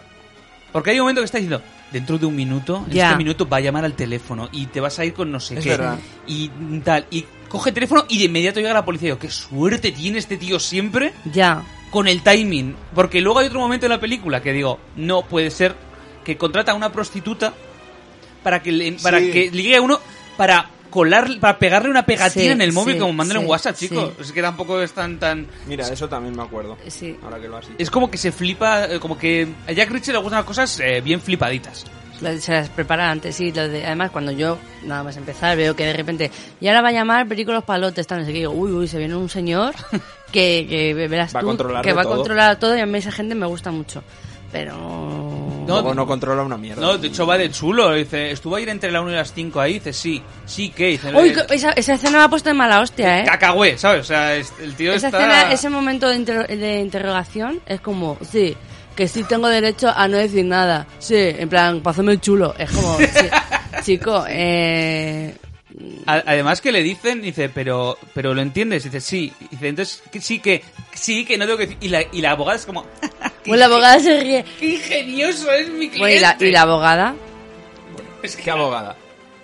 Speaker 2: Porque hay un momento que está diciendo, dentro de un minuto, en
Speaker 4: Ya.
Speaker 2: este minuto va a llamar al teléfono y te vas a ir con no sé
Speaker 3: Es
Speaker 2: qué.
Speaker 3: verdad.
Speaker 2: Y tal. Y coge el teléfono y de inmediato llega la policía. Y Digo, qué suerte tiene este tío siempre
Speaker 4: Ya.
Speaker 2: con el timing. Porque luego hay otro momento en la película que digo, no puede ser que contrata a una prostituta para que le, para
Speaker 1: Sí.
Speaker 2: que ligue a uno para colar para pegarle una pegatina
Speaker 4: Sí,
Speaker 2: en el móvil
Speaker 4: sí,
Speaker 2: como mandarle un
Speaker 4: sí,
Speaker 2: WhatsApp,
Speaker 4: sí.
Speaker 2: chicos. Es que tampoco es tan tan
Speaker 3: Mira, de eso también me acuerdo.
Speaker 4: Sí.
Speaker 3: Ahora que lo has dicho.
Speaker 2: es como que se flipa, eh, como que a Jack Richard le gustan las cosas eh, bien flipaditas.
Speaker 4: La- Se las prepara antes, sí. lo de- además, cuando yo, nada más empezar, veo que de repente, y ahora va a llamar Perico los Palotes, tal, no sé qué, digo, uy, uy, se viene un señor que, que verás
Speaker 3: Va a
Speaker 4: tú,
Speaker 3: controlar
Speaker 4: que
Speaker 3: de
Speaker 4: va
Speaker 3: todo.
Speaker 4: a controlar todo y a mí esa gente me gusta mucho. Pero...
Speaker 2: No,
Speaker 3: Luego
Speaker 2: de-
Speaker 3: no controla una mierda.
Speaker 2: No, de hecho va de chulo. Dice, ¿estuvo ayer entre la 1 y las 5 ahí? Dice, sí, sí, ¿qué? Dice,
Speaker 4: Uy,
Speaker 2: "Eh,
Speaker 4: co- esa, esa escena me ha puesto de mala hostia, ¿eh?
Speaker 2: cacagüe, ¿sabes? O sea, es- el tío
Speaker 4: Esa
Speaker 2: está...
Speaker 4: escena, ese momento de, inter- de interrogación es como, sí, que sí tengo derecho a no decir nada. Sí, en plan, pásame el chulo. Es como, sí, chico, eh...
Speaker 2: A- Además que le dicen, dice, pero, pero lo entiendes, dice, sí, dice, entonces que sí que, sí que no tengo que decir. Y la, y la abogada es como,
Speaker 4: Pues la abogada se ríe.
Speaker 2: qué ingenioso es mi
Speaker 4: Bueno, y, la,
Speaker 2: cliente.
Speaker 4: y la abogada,
Speaker 3: Es que abogada.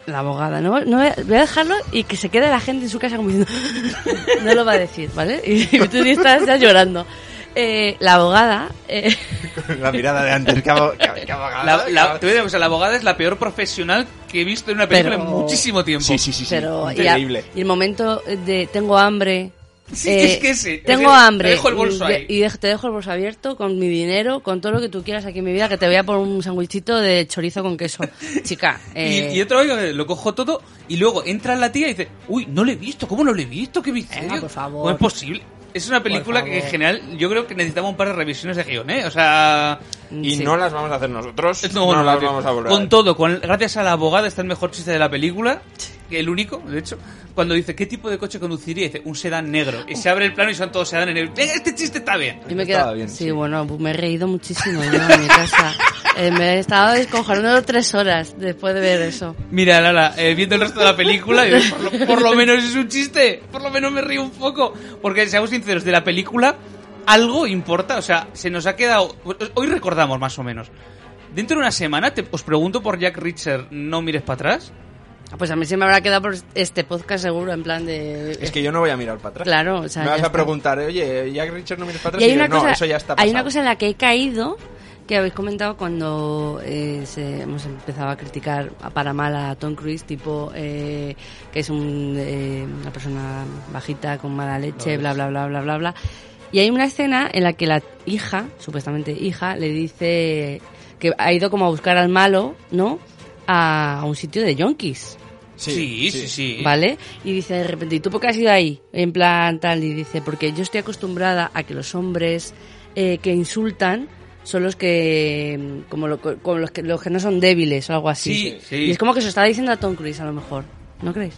Speaker 4: la abogada, no, no voy a- voy a dejarlo y que se quede la gente en su casa como diciendo, no lo va a decir, ¿vale? Y tú ya estás ya llorando. Eh, la abogada, eh,
Speaker 1: La mirada de antes, que abo- que- que abogada.
Speaker 2: La- la- te voy a decir una cosa, la abogada es la peor profesional que he visto en una película
Speaker 4: Pero-
Speaker 2: en muchísimo tiempo.
Speaker 3: Sí, sí, sí, sí.
Speaker 4: pero y, a-
Speaker 3: Increíble.
Speaker 4: y el momento de tengo hambre. eh,
Speaker 2: Sí, es que sí.
Speaker 4: Tengo
Speaker 2: Es que
Speaker 4: hambre.
Speaker 2: te dejo el bolso
Speaker 4: y, de-
Speaker 2: ahí.
Speaker 4: y de- te dejo el bolso abierto con mi dinero, con todo lo que tú quieras aquí en mi vida, que te voy a por un sandwichito de chorizo con queso. Chica. eh,
Speaker 2: Y, y otro oiga, lo cojo todo y luego entra la tía y dice, uy, no lo he visto, ¿cómo no lo he visto? ¿Qué misterio?
Speaker 4: Venga, por favor.
Speaker 2: ¿Cómo es posible? Es una película que en
Speaker 4: favor.
Speaker 2: general yo creo que necesitamos un par de revisiones de guión, ¿eh? O sea...
Speaker 3: Y
Speaker 4: Mm, sí.
Speaker 3: no las vamos a hacer nosotros.
Speaker 2: No, no,
Speaker 3: las
Speaker 2: no.
Speaker 3: vamos a volver. a
Speaker 2: Con
Speaker 3: ver.
Speaker 2: todo, con- gracias a la abogada está el mejor chiste de la película, que el único, de hecho, cuando dice, ¿qué tipo de coche conduciría? Dice, un sedán negro. Y se abre el plano y son todos sedán en el... "Venga, Este chiste está bien.
Speaker 4: Yo me
Speaker 3: Estaba
Speaker 4: he quedado-
Speaker 3: bien,
Speaker 4: sí,
Speaker 3: sí.
Speaker 4: bueno, pues me he reído muchísimo yo en mi casa. Eh, me he estado descojonando tres horas después de ver eso.
Speaker 2: Mira, Lala, eh, viendo el resto de la película, digo, por, lo, por lo menos es un chiste, por lo menos me río un poco. Porque, seamos sinceros, de la película algo importa, o sea, se nos ha quedado... Hoy recordamos más o menos. Dentro de una semana te, os pregunto por Jack Richard, no mires para atrás.
Speaker 4: Ah, Pues a mí se me habrá quedado por este podcast seguro, en plan de...
Speaker 3: Es que yo no voy a mirar para atrás.
Speaker 4: Claro, o sea,
Speaker 3: Me
Speaker 4: ya
Speaker 3: vas a
Speaker 4: está.
Speaker 3: preguntar, oye, Jack Richard no mires para atrás.
Speaker 4: Y hay una,
Speaker 3: diré,
Speaker 4: cosa,
Speaker 3: no, eso ya está
Speaker 4: hay una
Speaker 3: pasado.
Speaker 4: cosa en la que he caído que habéis comentado cuando eh, se- hemos empezado a criticar a- para mal a Tom Cruise, tipo eh, que es un, eh, una persona bajita, con mala leche, bla, bla, bla, bla, bla, bla. Y hay una escena en la que la hija, supuestamente hija, le dice que ha ido como a buscar al malo, ¿no? A, a un sitio de yonkis.
Speaker 2: Sí, sí, sí.
Speaker 4: ¿Vale? Y dice de repente, ¿y tú por qué has ido ahí? En plan tal, y dice, porque yo estoy acostumbrada a que los hombres eh, que insultan son los que mm, como, lo- como los, que, los que no son débiles o algo así.
Speaker 2: Sí, sí.
Speaker 4: Y es como que se lo estaba diciendo a Tom Cruise a lo mejor, ¿no creéis?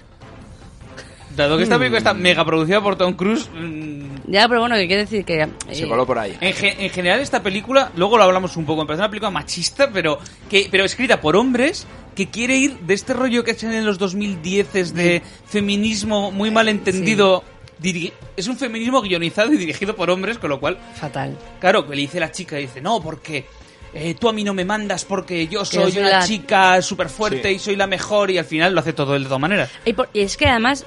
Speaker 2: Dado que esta película está mega producida por Tom Cruise, mm,
Speaker 4: Ya, pero bueno, que quiere decir que... eh,
Speaker 3: Se coló por ahí.
Speaker 2: En, ge- en general esta película, luego lo hablamos un poco, me parece una película machista, pero que pero escrita por hombres que quiere ir de este rollo que hacen en los 2010 de feminismo muy mal entendido. diri- Es un feminismo guionizado y dirigido por hombres, con lo cual,
Speaker 4: Fatal.
Speaker 2: claro, que le dice la chica, dice, no, porque eh, tú a mí no me mandas porque yo soy
Speaker 4: soy
Speaker 2: una
Speaker 4: la-
Speaker 2: chica súper fuerte
Speaker 3: Sí.
Speaker 2: y soy la mejor y al final lo hace todo de todas maneras.
Speaker 4: Y, por- y es que además,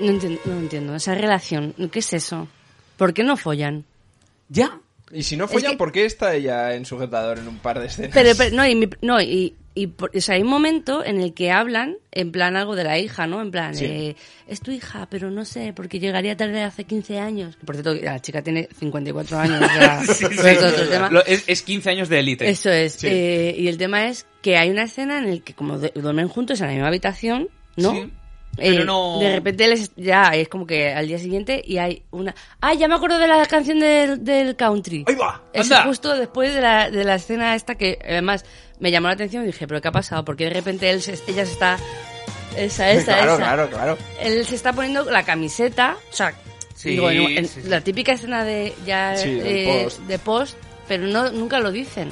Speaker 4: no entiendo, no entiendo, esa relación, ¿qué es eso? ¿Por qué no follan?
Speaker 2: Ya.
Speaker 3: Y si no follan,
Speaker 4: que-
Speaker 3: ¿por qué está ella en sujetador en un par de escenas?
Speaker 4: Pero, pero- no, y, mi- no, y, y por- o sea, hay un momento en el que hablan en plan algo de la hija, ¿no? En plan,
Speaker 3: Sí.
Speaker 4: eh, es tu hija, pero no sé, porque llegaría tarde hace 15 años. Por cierto, la chica tiene 54 años. o sea,
Speaker 2: Sí, sí.
Speaker 4: pero es otro Pues tema.
Speaker 2: Lo- es, es 15 años de élite.
Speaker 4: Eso es. eh, y el tema es que hay una escena en el que como du- duermen juntos en la misma habitación, ¿no?
Speaker 2: Sí, pero
Speaker 4: Eh,
Speaker 2: no-
Speaker 4: De repente les, ya es como que al día siguiente y hay una... Ah, ya me acuerdo de la canción del, del country.
Speaker 2: ¡Ahí va!
Speaker 4: Eso
Speaker 2: ¡Anda!
Speaker 4: justo después de la, de la escena esta que además me llamó la atención y dije, pero ¿qué ha pasado? Porque de repente él se- ella se está... Esa, esa,
Speaker 3: claro,
Speaker 4: esa.
Speaker 3: claro, claro.
Speaker 4: Él se está poniendo la camiseta, o sea,
Speaker 2: Sí,
Speaker 4: Digo, en- en-
Speaker 2: sí, sí.
Speaker 4: La típica escena de ya
Speaker 3: Sí, del
Speaker 4: eh,
Speaker 3: post.
Speaker 4: de post, pero no nunca lo dicen.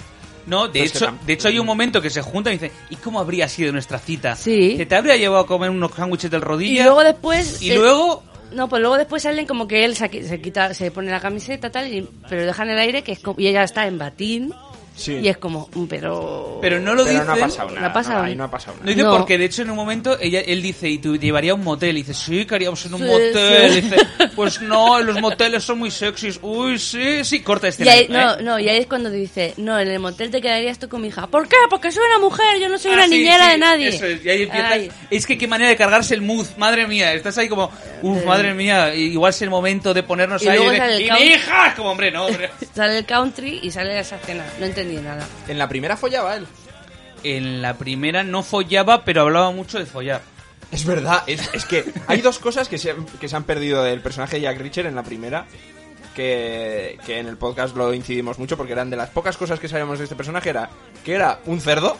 Speaker 2: No, de
Speaker 3: Pero es Pues que
Speaker 2: hecho,
Speaker 3: tam- Mm.
Speaker 2: de hecho hay un momento que se juntan y dicen, ¿y cómo habría sido nuestra cita?
Speaker 4: Sí.
Speaker 2: Que te habría llevado a comer unos sándwiches del rodillo.
Speaker 4: Y luego después...
Speaker 2: Y
Speaker 4: eh,
Speaker 2: luego...
Speaker 4: No, pues luego después salen como que él se, qui- se quita, se pone la camiseta tal, y, pero dejan el aire que es como- y ella está en batín
Speaker 3: Sí.
Speaker 4: y es como, mm, pero...
Speaker 2: Pero no lo
Speaker 3: Pero no ha
Speaker 2: dicen-
Speaker 3: pasado nada.
Speaker 4: No ha pasado.
Speaker 3: no, ahí no ha pasado
Speaker 2: No
Speaker 3: nada.
Speaker 2: dice
Speaker 4: No.
Speaker 2: porque, de hecho, en un momento ella, él dice, ¿y tú llevaría a un motel? Y dice, sí, que haríamos en un
Speaker 4: Sí,
Speaker 2: motel.
Speaker 4: sí.
Speaker 2: Dice, pues no, los moteles son muy sexys. Uy, sí, sí, corta
Speaker 4: Y
Speaker 2: escena.
Speaker 4: ahí,
Speaker 2: ¿eh?
Speaker 4: no, no, y ahí es cuando dice, no, en el motel te quedarías tú con mi hija. ¿Por qué? Porque soy una mujer, yo no soy
Speaker 2: Ah,
Speaker 4: una
Speaker 2: sí,
Speaker 4: niñera
Speaker 2: sí,
Speaker 4: de nadie.
Speaker 2: eso es, y ahí empiezas-
Speaker 4: Ay.
Speaker 2: Es que qué manera de cargarse el mood, madre mía. Estás ahí como, uff, madre mía, igual es el momento de ponernos
Speaker 4: Y
Speaker 2: ahí.
Speaker 4: luego
Speaker 2: de-
Speaker 4: sale el
Speaker 2: ¡Y mi
Speaker 4: count-
Speaker 2: hija! Como, hombre, no, hombre.
Speaker 4: Sale el country y sale esa escena. No entendí nada.
Speaker 3: En la primera follaba él.
Speaker 2: En la primera no follaba, pero hablaba mucho de follar.
Speaker 3: Es verdad, es, es que hay dos cosas que se, han- que se han perdido del personaje de Jack Richard en la primera, que, que en el podcast lo incidimos mucho porque eran de las pocas cosas que sabíamos de este personaje, era que era un cerdo,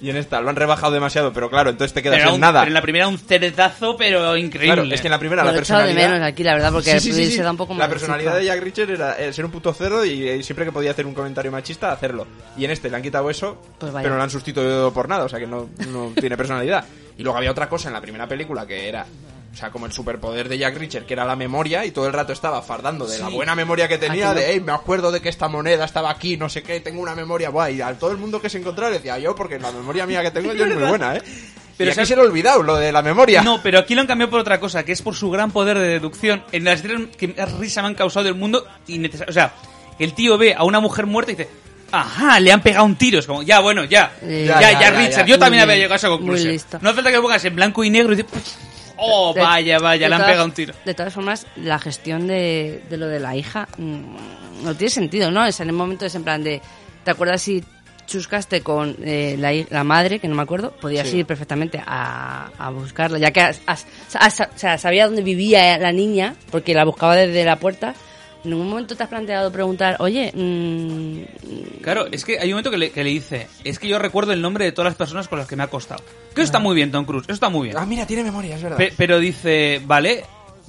Speaker 3: y en esta lo han rebajado demasiado, pero claro, entonces te quedas
Speaker 2: Era
Speaker 3: en
Speaker 2: un-
Speaker 3: nada.
Speaker 2: pero en la primera un cerdazo, pero increíble.
Speaker 3: Claro, es que en la primera
Speaker 4: Lo
Speaker 3: la
Speaker 4: he echado de
Speaker 3: personalidad...
Speaker 4: menos aquí, la verdad, porque
Speaker 3: Sí, sí, sí, sí.
Speaker 4: se da un poco más
Speaker 3: La personalidad de Jack Richard era eh, ser un puto cerdo y eh, siempre que podía hacer un comentario machista, hacerlo. Y en este le han quitado eso,
Speaker 4: Pues vaya.
Speaker 3: pero no lo han sustituido por nada, o sea que no, no tiene personalidad. Y luego había otra cosa en la primera película que era. O sea, como el superpoder de Jack Richard, que era la memoria, y todo el rato estaba fardando de la buena memoria que tenía,
Speaker 4: Aquí no.
Speaker 3: de, hey, me acuerdo de que esta moneda estaba aquí, no sé qué, tengo una memoria, guay. Y a todo el mundo que se encontraba le decía, yo, porque la memoria mía que tengo yo es muy buena, ¿eh?
Speaker 2: Pero
Speaker 3: Pero y aquí
Speaker 2: ¿sabes?
Speaker 3: se le ha olvidado lo de la memoria.
Speaker 2: No, pero aquí lo han cambiado por otra cosa, que es por su gran poder de deducción. En las escenas que más risa me han causado del mundo, innecesario. O sea, el tío ve a una mujer muerta y dice, ajá, le han pegado un tiro. Es como, ya, bueno, ya.
Speaker 4: Eh,
Speaker 2: ya, ya,
Speaker 3: ya, ya,
Speaker 2: Richard.
Speaker 3: ya.
Speaker 2: Yo también
Speaker 4: Muy
Speaker 2: había
Speaker 4: bien,
Speaker 2: llegado a esa
Speaker 4: muy
Speaker 2: conclusión.
Speaker 4: listo.
Speaker 2: No hace falta que lo pongas en blanco y negro y dices, "Pues, oh,
Speaker 4: De-
Speaker 2: vaya, vaya,
Speaker 4: de
Speaker 2: le han
Speaker 4: todas-
Speaker 2: pegado un tiro.
Speaker 4: De todas formas, la gestión de, de lo de la hija mm, no tiene sentido, ¿no? Es en el momento es en plan de, ¿te acuerdas si chuscaste con eh, la, hi- la madre, que no me acuerdo? Podías ir perfectamente a, a buscarla, ya que has- has- has- o sea, sabía dónde vivía la niña, porque la buscaba desde la puerta. ¿En ningún momento te has planteado preguntar, oye, mm,
Speaker 2: Claro, es que hay un momento que le, que le dice, es que yo recuerdo el nombre de todas las personas con las que me ha acostado. Que está muy bien, Tom Cruise, eso está muy bien.
Speaker 3: Ah, mira, tiene memoria, es verdad.
Speaker 2: Pe- pero dice, vale,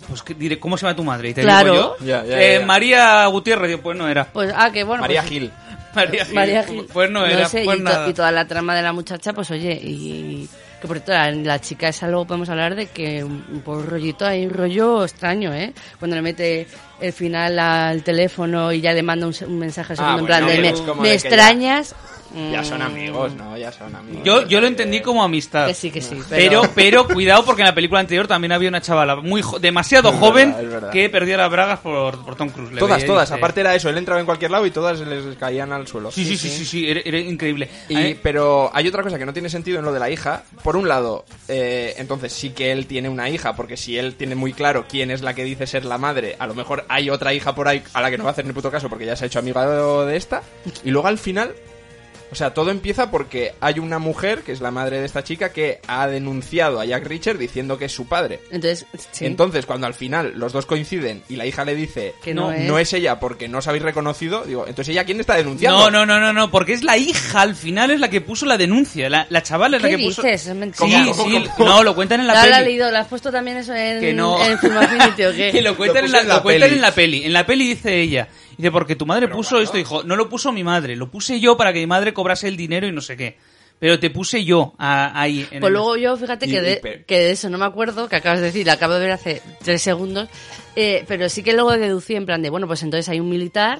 Speaker 2: pues que diré, ¿cómo se llama tu madre? Y te
Speaker 4: Claro.
Speaker 2: digo yo,
Speaker 3: Ya, ya,
Speaker 2: eh,
Speaker 3: ya.
Speaker 2: María Gutiérrez, Yo, pues no era.
Speaker 4: pues, ah, que bueno.
Speaker 3: María
Speaker 4: pues-
Speaker 3: Gil.
Speaker 2: María Gil.
Speaker 4: María Gil.
Speaker 2: Pues no era,
Speaker 4: sé,
Speaker 2: pues
Speaker 4: y, to-
Speaker 2: nada.
Speaker 4: y toda la trama de la muchacha, pues oye, y que por cierto, la, la chica esa luego podemos hablar de que un, un poco rollito, hay un rollo extraño, ¿eh? Cuando le mete el final al teléfono y ya le manda un, se- un mensaje
Speaker 2: Ah,
Speaker 4: segundo en
Speaker 3: bueno,
Speaker 4: plan de
Speaker 3: pero
Speaker 4: me,
Speaker 3: es como
Speaker 4: me
Speaker 3: de que ya-
Speaker 4: extrañas.
Speaker 3: Ya
Speaker 4: Mm,
Speaker 3: son amigos, ¿no? Ya son amigos.
Speaker 2: Yo, yo lo entendí como amistad.
Speaker 4: Que sí, que sí.
Speaker 2: Pero, pero cuidado porque en la película anterior también había una chavala muy jo- demasiado
Speaker 3: Es
Speaker 2: joven
Speaker 3: verdad, es verdad.
Speaker 2: que perdía las bragas por, por Tom Cruise. Le
Speaker 3: Todas,
Speaker 2: veía y
Speaker 3: todas.
Speaker 2: dice-
Speaker 3: Aparte era eso, él entraba en cualquier lado y todas les caían al suelo.
Speaker 2: Sí, sí, sí, sí, sí, era, era increíble. A
Speaker 3: Y-
Speaker 2: mí-
Speaker 3: pero hay otra cosa que no tiene sentido en lo de la hija. Por un lado, eh, entonces sí que él tiene una hija, porque si él tiene muy claro quién es la que dice ser la madre, a lo mejor hay otra hija por ahí a la que no va a hacer ni puto caso porque ya se ha hecho amiga de esta. Y luego al final, o sea, todo empieza porque hay una mujer, que es la madre de esta chica, que ha denunciado a Jack Richard diciendo que es su padre.
Speaker 4: Entonces, sí,
Speaker 3: Entonces, cuando al final los dos coinciden y la hija le dice
Speaker 4: Que no es.
Speaker 3: no es ella porque no os habéis reconocido, digo, entonces ella quién está
Speaker 2: No,
Speaker 3: denunciando.
Speaker 2: no, no, no, no, porque es la hija, al final es la que puso la denuncia. La, la chavala es la
Speaker 4: ¿Qué
Speaker 2: que
Speaker 4: dices?
Speaker 2: puso.
Speaker 4: Es mentira.
Speaker 2: Sí,
Speaker 3: ¿Cómo,
Speaker 2: sí,
Speaker 3: cómo, cómo?
Speaker 2: no, lo cuentan en la
Speaker 4: la, la has
Speaker 2: peli.
Speaker 4: leído, la has puesto también eso en,
Speaker 2: que no
Speaker 4: en Film Affinity, ¿o qué?
Speaker 2: que lo cuentan,
Speaker 3: Lo
Speaker 2: en la,
Speaker 3: puso en la
Speaker 2: lo cuentan
Speaker 3: peli.
Speaker 2: en la peli en la peli dice ella dice porque tu madre puso
Speaker 3: claro.
Speaker 2: esto dijo no lo puso mi madre lo puse yo para que mi madre cobrase el dinero y no sé qué pero te puse yo a- ahí en
Speaker 4: Pues
Speaker 2: el-
Speaker 4: luego yo, fíjate
Speaker 3: Y-
Speaker 4: que
Speaker 3: y
Speaker 4: de,
Speaker 3: pe-
Speaker 4: que de eso no me acuerdo, que acabas de decir, la acabo de ver hace tres segundos, eh, pero sí que luego deducí en plan de, bueno, pues entonces hay un militar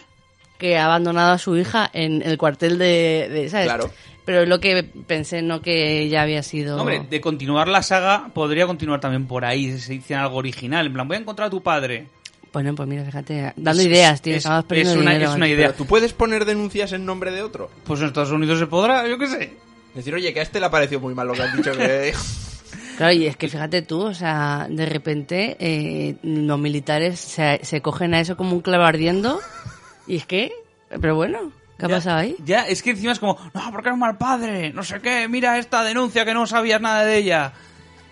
Speaker 4: que ha abandonado a su hija en el cuartel de... de- ¿sabes?
Speaker 3: Claro.
Speaker 4: Pero es lo que pensé, no que ya había sido...
Speaker 2: Hombre, de continuar la saga podría continuar también por ahí si se hiciera algo original en plan voy a encontrar a tu padre
Speaker 4: Bueno, pues mira, fíjate, dando ideas, tío,
Speaker 2: es,
Speaker 4: estamos
Speaker 2: es
Speaker 4: perdiendo
Speaker 2: una,
Speaker 4: dinero
Speaker 2: es una
Speaker 4: aquí.
Speaker 2: idea
Speaker 3: Pero tú puedes poner denuncias en nombre de otro.
Speaker 2: pues en Estados Unidos se podrá yo qué sé
Speaker 3: Decir, oye, que a este le ha parecido muy mal lo que han dicho que...
Speaker 4: Claro, y es que fíjate tú, o sea, de repente eh, los militares se, se cogen a eso como un clavo ardiendo y es que... Pero bueno, ¿qué ha pasado ahí?
Speaker 2: ya es que encima es como no porque eres mal padre no sé qué mira esta denuncia que no sabías nada de ella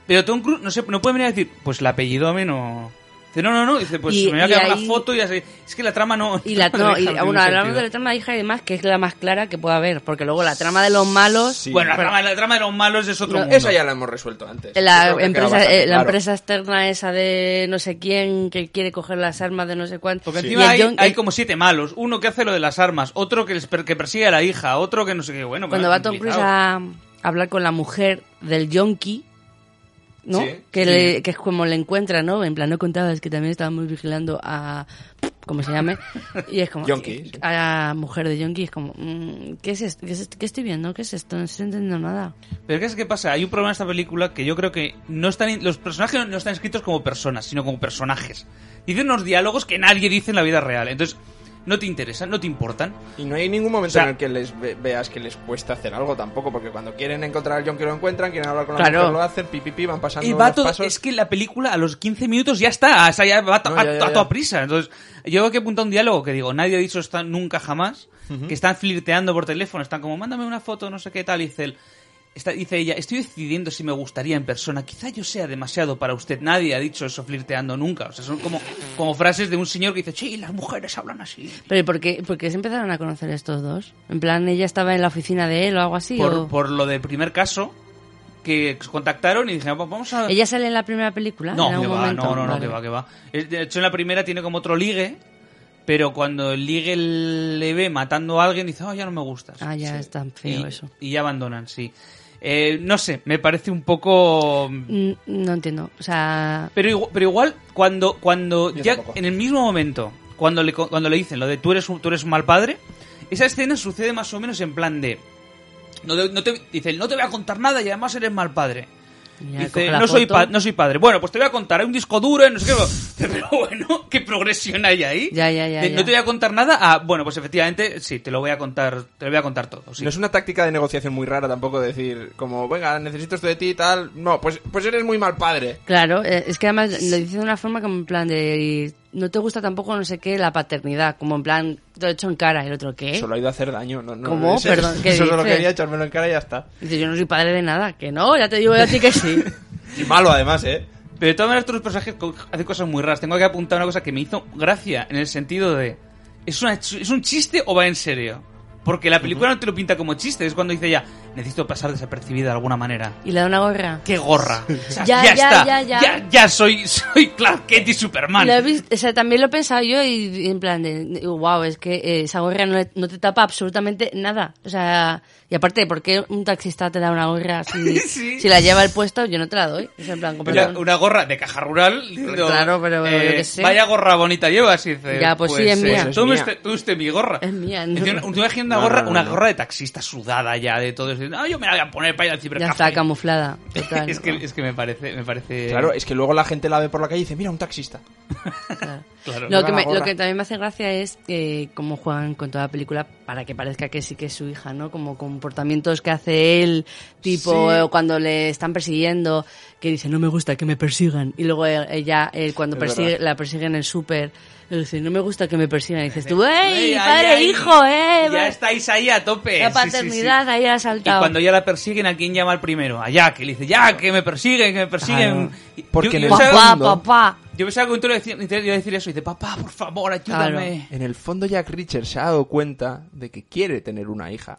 Speaker 2: pero Tom Cruise no sé no puede venir a decir pues el apellido a mí no Dice, no, no, no. Dice, pues
Speaker 4: Y-
Speaker 2: me voy a
Speaker 4: y
Speaker 2: quedar
Speaker 4: ahí-
Speaker 2: una foto y así. Es que la trama no.
Speaker 4: Y la
Speaker 2: no
Speaker 4: no, y,
Speaker 2: deja
Speaker 4: bueno,
Speaker 2: ningún
Speaker 4: hablamos
Speaker 2: sentido.
Speaker 4: de la trama de hija y demás, que es la más clara que pueda haber, porque luego la trama de los malos,
Speaker 3: Sí.
Speaker 2: Bueno, la trama, la trama de los malos es otro mundo.
Speaker 3: Esa ya la hemos resuelto antes. Yo
Speaker 4: la
Speaker 3: creo que queda
Speaker 4: empresa,
Speaker 3: bastante
Speaker 4: eh, la
Speaker 3: claro.
Speaker 4: empresa externa esa de no sé quién que quiere coger las armas de no sé cuánto.
Speaker 2: Porque
Speaker 4: Y
Speaker 2: encima
Speaker 4: el
Speaker 2: hay,
Speaker 4: John-
Speaker 2: hay
Speaker 4: el-
Speaker 2: como siete malos. Uno que hace lo de las armas, otro que, les per- que persigue a la hija, otro que no sé qué. Bueno, pero
Speaker 4: cuando va Tom Cruise
Speaker 2: complicado.
Speaker 4: a, a hablar con la mujer del yonki, ¿no?
Speaker 3: Sí,
Speaker 4: que, le- que es como le encuentra, ¿no? En plan, no contabas que también estábamos vigilando a... ¿Cómo se llame? Y es como...
Speaker 3: Yonki, sí.
Speaker 4: A la mujer de yonki es como... mm, ¿qué, es esto? ¿Qué es esto? ¿Qué estoy viendo? ¿Qué es esto? No estoy entendiendo nada.
Speaker 2: Pero ¿qué es que pasa? Hay un problema en esta película que yo creo que no están in- los personajes no- no están escritos como personas, sino como personajes. Dicen unos diálogos que nadie dice en la vida real. Entonces, no te interesan, no te importan.
Speaker 3: Y no hay ningún momento
Speaker 2: O sea-
Speaker 3: en el que les ve- veas que les cuesta hacer algo tampoco, porque cuando quieren encontrar al John que lo encuentran, quieren hablar con la
Speaker 4: Claro.
Speaker 3: mujer, lo hacen, pipipi, van pasando
Speaker 2: Y va
Speaker 3: los
Speaker 2: todo,
Speaker 3: pasos.
Speaker 2: es que la película a los 15 minutos ya está, o sea, ya va to-
Speaker 3: No, ya,
Speaker 2: a,
Speaker 3: ya,
Speaker 2: a
Speaker 3: ya.
Speaker 2: toda prisa. Entonces, yo que apuntar un diálogo que digo, nadie ha dicho esto nunca jamás, que están flirteando por teléfono, están como, mándame una foto, no sé qué tal, y dice él, está- dice ella, estoy decidiendo si me gustaría en persona, quizá yo sea demasiado para usted, nadie ha dicho eso flirteando nunca, o sea, son como, como frases de un señor que dice, sí, las mujeres hablan así.
Speaker 4: Pero ¿y por qué, por qué se empezaron a conocer estos dos? En plan, ella estaba en la oficina de él o algo así.
Speaker 2: Por,
Speaker 4: o-
Speaker 2: por lo del primer caso, que contactaron y dijeron, vamos a...
Speaker 4: ¿Ella sale en la primera película?
Speaker 2: No,
Speaker 4: en
Speaker 2: que
Speaker 4: algún
Speaker 2: va,
Speaker 4: momento?
Speaker 2: no, no, no,
Speaker 4: Vale.
Speaker 2: que va, que va. Es- De hecho, en la primera tiene como otro ligue, pero cuando el ligue le ve matando a alguien, dice, oh, ya no me gustas.
Speaker 4: Ah, ya es tan feo
Speaker 2: y,
Speaker 4: eso.
Speaker 2: y ya abandonan, sí. Eh, no sé, me parece un poco...
Speaker 4: Mm, No entiendo. O sea,
Speaker 2: Pero igual, pero igual cuando, cuando
Speaker 3: Yo
Speaker 2: ya
Speaker 3: tampoco.
Speaker 2: en el mismo momento, cuando le, co- cuando le dicen lo de tú eres, un, tú eres un mal padre, esa escena sucede más o menos en plan de... No te, no te- dice, no te voy a contar nada y además eres mal padre.
Speaker 4: ya coge
Speaker 2: Dice,
Speaker 4: la
Speaker 2: no soy,
Speaker 4: foto.
Speaker 2: pa- no soy padre. Bueno, pues te voy a contar, hay un disco duro, ¿eh? no sé qué. Pero bueno, ¿qué progresión hay ahí?
Speaker 4: Ya, ya, ya,
Speaker 2: De,
Speaker 4: ya.
Speaker 2: No te voy a contar nada. Ah, bueno, pues efectivamente, sí, te lo voy a contar, te lo voy a contar todo. sí.
Speaker 3: No es una táctica de negociación muy rara tampoco decir, como, venga, necesito esto de ti y tal. No, pues, pues eres muy mal padre.
Speaker 4: Claro, eh, es que además lo dice de una forma como en plan de... No te gusta tampoco no sé qué la paternidad, como en plan, te lo he hecho en cara, y el otro qué.
Speaker 3: Solo ha ido a hacer daño. No, no,
Speaker 4: ¿Eh? ¿Cómo?
Speaker 3: ese-
Speaker 4: Perdón, ¿qué
Speaker 3: Eso solo
Speaker 4: dices?
Speaker 3: quería echármelo en cara y ya está.
Speaker 4: Dice, yo no soy padre de nada, que no, ya te digo yo a ti que sí.
Speaker 3: Y malo además, ¿eh?
Speaker 2: Pero de todas maneras, todos los personajes co- hacen cosas muy raras. Tengo que apuntar una cosa que me hizo gracia en el sentido de. ¿Es, una ch- ¿es un chiste o va en serio? Porque la película no te lo pinta como chiste. Es cuando dice ya, necesito pasar desapercibida de alguna manera.
Speaker 4: Y le da una gorra.
Speaker 2: ¡Qué gorra! O sea,
Speaker 4: Ya,
Speaker 2: ya,
Speaker 4: ya,
Speaker 2: está.
Speaker 4: ya, ya.
Speaker 2: ya soy, soy Clark Kent y Superman.
Speaker 4: Lo he visto- o sea, también lo he pensado yo y, y en plan de, wow, es que eh, esa gorra no, le- no te tapa absolutamente nada. O sea, y aparte, ¿por qué un taxista te da una gorra si,
Speaker 2: Sí.
Speaker 4: si la lleva al puesto? Yo no te la doy. Es en plan,
Speaker 2: Pues
Speaker 4: como
Speaker 2: ya,
Speaker 4: perdón.
Speaker 2: una gorra de caja rural. diciendo,
Speaker 4: Claro, pero
Speaker 2: eh,
Speaker 4: yo qué sé.
Speaker 2: Vaya gorra bonita llevas. Y dice, eh,
Speaker 4: Ya, pues sí, es mía.
Speaker 2: tome
Speaker 3: Es
Speaker 2: usted, tome usted mi gorra.
Speaker 4: Es mía, no.
Speaker 2: Y tiene una- tú imaginas una,
Speaker 3: No,
Speaker 2: gorra,
Speaker 3: no, no,
Speaker 2: una
Speaker 3: no.
Speaker 2: gorra de taxista sudada ya de todo. diciendo, Ah, yo me la voy a poner para ir al
Speaker 4: ya
Speaker 2: cibercafé.
Speaker 4: está camuflada. Total,
Speaker 2: es, que,
Speaker 4: ¿no?
Speaker 2: es que me parece... Me
Speaker 4: Eh.
Speaker 2: parece
Speaker 3: Claro, es que luego la gente la ve por la calle y dice, mira, un taxista.
Speaker 4: Claro.
Speaker 2: Claro.
Speaker 4: Lo, que
Speaker 3: Lleva
Speaker 4: me-
Speaker 3: la gorra.
Speaker 4: lo que también me hace gracia es eh, cómo juegan con toda la película para que parezca que sí que es su hija, ¿no? Como comportamientos que hace él, tipo
Speaker 3: Sí.
Speaker 4: eh, cuando le están persiguiendo, que dice, no me gusta que me persigan. Y luego él- ella, él, cuando
Speaker 3: Es
Speaker 4: persigue-
Speaker 3: verdad.
Speaker 4: la persiguen en el súper, le dice, no me gusta que me persigan. Y dices tú, ¡ey,
Speaker 2: Ey, ahí,
Speaker 4: padre,
Speaker 2: ahí,
Speaker 4: hijo, eh!
Speaker 2: Ya
Speaker 4: va-
Speaker 2: estáis ahí a tope.
Speaker 4: La
Speaker 2: Sí, sí, sí.
Speaker 4: paternidad ahí ha
Speaker 2: Y
Speaker 4: saltado.
Speaker 2: cuando ya la persiguen, ¿a quién llama el primero? A Jack. Y le dice, Jack, que me persiguen, que me persiguen.
Speaker 4: Claro.
Speaker 2: Y-
Speaker 3: Porque
Speaker 2: yo, yo
Speaker 3: en el
Speaker 2: pensaba-
Speaker 3: fondo-
Speaker 4: Papá,
Speaker 3: segundo-
Speaker 4: papá.
Speaker 2: yo pensaba que un tío le decía- le iba a decir eso. Y dice, papá, por favor, ayúdame. Eh,
Speaker 3: En el fondo Jack Richard se ha dado cuenta de que quiere tener una hija.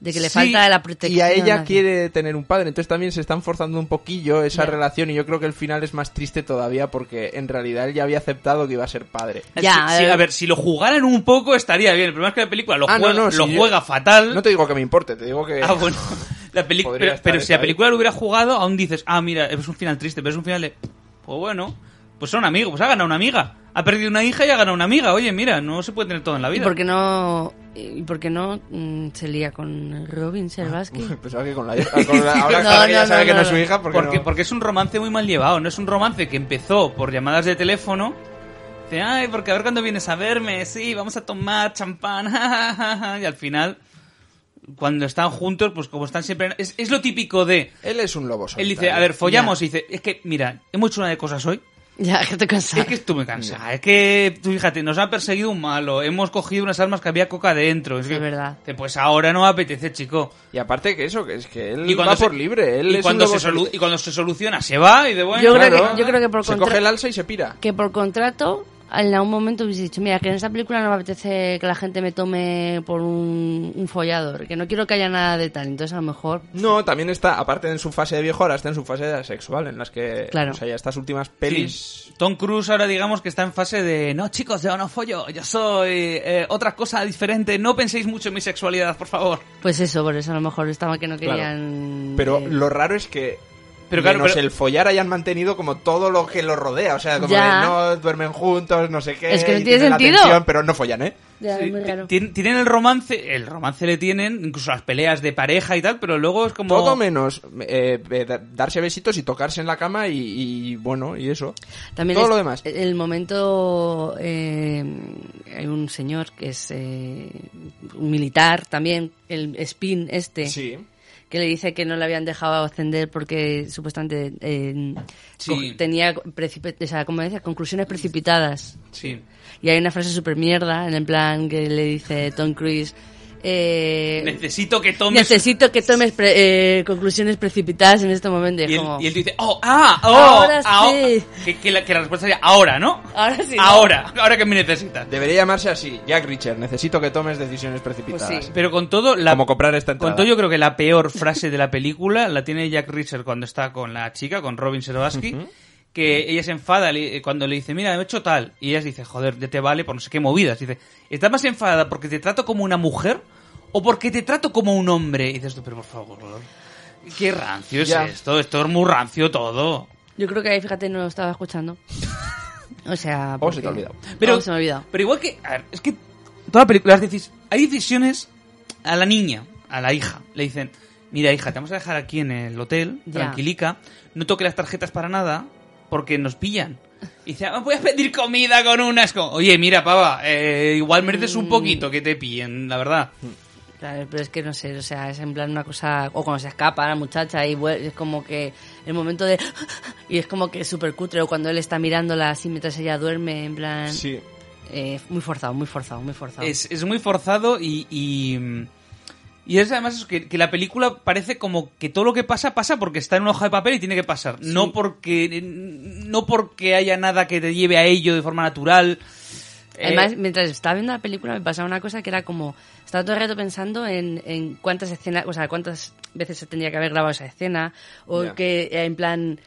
Speaker 4: De que le
Speaker 2: Sí,
Speaker 4: falta la protección.
Speaker 3: Y a ella
Speaker 4: así.
Speaker 3: quiere tener un padre, entonces también se están forzando un poquillo esa
Speaker 4: Ya.
Speaker 3: relación y yo creo que el final es más triste todavía porque en realidad él ya había aceptado que iba a ser padre.
Speaker 4: Ya,
Speaker 2: Sí, sí,
Speaker 4: eh.
Speaker 2: a ver, si lo jugaran un poco estaría bien. El problema es que la película lo
Speaker 3: Ah, no,
Speaker 2: juega,
Speaker 3: no,
Speaker 2: lo
Speaker 3: sí, yo-
Speaker 2: juega fatal.
Speaker 3: No te digo que me importe, te digo que...
Speaker 2: Ah, bueno. La peli-
Speaker 3: Podría
Speaker 2: Pero,
Speaker 3: estar
Speaker 2: pero
Speaker 3: esa
Speaker 2: si la
Speaker 3: ahí.
Speaker 2: película lo hubiera jugado, aún dices, ah, mira, es un final triste, pero es un final de. Pues bueno, pues son amigos, pues ha ganado una amiga. Ha perdido una hija y ha ganado una amiga. Oye, mira, no se puede tener todo en la
Speaker 4: ¿Y
Speaker 2: vida.
Speaker 4: por qué no, y por qué no mm, se lía con Robin Servasky?
Speaker 3: Pensaba pues, ah, que con la hija... con la- ahora
Speaker 4: No,
Speaker 3: ahora que
Speaker 4: no,
Speaker 3: ya sabe
Speaker 4: no,
Speaker 3: que
Speaker 4: no,
Speaker 3: no, es su
Speaker 4: no.
Speaker 3: hija, Ah, ¿por qué
Speaker 2: porque,
Speaker 3: no?
Speaker 2: porque es un romance muy mal llevado, no es un romance que empezó por llamadas de teléfono. Dice, ay, porque a ver cuándo vienes a verme, sí, vamos a tomar champán, ja, ja, ja, ja". y al final, cuando están juntos, pues como están siempre... Es, es lo típico de...
Speaker 3: Él es un lobo
Speaker 2: Él
Speaker 3: solitario.
Speaker 2: dice, a ver, follamos, y dice, es que, mira, hemos hecho una de cosas hoy
Speaker 4: Ya, que te cansas.
Speaker 2: Es que esto me cansa. Es que, tú fíjate, nos ha perseguido un malo. Hemos cogido unas armas que había coca dentro. Es,
Speaker 4: Es
Speaker 2: que-
Speaker 4: verdad.
Speaker 2: que, Pues ahora no me apetece, chico.
Speaker 3: Y aparte que eso, que es que él
Speaker 2: Y cuando
Speaker 3: va
Speaker 2: se-
Speaker 3: por libre. Él
Speaker 2: y,
Speaker 3: es
Speaker 2: cuando
Speaker 3: un
Speaker 2: se
Speaker 3: lobo
Speaker 2: solu-
Speaker 3: solitario.
Speaker 2: y cuando se soluciona, se va y de bueno.
Speaker 4: Yo creo
Speaker 3: Claro.
Speaker 4: que- yo creo que por
Speaker 3: Se
Speaker 4: contra-
Speaker 3: coge el alza y se pira.
Speaker 4: que por contrato en algún momento hubiese dicho, mira, que en esta película no me apetece que la gente me tome por un, un follador, que no quiero que haya nada de tal, entonces a lo mejor...
Speaker 3: No, también está, aparte de en su fase de viejo, ahora está en su fase sexual, en las que...
Speaker 4: Claro.
Speaker 3: O sea, ya estas últimas
Speaker 2: Sí.
Speaker 3: pelis...
Speaker 2: Tom Cruise ahora digamos que está en fase de no chicos yo no follo yo soy eh, otra cosa diferente no penséis mucho en mi sexualidad por favor
Speaker 4: Pues eso, por eso a lo mejor estaba que no
Speaker 3: Claro.
Speaker 4: querían...
Speaker 3: Pero
Speaker 4: eh,
Speaker 3: lo raro es que
Speaker 2: Pero claro,
Speaker 3: menos
Speaker 2: pero-
Speaker 3: el follar hayan mantenido como todo lo que los rodea. O sea, como
Speaker 4: Ya.
Speaker 3: de no duermen juntos, no sé qué.
Speaker 4: Es que no
Speaker 3: y
Speaker 4: tiene
Speaker 3: tienen la
Speaker 4: sentido.
Speaker 3: tensión, pero no follan, ¿eh?
Speaker 4: ya,
Speaker 2: Sí,
Speaker 4: es muy
Speaker 2: ti-
Speaker 4: raro.
Speaker 2: tien- tienen el romance el romance le tienen incluso las peleas de pareja y tal pero luego es como
Speaker 3: Todo menos eh, eh, da- darse besitos y tocarse en la cama y, y, bueno, y eso.
Speaker 4: También
Speaker 3: todo
Speaker 4: es
Speaker 3: lo demás.
Speaker 4: El momento. eh, hay un señor que es eh, un militar también, el Spin este,
Speaker 3: Sí.
Speaker 4: que le dice que no le habían dejado ascender porque supuestamente eh,
Speaker 2: Sí.
Speaker 4: co- tenía, precipi- o sea, como dices, conclusiones precipitadas.
Speaker 2: sí
Speaker 4: Y hay una frase súper mierda, en el plan que le dice Tom Cruise. eh,
Speaker 2: necesito que tomes
Speaker 4: Necesito que tomes pre- eh, conclusiones precipitadas en este momento. Y es
Speaker 2: y él,
Speaker 4: como-
Speaker 2: y él dice oh ah oh
Speaker 4: Ahora
Speaker 2: aho-
Speaker 4: sí.
Speaker 2: que, que la, que la respuesta sería ahora no
Speaker 4: Ahora sí, ¿no?
Speaker 2: ahora ahora que me necesitas
Speaker 3: Debería llamarse así. Jack Richard, necesito que tomes decisiones precipitadas.
Speaker 4: Pues sí.
Speaker 2: pero con todo la
Speaker 3: Como comprar esta entrada.
Speaker 2: Con todo, yo creo que la peor frase de la película la tiene Jack Richard cuando está con la chica, con Robin Serodaski, que ella se enfada le- cuando le dice, mira, me he hecho tal. Y ella dice, joder, ya te vale por no sé qué movidas. Dice, ¿estás más enfadada porque te trato como una mujer o porque te trato como un hombre? Y dices tú, pero por favor, qué rancio es
Speaker 3: Ya.
Speaker 2: esto, esto es muy rancio todo.
Speaker 4: Yo creo que ahí, fíjate, no lo estaba escuchando.
Speaker 3: O
Speaker 4: O sea.
Speaker 3: se te ha
Speaker 4: porque-
Speaker 3: olvidado.
Speaker 2: Pero,
Speaker 4: Oh, se me ha olvidado.
Speaker 2: Pero igual que. A ver, es que. Toda película, las decis- hay decisiones a la niña, a la hija. Le dicen: Mira, hija, te vamos a dejar aquí en el hotel,
Speaker 4: Ya.
Speaker 2: tranquilica. No toque las tarjetas para nada, porque nos pillan. Y dice: "Ah, Voy a pedir comida con unas. Como, Oye, mira, pava, eh, igual mereces
Speaker 4: Mm.
Speaker 2: un poquito que te pillen, la verdad.
Speaker 4: Claro, pero es que no sé, o sea, es en plan una cosa. O cuando se escapa la muchacha y vuel- es como que el momento de. Y es como que es súper cutre, o cuando él está mirándola así mientras ella duerme, en plan.
Speaker 3: Sí.
Speaker 4: eh, muy forzado, muy forzado, muy
Speaker 3: Ah.
Speaker 4: forzado.
Speaker 2: Es, es muy forzado y. y y es además eso, que, que la película parece como que todo lo que pasa pasa porque está en una hoja de papel y tiene que pasar. No porque no porque haya nada que te lleve a ello de forma natural. Eh,
Speaker 4: Además, mientras estaba viendo la película me pasaba una cosa que era como, estaba todo el rato pensando en, en cuántas escenas, o sea, cuántas veces se tendría que haber grabado esa escena, o
Speaker 3: Ya.
Speaker 4: que eh, en plan,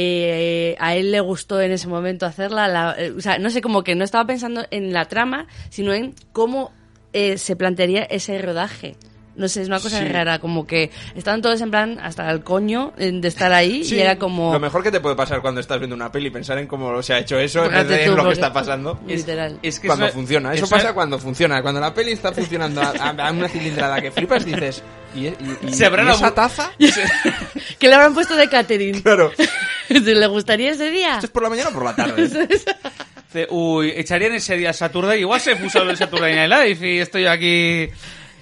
Speaker 4: eh, a él le gustó en ese momento hacerla, la- eh, o sea, no sé, como que no estaba pensando en la trama, sino en cómo eh, se plantearía ese rodaje. No sé, es una cosa
Speaker 3: Sí.
Speaker 4: rara, como que estaban todos en plan hasta el coño eh, de estar ahí
Speaker 3: Sí,
Speaker 4: y era como...
Speaker 3: Lo mejor que te puede pasar cuando estás viendo una peli, pensar en cómo se ha hecho eso, en
Speaker 4: Fíjate
Speaker 3: vez de en
Speaker 4: tú,
Speaker 3: lo que
Speaker 4: porque-
Speaker 3: está pasando.
Speaker 2: es-
Speaker 4: literal.
Speaker 2: es que
Speaker 3: cuando
Speaker 2: es una-
Speaker 3: funciona. Eso
Speaker 2: es una-
Speaker 3: pasa cuando funciona. Cuando la peli está funcionando a, a- a una cilindrada que flipas, dices. ¿Y, y- y-
Speaker 2: Se habrá
Speaker 3: y
Speaker 2: la
Speaker 3: esa
Speaker 2: bu-
Speaker 3: taza?
Speaker 4: que le habrán puesto de catering.
Speaker 3: Claro. ¿Esto
Speaker 4: ¿Le gustaría ese día?
Speaker 3: es por la mañana o por la tarde?
Speaker 2: Dice, Uy, echarían ese día Saturday. Igual se puso el Saturday Night Live y estoy aquí.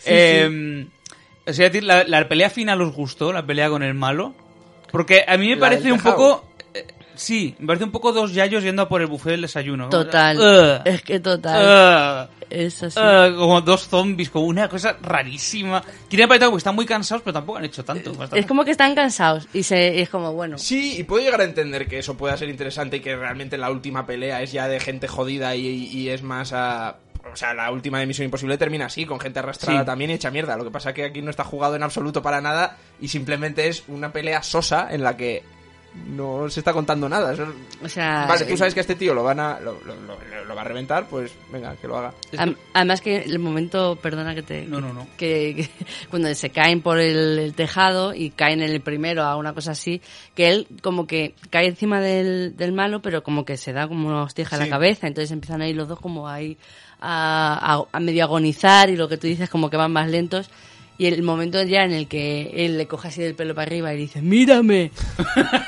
Speaker 2: Eh, o sea, decir, la, la pelea final os gustó, la pelea con el malo. Porque a mí me
Speaker 3: La
Speaker 2: parece
Speaker 3: del
Speaker 2: un
Speaker 3: tejado.
Speaker 2: poco. eh, sí, me parece un poco dos yayos yendo a por el buffet del desayuno.
Speaker 4: Total.
Speaker 2: Ugh,
Speaker 4: Es que total.
Speaker 2: Eh. ugh,
Speaker 4: es así.
Speaker 2: ugh, como dos zombies, como una cosa rarísima. Quería parecer que están muy cansados, pero tampoco han hecho tanto. bastante.
Speaker 4: es como que están cansados y se y es como, bueno.
Speaker 3: Sí, y puedo llegar a entender que eso pueda ser interesante y que realmente la última pelea es ya de gente jodida y, y es más a. O sea, la última de Misión Imposible termina así, con gente arrastrada
Speaker 2: Sí.
Speaker 3: también hecha mierda. Lo que pasa que aquí no está jugado en absoluto para nada y simplemente es una pelea sosa en la que no se está contando nada. Eso es-
Speaker 4: O sea,
Speaker 3: Vale, tú sabes que a este tío lo van a. Lo, lo- lo- lo va a reventar, pues venga, que lo haga.
Speaker 4: am- además que el momento, perdona que te
Speaker 2: No, no, no.
Speaker 4: Que, que cuando se caen por el, el tejado y caen en el primero a una cosa así, que él como que cae encima del, del malo, pero como que se da como una hostija en la
Speaker 3: Sí.
Speaker 4: cabeza, entonces empiezan ahí los dos como ahí a, a- a medio agonizar y lo que tú dices como que van más lentos. Y el momento ya en el que él le coge así del pelo para arriba y dice, mírame.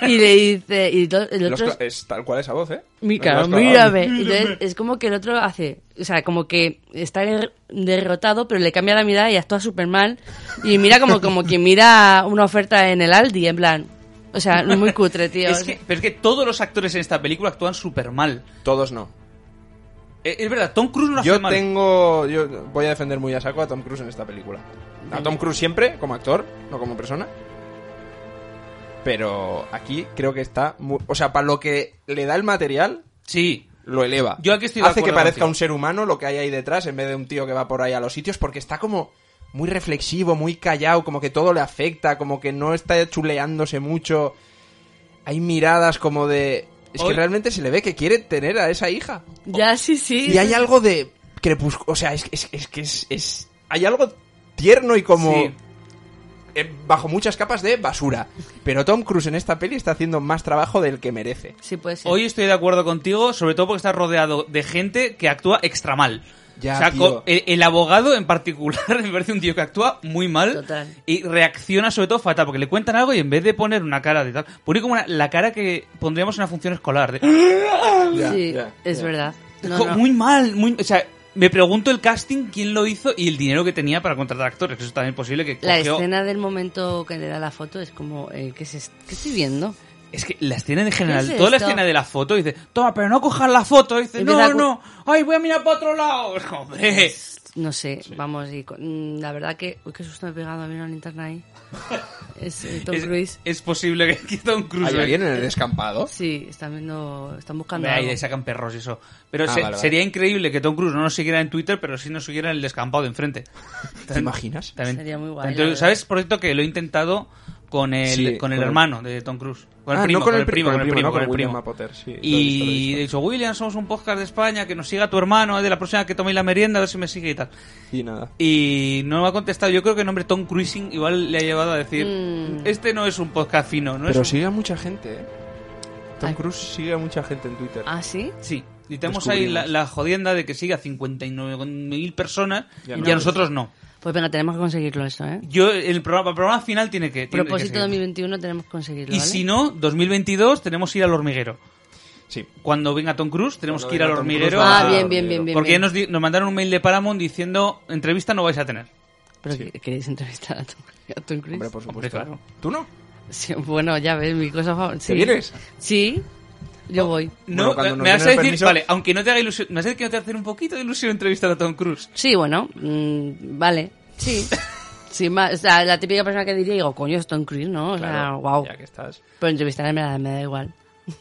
Speaker 4: y le dice, y to- el
Speaker 3: Los
Speaker 4: otro
Speaker 3: cla- es tal cual esa voz, ¿eh?
Speaker 4: mi
Speaker 3: Los clavos
Speaker 4: cara,
Speaker 3: clavados.
Speaker 4: mírame. Entonces, es como que el otro hace, o sea, como que está der- derrotado, pero le cambia la mirada y actúa súper mal. Y mira como, como quien mira una oferta en el Aldi, en plan, O sea, muy cutre, tío.
Speaker 2: Es que, pero es que todos los actores en esta película actúan súper mal.
Speaker 3: Todos no.
Speaker 2: Eh, Es verdad, Tom Cruise no lo hace
Speaker 3: Yo
Speaker 2: mal.
Speaker 3: tengo. Yo voy a defender muy a saco a Tom Cruise en esta película. A Tom Cruise siempre, como actor, no como persona. Pero aquí creo que está. mu- o sea, para lo que le da el material,
Speaker 2: Sí,
Speaker 3: lo eleva.
Speaker 2: Yo aquí estoy de
Speaker 3: Hace que
Speaker 2: acuerdo
Speaker 3: parezca
Speaker 2: contigo.
Speaker 3: un ser humano lo que hay ahí detrás en vez de un tío que va por ahí a los sitios porque está como muy reflexivo, muy callado, como que todo le afecta, como que no está chuleándose mucho. Hay miradas como de... Es
Speaker 2: Hoy-
Speaker 3: que realmente se le ve que quiere tener a esa hija.
Speaker 4: Ya, sí, sí.
Speaker 3: Y hay algo de crepúsculo. O sea, es, es, es que es, es- Hay algo tierno y como.
Speaker 2: Sí.
Speaker 3: eh, bajo muchas capas de basura. Pero Tom Cruise en esta peli está haciendo más trabajo del que merece.
Speaker 4: Sí, puede ser.
Speaker 2: Hoy estoy de acuerdo contigo, sobre todo porque estás rodeado de gente que actúa extra mal.
Speaker 3: Ya,
Speaker 2: o sea,
Speaker 3: tío.
Speaker 2: co- el, el abogado en particular me parece un tío que actúa muy mal
Speaker 4: Total.
Speaker 2: y reacciona sobre todo fatal, porque le cuentan algo y en vez de poner una cara de tal, pone como una- la cara que pondríamos en una función escolar. de-
Speaker 4: sí, es verdad. No,
Speaker 2: Jo,
Speaker 4: no.
Speaker 2: Muy mal, muy... O sea, me pregunto el casting, quién lo hizo y el dinero que tenía para contratar actores. Eso también es posible que
Speaker 4: La
Speaker 2: cogió-
Speaker 4: escena del momento que le da la foto es como, eh, ¿qué, es est- qué estoy viendo?
Speaker 2: Es que la escena en general,
Speaker 4: ¿Qué es
Speaker 2: toda la
Speaker 4: esto?
Speaker 2: escena de la foto, dice, toma, pero no cojas la foto. Dice,
Speaker 4: Empieza a
Speaker 2: no,
Speaker 4: cu-
Speaker 2: no, ay, voy a mirar para otro lado. Hombre.
Speaker 4: No sé, vamos, y con- mm, la verdad que... Uy, qué susto me he pegado a mí una linterna ahí. es eh, Tom
Speaker 2: es,
Speaker 4: Cruise.
Speaker 2: es posible que, que Tom Cruise.
Speaker 3: ¿Hay alguien en el descampado?
Speaker 4: Sí, están viendo, están buscando
Speaker 2: Hombre, ahí
Speaker 4: algo.
Speaker 2: sacan perros y eso. Pero
Speaker 3: Ah,
Speaker 2: se-
Speaker 3: vale, vale.
Speaker 2: sería increíble que Tom Cruise no nos siguiera en Twitter, pero sí nos siguiera en el descampado de enfrente.
Speaker 3: ¿Te imaginas?
Speaker 2: También-
Speaker 4: Sería muy guay,
Speaker 2: también-
Speaker 4: la verdad.
Speaker 2: ¿Sabes? Por cierto, que lo he intentado con el,
Speaker 3: Sí,
Speaker 2: con el
Speaker 3: con el-
Speaker 2: hermano de Tom Cruise. Con el
Speaker 3: Ah,
Speaker 2: primo,
Speaker 3: no
Speaker 2: con el primo,
Speaker 3: con el primo,
Speaker 2: primo,
Speaker 3: no,
Speaker 2: con el
Speaker 3: con William
Speaker 2: primo.
Speaker 3: Mapoter, sí, lo he visto, lo he
Speaker 2: Y
Speaker 3: visto.
Speaker 2: he dicho, William, somos un podcast de España, que nos siga tu hermano, eh, de la próxima que toméis la merienda, a ver si me sigue y tal.
Speaker 3: Y nada.
Speaker 2: Y no me ha contestado. Yo creo que el nombre Tom Cruising igual le ha llevado a decir:
Speaker 4: Mm.
Speaker 2: Este no es un podcast fino, no
Speaker 3: Pero
Speaker 2: es. un-
Speaker 3: sigue a mucha gente, ¿eh? Tom
Speaker 4: Ay.
Speaker 3: Cruise sigue a mucha gente en Twitter.
Speaker 4: ¿Ah, sí?
Speaker 2: Sí. Y tenemos ahí la, la jodienda de que sigue a 59.000 personas
Speaker 3: Ya
Speaker 2: y
Speaker 3: no.
Speaker 2: a nosotros no.
Speaker 4: Pues venga, tenemos que conseguirlo eso, ¿eh?
Speaker 2: Yo, el programa, el programa final tiene que. tiene que
Speaker 4: Propósito
Speaker 2: seguir.
Speaker 4: 2021 tenemos que conseguirlo,
Speaker 2: Y
Speaker 4: ¿vale? Ah,
Speaker 2: si no, 2022 tenemos que ir al hormiguero.
Speaker 3: Sí.
Speaker 2: Cuando venga Tom Cruise, tenemos
Speaker 3: Cuando
Speaker 2: que ir al
Speaker 3: venga Tom Cruise,
Speaker 2: hormiguero.
Speaker 3: vamos
Speaker 4: Ah,
Speaker 3: al
Speaker 4: bien, bien,
Speaker 3: hormiguero.
Speaker 4: bien, bien.
Speaker 2: porque
Speaker 4: bien.
Speaker 2: Nos, di- nos mandaron un mail de Paramount diciendo: Entrevista no vais a tener.
Speaker 4: Pero
Speaker 3: Sí.
Speaker 4: que- queréis entrevistar a Tom, a Tom Cruise.
Speaker 3: Hombre, por
Speaker 2: Hombre,
Speaker 3: supuesto.
Speaker 2: claro.
Speaker 3: ¿Tú no?
Speaker 4: Sí, bueno, ya ves, mi cosa favorita. Sí.
Speaker 3: vienes?
Speaker 4: Sí, yo voy.
Speaker 2: No,
Speaker 3: Bueno, cuando nos
Speaker 2: me vas
Speaker 3: den
Speaker 2: a
Speaker 3: el
Speaker 2: decir,
Speaker 3: permiso-
Speaker 2: vale, aunque no te haga ilusión, me vas a decir que no te va a hacer un poquito de ilusión entrevistar a Tom Cruise.
Speaker 4: Sí, bueno, mm, vale, sí. sí ma- o sea, la típica persona que diría, digo, coño, es Tom Cruise, ¿no? O sea, wow.
Speaker 3: Ya que estás.
Speaker 4: Pero entrevistarme me da, me da igual.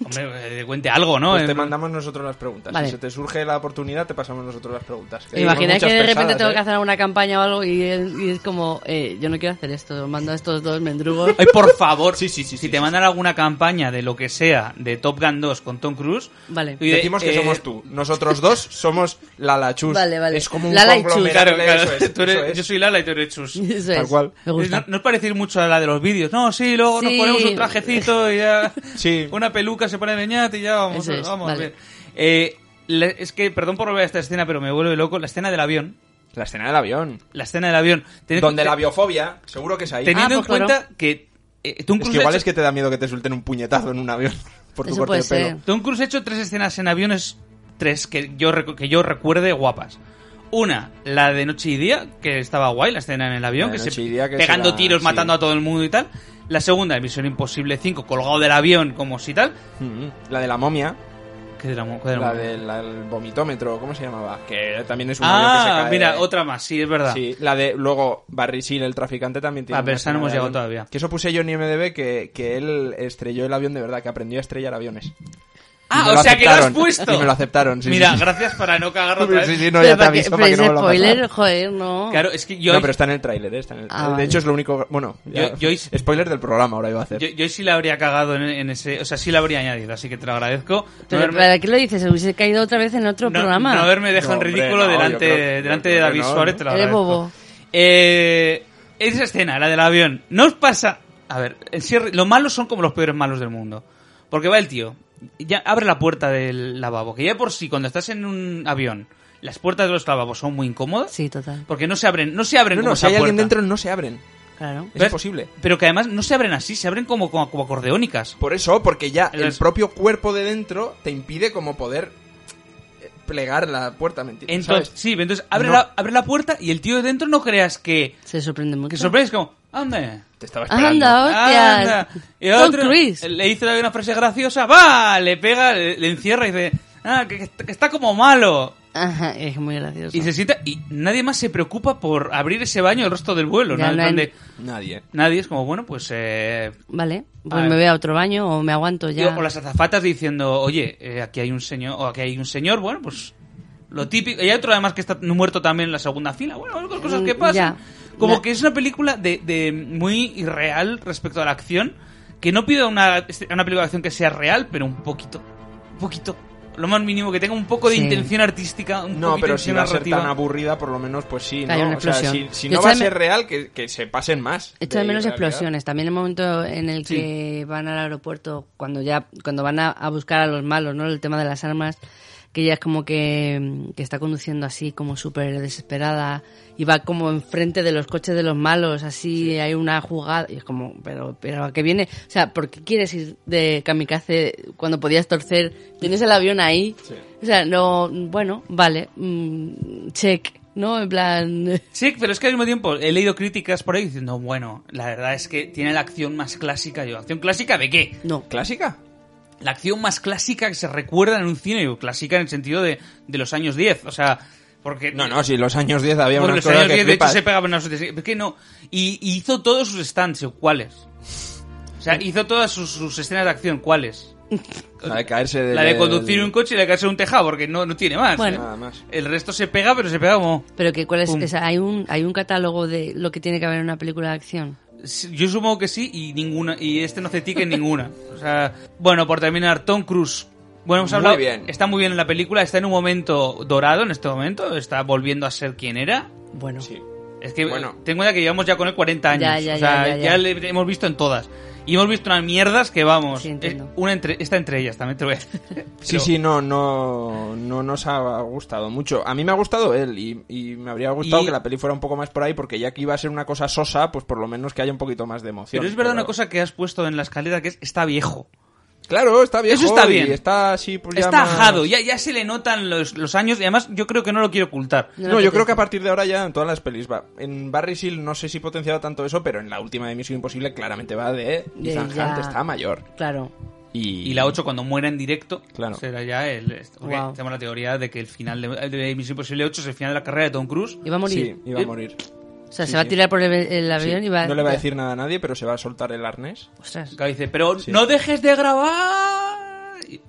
Speaker 2: Hombre, que te cuente algo, ¿no?
Speaker 3: Pues te
Speaker 2: En-
Speaker 3: mandamos nosotros las preguntas.
Speaker 4: Vale.
Speaker 3: Si se te surge la oportunidad, te pasamos nosotros las preguntas.
Speaker 4: ¿Te imaginas
Speaker 3: tenemos
Speaker 4: que de
Speaker 3: muchas
Speaker 4: repente
Speaker 3: pensadas,
Speaker 4: tengo que
Speaker 3: ¿eh?
Speaker 4: hacer alguna campaña o algo y, es- y es como, eh, yo no quiero hacer esto, mando a estos dos mendrugos.
Speaker 2: Ay, por favor.
Speaker 3: Sí, sí, sí,
Speaker 2: Si
Speaker 3: sí,
Speaker 2: te
Speaker 3: sí,
Speaker 2: mandan alguna campaña de lo que sea de Top Gun 2 con Tom Cruise.
Speaker 4: Vale.
Speaker 2: y de-
Speaker 3: Decimos que
Speaker 2: eh,
Speaker 3: somos tú. Nosotros dos somos Lala Chus.
Speaker 4: Vale, vale.
Speaker 3: Es como un
Speaker 4: Lala y Chus.
Speaker 2: Claro,
Speaker 3: conglomerado.
Speaker 2: claro.
Speaker 3: Eso es,
Speaker 2: tú eres-
Speaker 3: eso es.
Speaker 2: Yo soy Lala y tú eres Chus. Eh,
Speaker 4: Eso es.
Speaker 3: Tal cual.
Speaker 4: Me
Speaker 2: No,
Speaker 4: gusta.
Speaker 2: no es parecer mucho a la de los vídeos. No, sí, luego nos
Speaker 4: Sí.
Speaker 2: ponemos un trajecito y ya.
Speaker 3: Sí.
Speaker 2: Una peluca se pone de ñat y ya vamos.
Speaker 4: Eso es,
Speaker 2: vamos
Speaker 4: vale.
Speaker 2: bien. Eh, la- es que, perdón por volver a esta escena, pero me vuelve loco. La escena del avión.
Speaker 3: La escena del avión.
Speaker 2: La escena del avión. Tened-
Speaker 3: Donde la biofobia, seguro que es ahí.
Speaker 2: Teniendo
Speaker 4: Ah,
Speaker 2: en
Speaker 4: pues claro.
Speaker 2: cuenta que eh, Tom
Speaker 3: Es
Speaker 2: Cruise
Speaker 3: que
Speaker 2: ha
Speaker 3: igual
Speaker 2: hecho-
Speaker 3: es que te da miedo que te suelten un puñetazo en un avión por tu
Speaker 4: Eso
Speaker 3: corte de
Speaker 4: puede
Speaker 3: pelo.
Speaker 4: ser.
Speaker 2: Tom Cruise ha hecho tres escenas en aviones, tres que yo, recu- que yo recuerde guapas. Una, la de Noche y Día, que estaba guay, la escena en el avión,
Speaker 3: La
Speaker 2: que
Speaker 3: de
Speaker 2: se,
Speaker 3: Noche y Día, que
Speaker 2: pegando
Speaker 3: se la-
Speaker 2: tiros,
Speaker 3: sí.
Speaker 2: matando a todo el mundo y tal. La segunda, Misión Imposible 5, colgado del avión, como si tal.
Speaker 3: Mm, La de la momia,
Speaker 2: ¿Qué era, mo- qué era
Speaker 3: la
Speaker 2: mo-
Speaker 3: del la del vomitómetro, ¿cómo se llamaba? Que también es un avión que se
Speaker 2: Ah,
Speaker 3: cae.
Speaker 2: mira, otra más, sí, es verdad.
Speaker 3: Sí, la de luego Barry Seal, el traficante, también tiene.
Speaker 2: Ah, pero
Speaker 3: una
Speaker 2: esa no
Speaker 3: escena
Speaker 2: hemos
Speaker 3: de
Speaker 2: llegado
Speaker 3: avión.
Speaker 2: todavía.
Speaker 3: Que eso puse yo en IMDb que, que él estrelló el avión de verdad, que aprendió a estrellar aviones. Y me
Speaker 2: Ah,
Speaker 3: lo
Speaker 2: o sea que lo has
Speaker 3: aceptaron,
Speaker 2: puesto.
Speaker 3: y me lo aceptaron, sí,
Speaker 2: Mira,
Speaker 3: sí, sí.
Speaker 2: gracias para no cagarlo otra vez.
Speaker 3: Sí, sí, no,
Speaker 4: Pero
Speaker 3: ya te
Speaker 4: para que-
Speaker 3: aviso
Speaker 4: pero
Speaker 3: para que no
Speaker 4: ese
Speaker 3: vuelva a pasar.
Speaker 4: spoiler, joder, no.
Speaker 2: Claro, es que yo,
Speaker 3: No, pero está en el tráiler, eh, está en el
Speaker 4: Ah,
Speaker 3: tráiler. de
Speaker 4: vale.
Speaker 3: hecho, es lo único. Bueno, ya-
Speaker 2: Yo- yo hice-
Speaker 3: spoiler del programa ahora iba a hacer.
Speaker 2: yo, yo sí la habría cagado en, en ese... O sea, sí la habría añadido, así que te lo agradezco. No
Speaker 4: Pero
Speaker 2: haberme-
Speaker 4: ¿para qué lo dices? Hubiese caído otra vez en otro
Speaker 2: no,
Speaker 4: programa.
Speaker 2: No haberme dejado
Speaker 3: No,
Speaker 2: en
Speaker 3: hombre,
Speaker 2: ridículo
Speaker 3: no,
Speaker 2: delante,
Speaker 3: yo creo- yo
Speaker 2: delante
Speaker 3: creo
Speaker 2: de
Speaker 3: que
Speaker 2: David
Speaker 3: no,
Speaker 2: Suárez.
Speaker 3: ¿no?
Speaker 2: Te lo
Speaker 4: Eres
Speaker 2: agradezco.
Speaker 4: bobo.
Speaker 2: Eh, esa escena, la del avión. No os pasa... A ver, en cierre- los malos son como los peores malos del mundo. Porque va el tío, y ya abre la puerta del lavabo. Que ya por sí, cuando estás en un avión, las puertas de los lavabos son muy incómodas.
Speaker 4: Sí, total.
Speaker 2: Porque no se abren, no se abren
Speaker 3: No,
Speaker 2: como
Speaker 3: no, si
Speaker 2: esa
Speaker 3: hay alguien
Speaker 2: puerta.
Speaker 3: dentro, no se abren.
Speaker 4: Claro.
Speaker 3: Es
Speaker 2: Pero-
Speaker 3: imposible.
Speaker 2: Pero que además no se abren así, se abren como, como, como acordeónicas.
Speaker 3: Por eso, porque ya el
Speaker 2: Entonces-
Speaker 3: propio cuerpo de dentro te impide como poder eh, plegar la puerta, ¿me entiendes?
Speaker 2: Entonces,
Speaker 3: ¿Sabes?
Speaker 2: sí, entonces abre,
Speaker 3: No.
Speaker 2: la, abre la puerta y el tío de dentro no creas que...
Speaker 4: Se sorprende mucho.
Speaker 2: Que sorprende, es como... ¡Ande!
Speaker 3: Te estaba esperando.
Speaker 4: ¡Anda, hostias!
Speaker 2: ¡Anda! Y
Speaker 4: Tom
Speaker 2: otro
Speaker 4: Cruise.
Speaker 2: le dice una frase graciosa, ¡va! Le pega, le, le encierra y dice, ¡ah, que, que está- que está como malo!
Speaker 4: Ajá, es muy gracioso.
Speaker 2: Y se sienta y nadie más se preocupa por abrir ese baño el resto del vuelo,
Speaker 4: Ya,
Speaker 2: ¿no? En
Speaker 4: no
Speaker 2: plan
Speaker 4: hay-
Speaker 2: de-
Speaker 3: Nadie.
Speaker 2: nadie es como, bueno, pues... Eh,
Speaker 4: Vale,
Speaker 2: A
Speaker 4: pues
Speaker 2: ver.
Speaker 4: me voy a otro baño o me aguanto ya.
Speaker 2: O las azafatas diciendo, oye, eh, aquí hay un señor, o aquí hay un señor, bueno, pues lo típico. Y hay otro además que está muerto también en la segunda fila. Bueno, otras cosas que
Speaker 4: Mm,
Speaker 2: pasan.
Speaker 4: ya.
Speaker 2: Como
Speaker 4: Ya.
Speaker 2: que es una película de, de muy irreal respecto a la acción, que no pide una, este, una película de acción que sea real, pero un poquito, un poquito. Lo más mínimo, que tenga un poco de
Speaker 4: Sí.
Speaker 2: intención artística, un
Speaker 3: No,
Speaker 2: poquito de
Speaker 3: pero si
Speaker 2: intención
Speaker 3: va a ser
Speaker 2: narrativa.
Speaker 3: tan aburrida, por lo menos, pues sí,
Speaker 4: Que haya
Speaker 3: ¿no?
Speaker 4: una
Speaker 3: O sea, si,
Speaker 4: explosión.
Speaker 3: si
Speaker 4: Yo
Speaker 3: no va a
Speaker 4: echame-
Speaker 3: ser real, que, que se pasen más.
Speaker 4: Echo de menos
Speaker 3: irrealidad.
Speaker 4: explosiones. También el momento en el
Speaker 2: Sí.
Speaker 4: que van al aeropuerto, cuando ya cuando van a, a buscar a los malos, ¿no? El tema de las armas, que ella es como que, que está conduciendo así, como súper desesperada, y va como enfrente de los coches de los malos, así hay una jugada, y es como, pero, pero ¿a qué viene? O sea, ¿por qué quieres ir de kamikaze cuando podías torcer? Tienes el avión ahí.
Speaker 3: Sí.
Speaker 4: O sea, no, bueno, vale, mm, check, ¿no? En plan...
Speaker 2: Sí, pero es que al mismo tiempo he leído críticas por ahí diciendo, bueno, la verdad es que tiene la acción más clásica. Yo, ¿acción clásica de qué?
Speaker 4: No,
Speaker 3: ¿Clásica?
Speaker 2: la acción más clásica que se recuerda en un cine, digo, clásica en el sentido de, de los años 10, o sea, porque...
Speaker 3: No, no, si los años 10 había
Speaker 2: porque
Speaker 3: una
Speaker 2: los años
Speaker 3: cosa
Speaker 2: 10
Speaker 3: que
Speaker 2: de hecho
Speaker 3: flipas.
Speaker 2: se pegaban a los... ¿Por qué no? Y, y hizo todos sus stands, ¿o ¿cuáles? O sea, hizo todas sus, sus escenas de acción, ¿cuáles?
Speaker 3: La de caerse
Speaker 2: La de
Speaker 3: del-
Speaker 2: conducir un coche y la de caerse de un tejado, porque no, no tiene más.
Speaker 4: Bueno.
Speaker 3: Nada más.
Speaker 2: El resto se pega, pero se pega como...
Speaker 4: Pero que cuál es,
Speaker 2: Pum.
Speaker 4: o sea, hay un hay un catálogo de lo que tiene que haber en una película de acción.
Speaker 2: Yo supongo que sí y ninguna y este no se tique en ninguna. O sea, bueno, por terminar, Tom Cruise. Bueno, hemos
Speaker 3: Muy
Speaker 2: hablado.
Speaker 3: bien.
Speaker 2: Está muy bien en la película, está en un momento dorado en este momento, está volviendo a ser quien era.
Speaker 4: Bueno,
Speaker 3: Sí.
Speaker 2: Es que
Speaker 3: Bueno.
Speaker 2: ten en cuenta que llevamos ya con él 40 años.
Speaker 4: Ya, ya,
Speaker 2: o sea,
Speaker 4: ya,
Speaker 2: ya,
Speaker 4: ya, ya.
Speaker 2: le hemos visto en todas. Y hemos visto unas mierdas que vamos.
Speaker 4: Sí, entiendo.
Speaker 2: es- una entre, esta entre ellas, también te voy a decir.
Speaker 3: Sí,
Speaker 2: Pero-
Speaker 3: sí, no, no, no nos ha gustado mucho. A mí me ha gustado él y, y me habría gustado
Speaker 2: Y-
Speaker 3: que la peli fuera un poco más por ahí porque ya que iba a ser una cosa sosa, pues por lo menos que haya un poquito más de emoción.
Speaker 2: Pero es verdad una cosa que has puesto en la escalera que es está viejo.
Speaker 3: Claro, está viejo.
Speaker 2: Eso está
Speaker 3: y
Speaker 2: bien.
Speaker 3: Está así, pues ya
Speaker 2: Está
Speaker 3: más-
Speaker 2: ajado, ya, ya se le notan los, los años y además yo creo que no lo quiero ocultar.
Speaker 3: No,
Speaker 4: No le
Speaker 3: yo
Speaker 4: apetece.
Speaker 3: creo que a partir de ahora ya en todas las pelis va. En Barry Seal no sé si potenciaba tanto eso, pero en la última de Misión Imposible claramente va de
Speaker 4: De
Speaker 3: Ethan
Speaker 4: ya.
Speaker 3: Hunt está mayor.
Speaker 4: claro.
Speaker 3: Y,
Speaker 2: Y la 8 cuando muera en directo
Speaker 3: Claro.
Speaker 2: será ya el... este, porque
Speaker 4: Guau.
Speaker 2: Tenemos la teoría de que el final de, de Misión Imposible 8 es el final de la carrera de Tom Cruise.
Speaker 4: Y va a morir.
Speaker 3: Sí, iba a morir.
Speaker 4: o sea,
Speaker 3: sí,
Speaker 4: se va a
Speaker 3: sí.
Speaker 4: tirar por el, el avión
Speaker 3: Sí.
Speaker 4: y va
Speaker 3: No le va a decir nada a nadie, pero se va a soltar el arnés.
Speaker 4: Ostras.
Speaker 2: Claro, dice, pero no dejes de grabar. Y,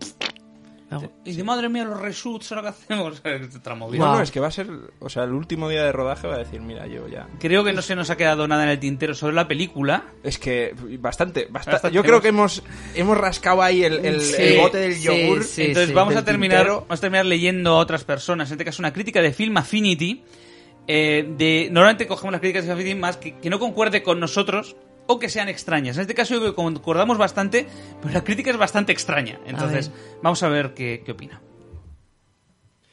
Speaker 4: Luego-
Speaker 2: y dice, madre mía, los reshoots, ahora que hacemos. Otra movida.
Speaker 3: No,
Speaker 4: Guau.
Speaker 3: no, es que va a ser, o sea, el último día de rodaje va a decir, mira, yo ya.
Speaker 2: Creo que no se nos ha quedado nada en el tintero sobre la película.
Speaker 3: Es que bastante, bastante.
Speaker 2: Bastante.
Speaker 3: Yo creo que hemos, hemos rascado ahí el, el-
Speaker 4: Sí,
Speaker 3: el bote del
Speaker 4: sí,
Speaker 3: yogur.
Speaker 4: sí,
Speaker 2: Entonces vamos
Speaker 3: Del
Speaker 2: a terminar
Speaker 3: tintero.
Speaker 2: vamos a terminar leyendo a otras personas. En este caso, una crítica de Film Affinity. eh, de, normalmente cogemos las críticas de Film Affinity más que, que no concuerde con nosotros o que sean extrañas. En este caso yo creo que concordamos bastante, pero la crítica es bastante extraña. Entonces, vamos a ver qué, qué opina.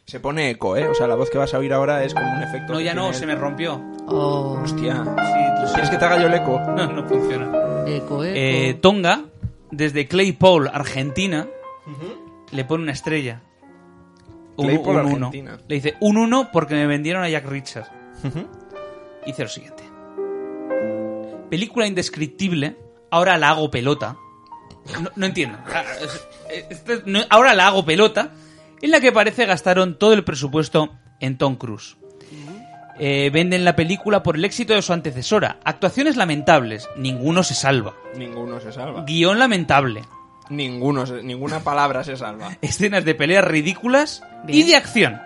Speaker 3: Se pone eco, ¿eh? O sea, la voz que vas a oír ahora es como un efecto.
Speaker 2: No,
Speaker 3: que
Speaker 2: ya no,
Speaker 3: tiene
Speaker 2: se
Speaker 3: el-
Speaker 2: me rompió.
Speaker 4: Oh,
Speaker 3: Hostia.
Speaker 2: Sí, lo
Speaker 3: ¿Quieres
Speaker 2: siento.
Speaker 3: que te haga yo el eco?
Speaker 2: No, no funciona.
Speaker 4: eco, eco.
Speaker 2: Eh, Tonga, desde Claypole, Argentina, le pone una estrella.
Speaker 3: Claypole,
Speaker 2: uno.
Speaker 3: Argentina.
Speaker 2: Le dice un 1 porque me vendieron a Jack Richard. Hice lo siguiente. Película indescriptible, ahora la hago pelota. No, no entiendo. Ah, Este- no- Ahora la hago pelota, en la que parece gastaron todo el presupuesto en Tom Cruise. Eh, venden la película por el éxito de su antecesora. Actuaciones lamentables, ninguno se salva.
Speaker 3: Ninguno se salva.
Speaker 2: Guión lamentable.
Speaker 3: Ninguno, se- ninguna palabra se salva.
Speaker 2: Escenas de peleas ridículas y
Speaker 4: Bien.
Speaker 2: de acción.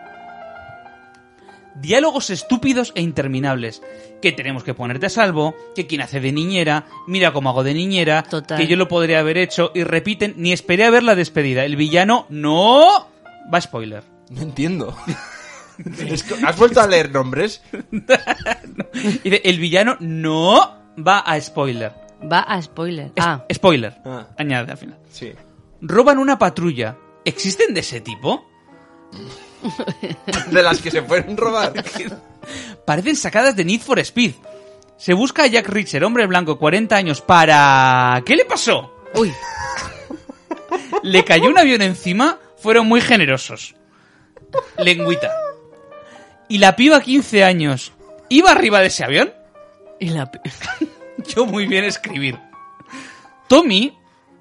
Speaker 2: Diálogos estúpidos e interminables. Que tenemos que ponerte a salvo, que quien hace de niñera, mira cómo hago de niñera,
Speaker 4: Total.
Speaker 2: que yo lo podría haber hecho, y repiten, ni esperé a ver la despedida. El villano, no. Va spoiler.
Speaker 3: No entiendo. Es que- ¿Has vuelto a leer nombres?
Speaker 2: Y de- el villano, no. Va a spoiler.
Speaker 4: Va a spoiler.
Speaker 2: Es-
Speaker 4: Ah,
Speaker 2: Spoiler.
Speaker 3: Ah.
Speaker 2: Añade al final.
Speaker 3: Sí.
Speaker 2: Roban una patrulla. ¿Existen de ese tipo?
Speaker 3: De las que se fueron a robar.
Speaker 2: Parecen sacadas de Need for Speed. Se busca a Jack Richard, hombre blanco, 40 años, para... ¿Qué le pasó?
Speaker 4: uy,
Speaker 2: ¿Le cayó un avión encima? Fueron muy generosos. Lengüita. ¿Y la piba, 15 años, iba arriba de ese avión?
Speaker 4: y la pi-
Speaker 2: hecho muy bien escribir. Tommy,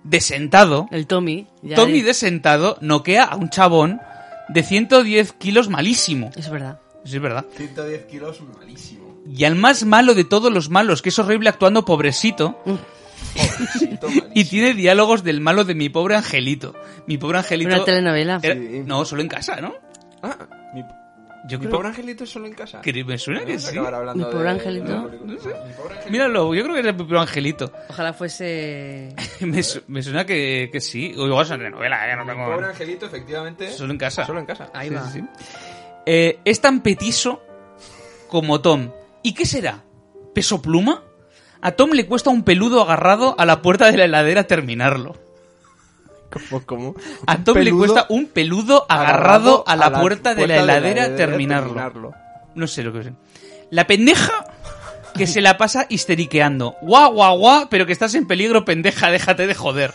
Speaker 2: de sentado,
Speaker 4: El Tommy. ya
Speaker 2: Tommy
Speaker 4: de-
Speaker 2: de sentado noquea a un chabón de 110 kilos malísimo.
Speaker 4: Es verdad.
Speaker 2: Sí, es verdad.
Speaker 3: 110 kilos, malísimo.
Speaker 2: Y al más malo de todos los malos, que es horrible actuando pobrecito,
Speaker 3: Pobrecito, malísimo.
Speaker 2: y tiene diálogos del malo de mi pobre angelito. Mi pobre angelito...
Speaker 4: Una telenovela.
Speaker 2: era-
Speaker 3: Sí.
Speaker 2: No, solo en casa, ¿no?
Speaker 3: Ah, mi,
Speaker 2: Yo
Speaker 3: mi
Speaker 2: creo-
Speaker 3: pobre angelito es solo en casa.
Speaker 2: que me suena que
Speaker 3: Vamos a
Speaker 2: sí.
Speaker 3: acabar hablando
Speaker 4: Mi pobre
Speaker 3: de-
Speaker 4: angelito.
Speaker 3: de la película. Mi pobre angelito.
Speaker 2: Míralo, yo creo que es el propio angelito.
Speaker 4: Ojalá fuese.
Speaker 2: Me, su- me suena que, que sí. O igual es una telenovela, ¿eh? No
Speaker 3: Mi
Speaker 2: tengo...
Speaker 3: pobre angelito, efectivamente.
Speaker 2: Solo en casa.
Speaker 3: Solo en casa.
Speaker 4: Ahí
Speaker 2: Sí,
Speaker 4: va.
Speaker 2: sí, sí. Eh, es tan petiso como Tom. ¿Y qué será? ¿Peso pluma? A Tom le cuesta un peludo agarrado a la puerta de la heladera terminarlo.
Speaker 3: ¿Cómo? cómo?
Speaker 2: A Tom le
Speaker 3: Peludo
Speaker 2: cuesta un peludo agarrado a la, puerta, de la heladera terminarlo.
Speaker 3: terminarlo.
Speaker 2: No sé lo que es. La pendeja que se la pasa histeriqueando. Guau, guau, guau, pero que estás en peligro, pendeja, déjate de joder.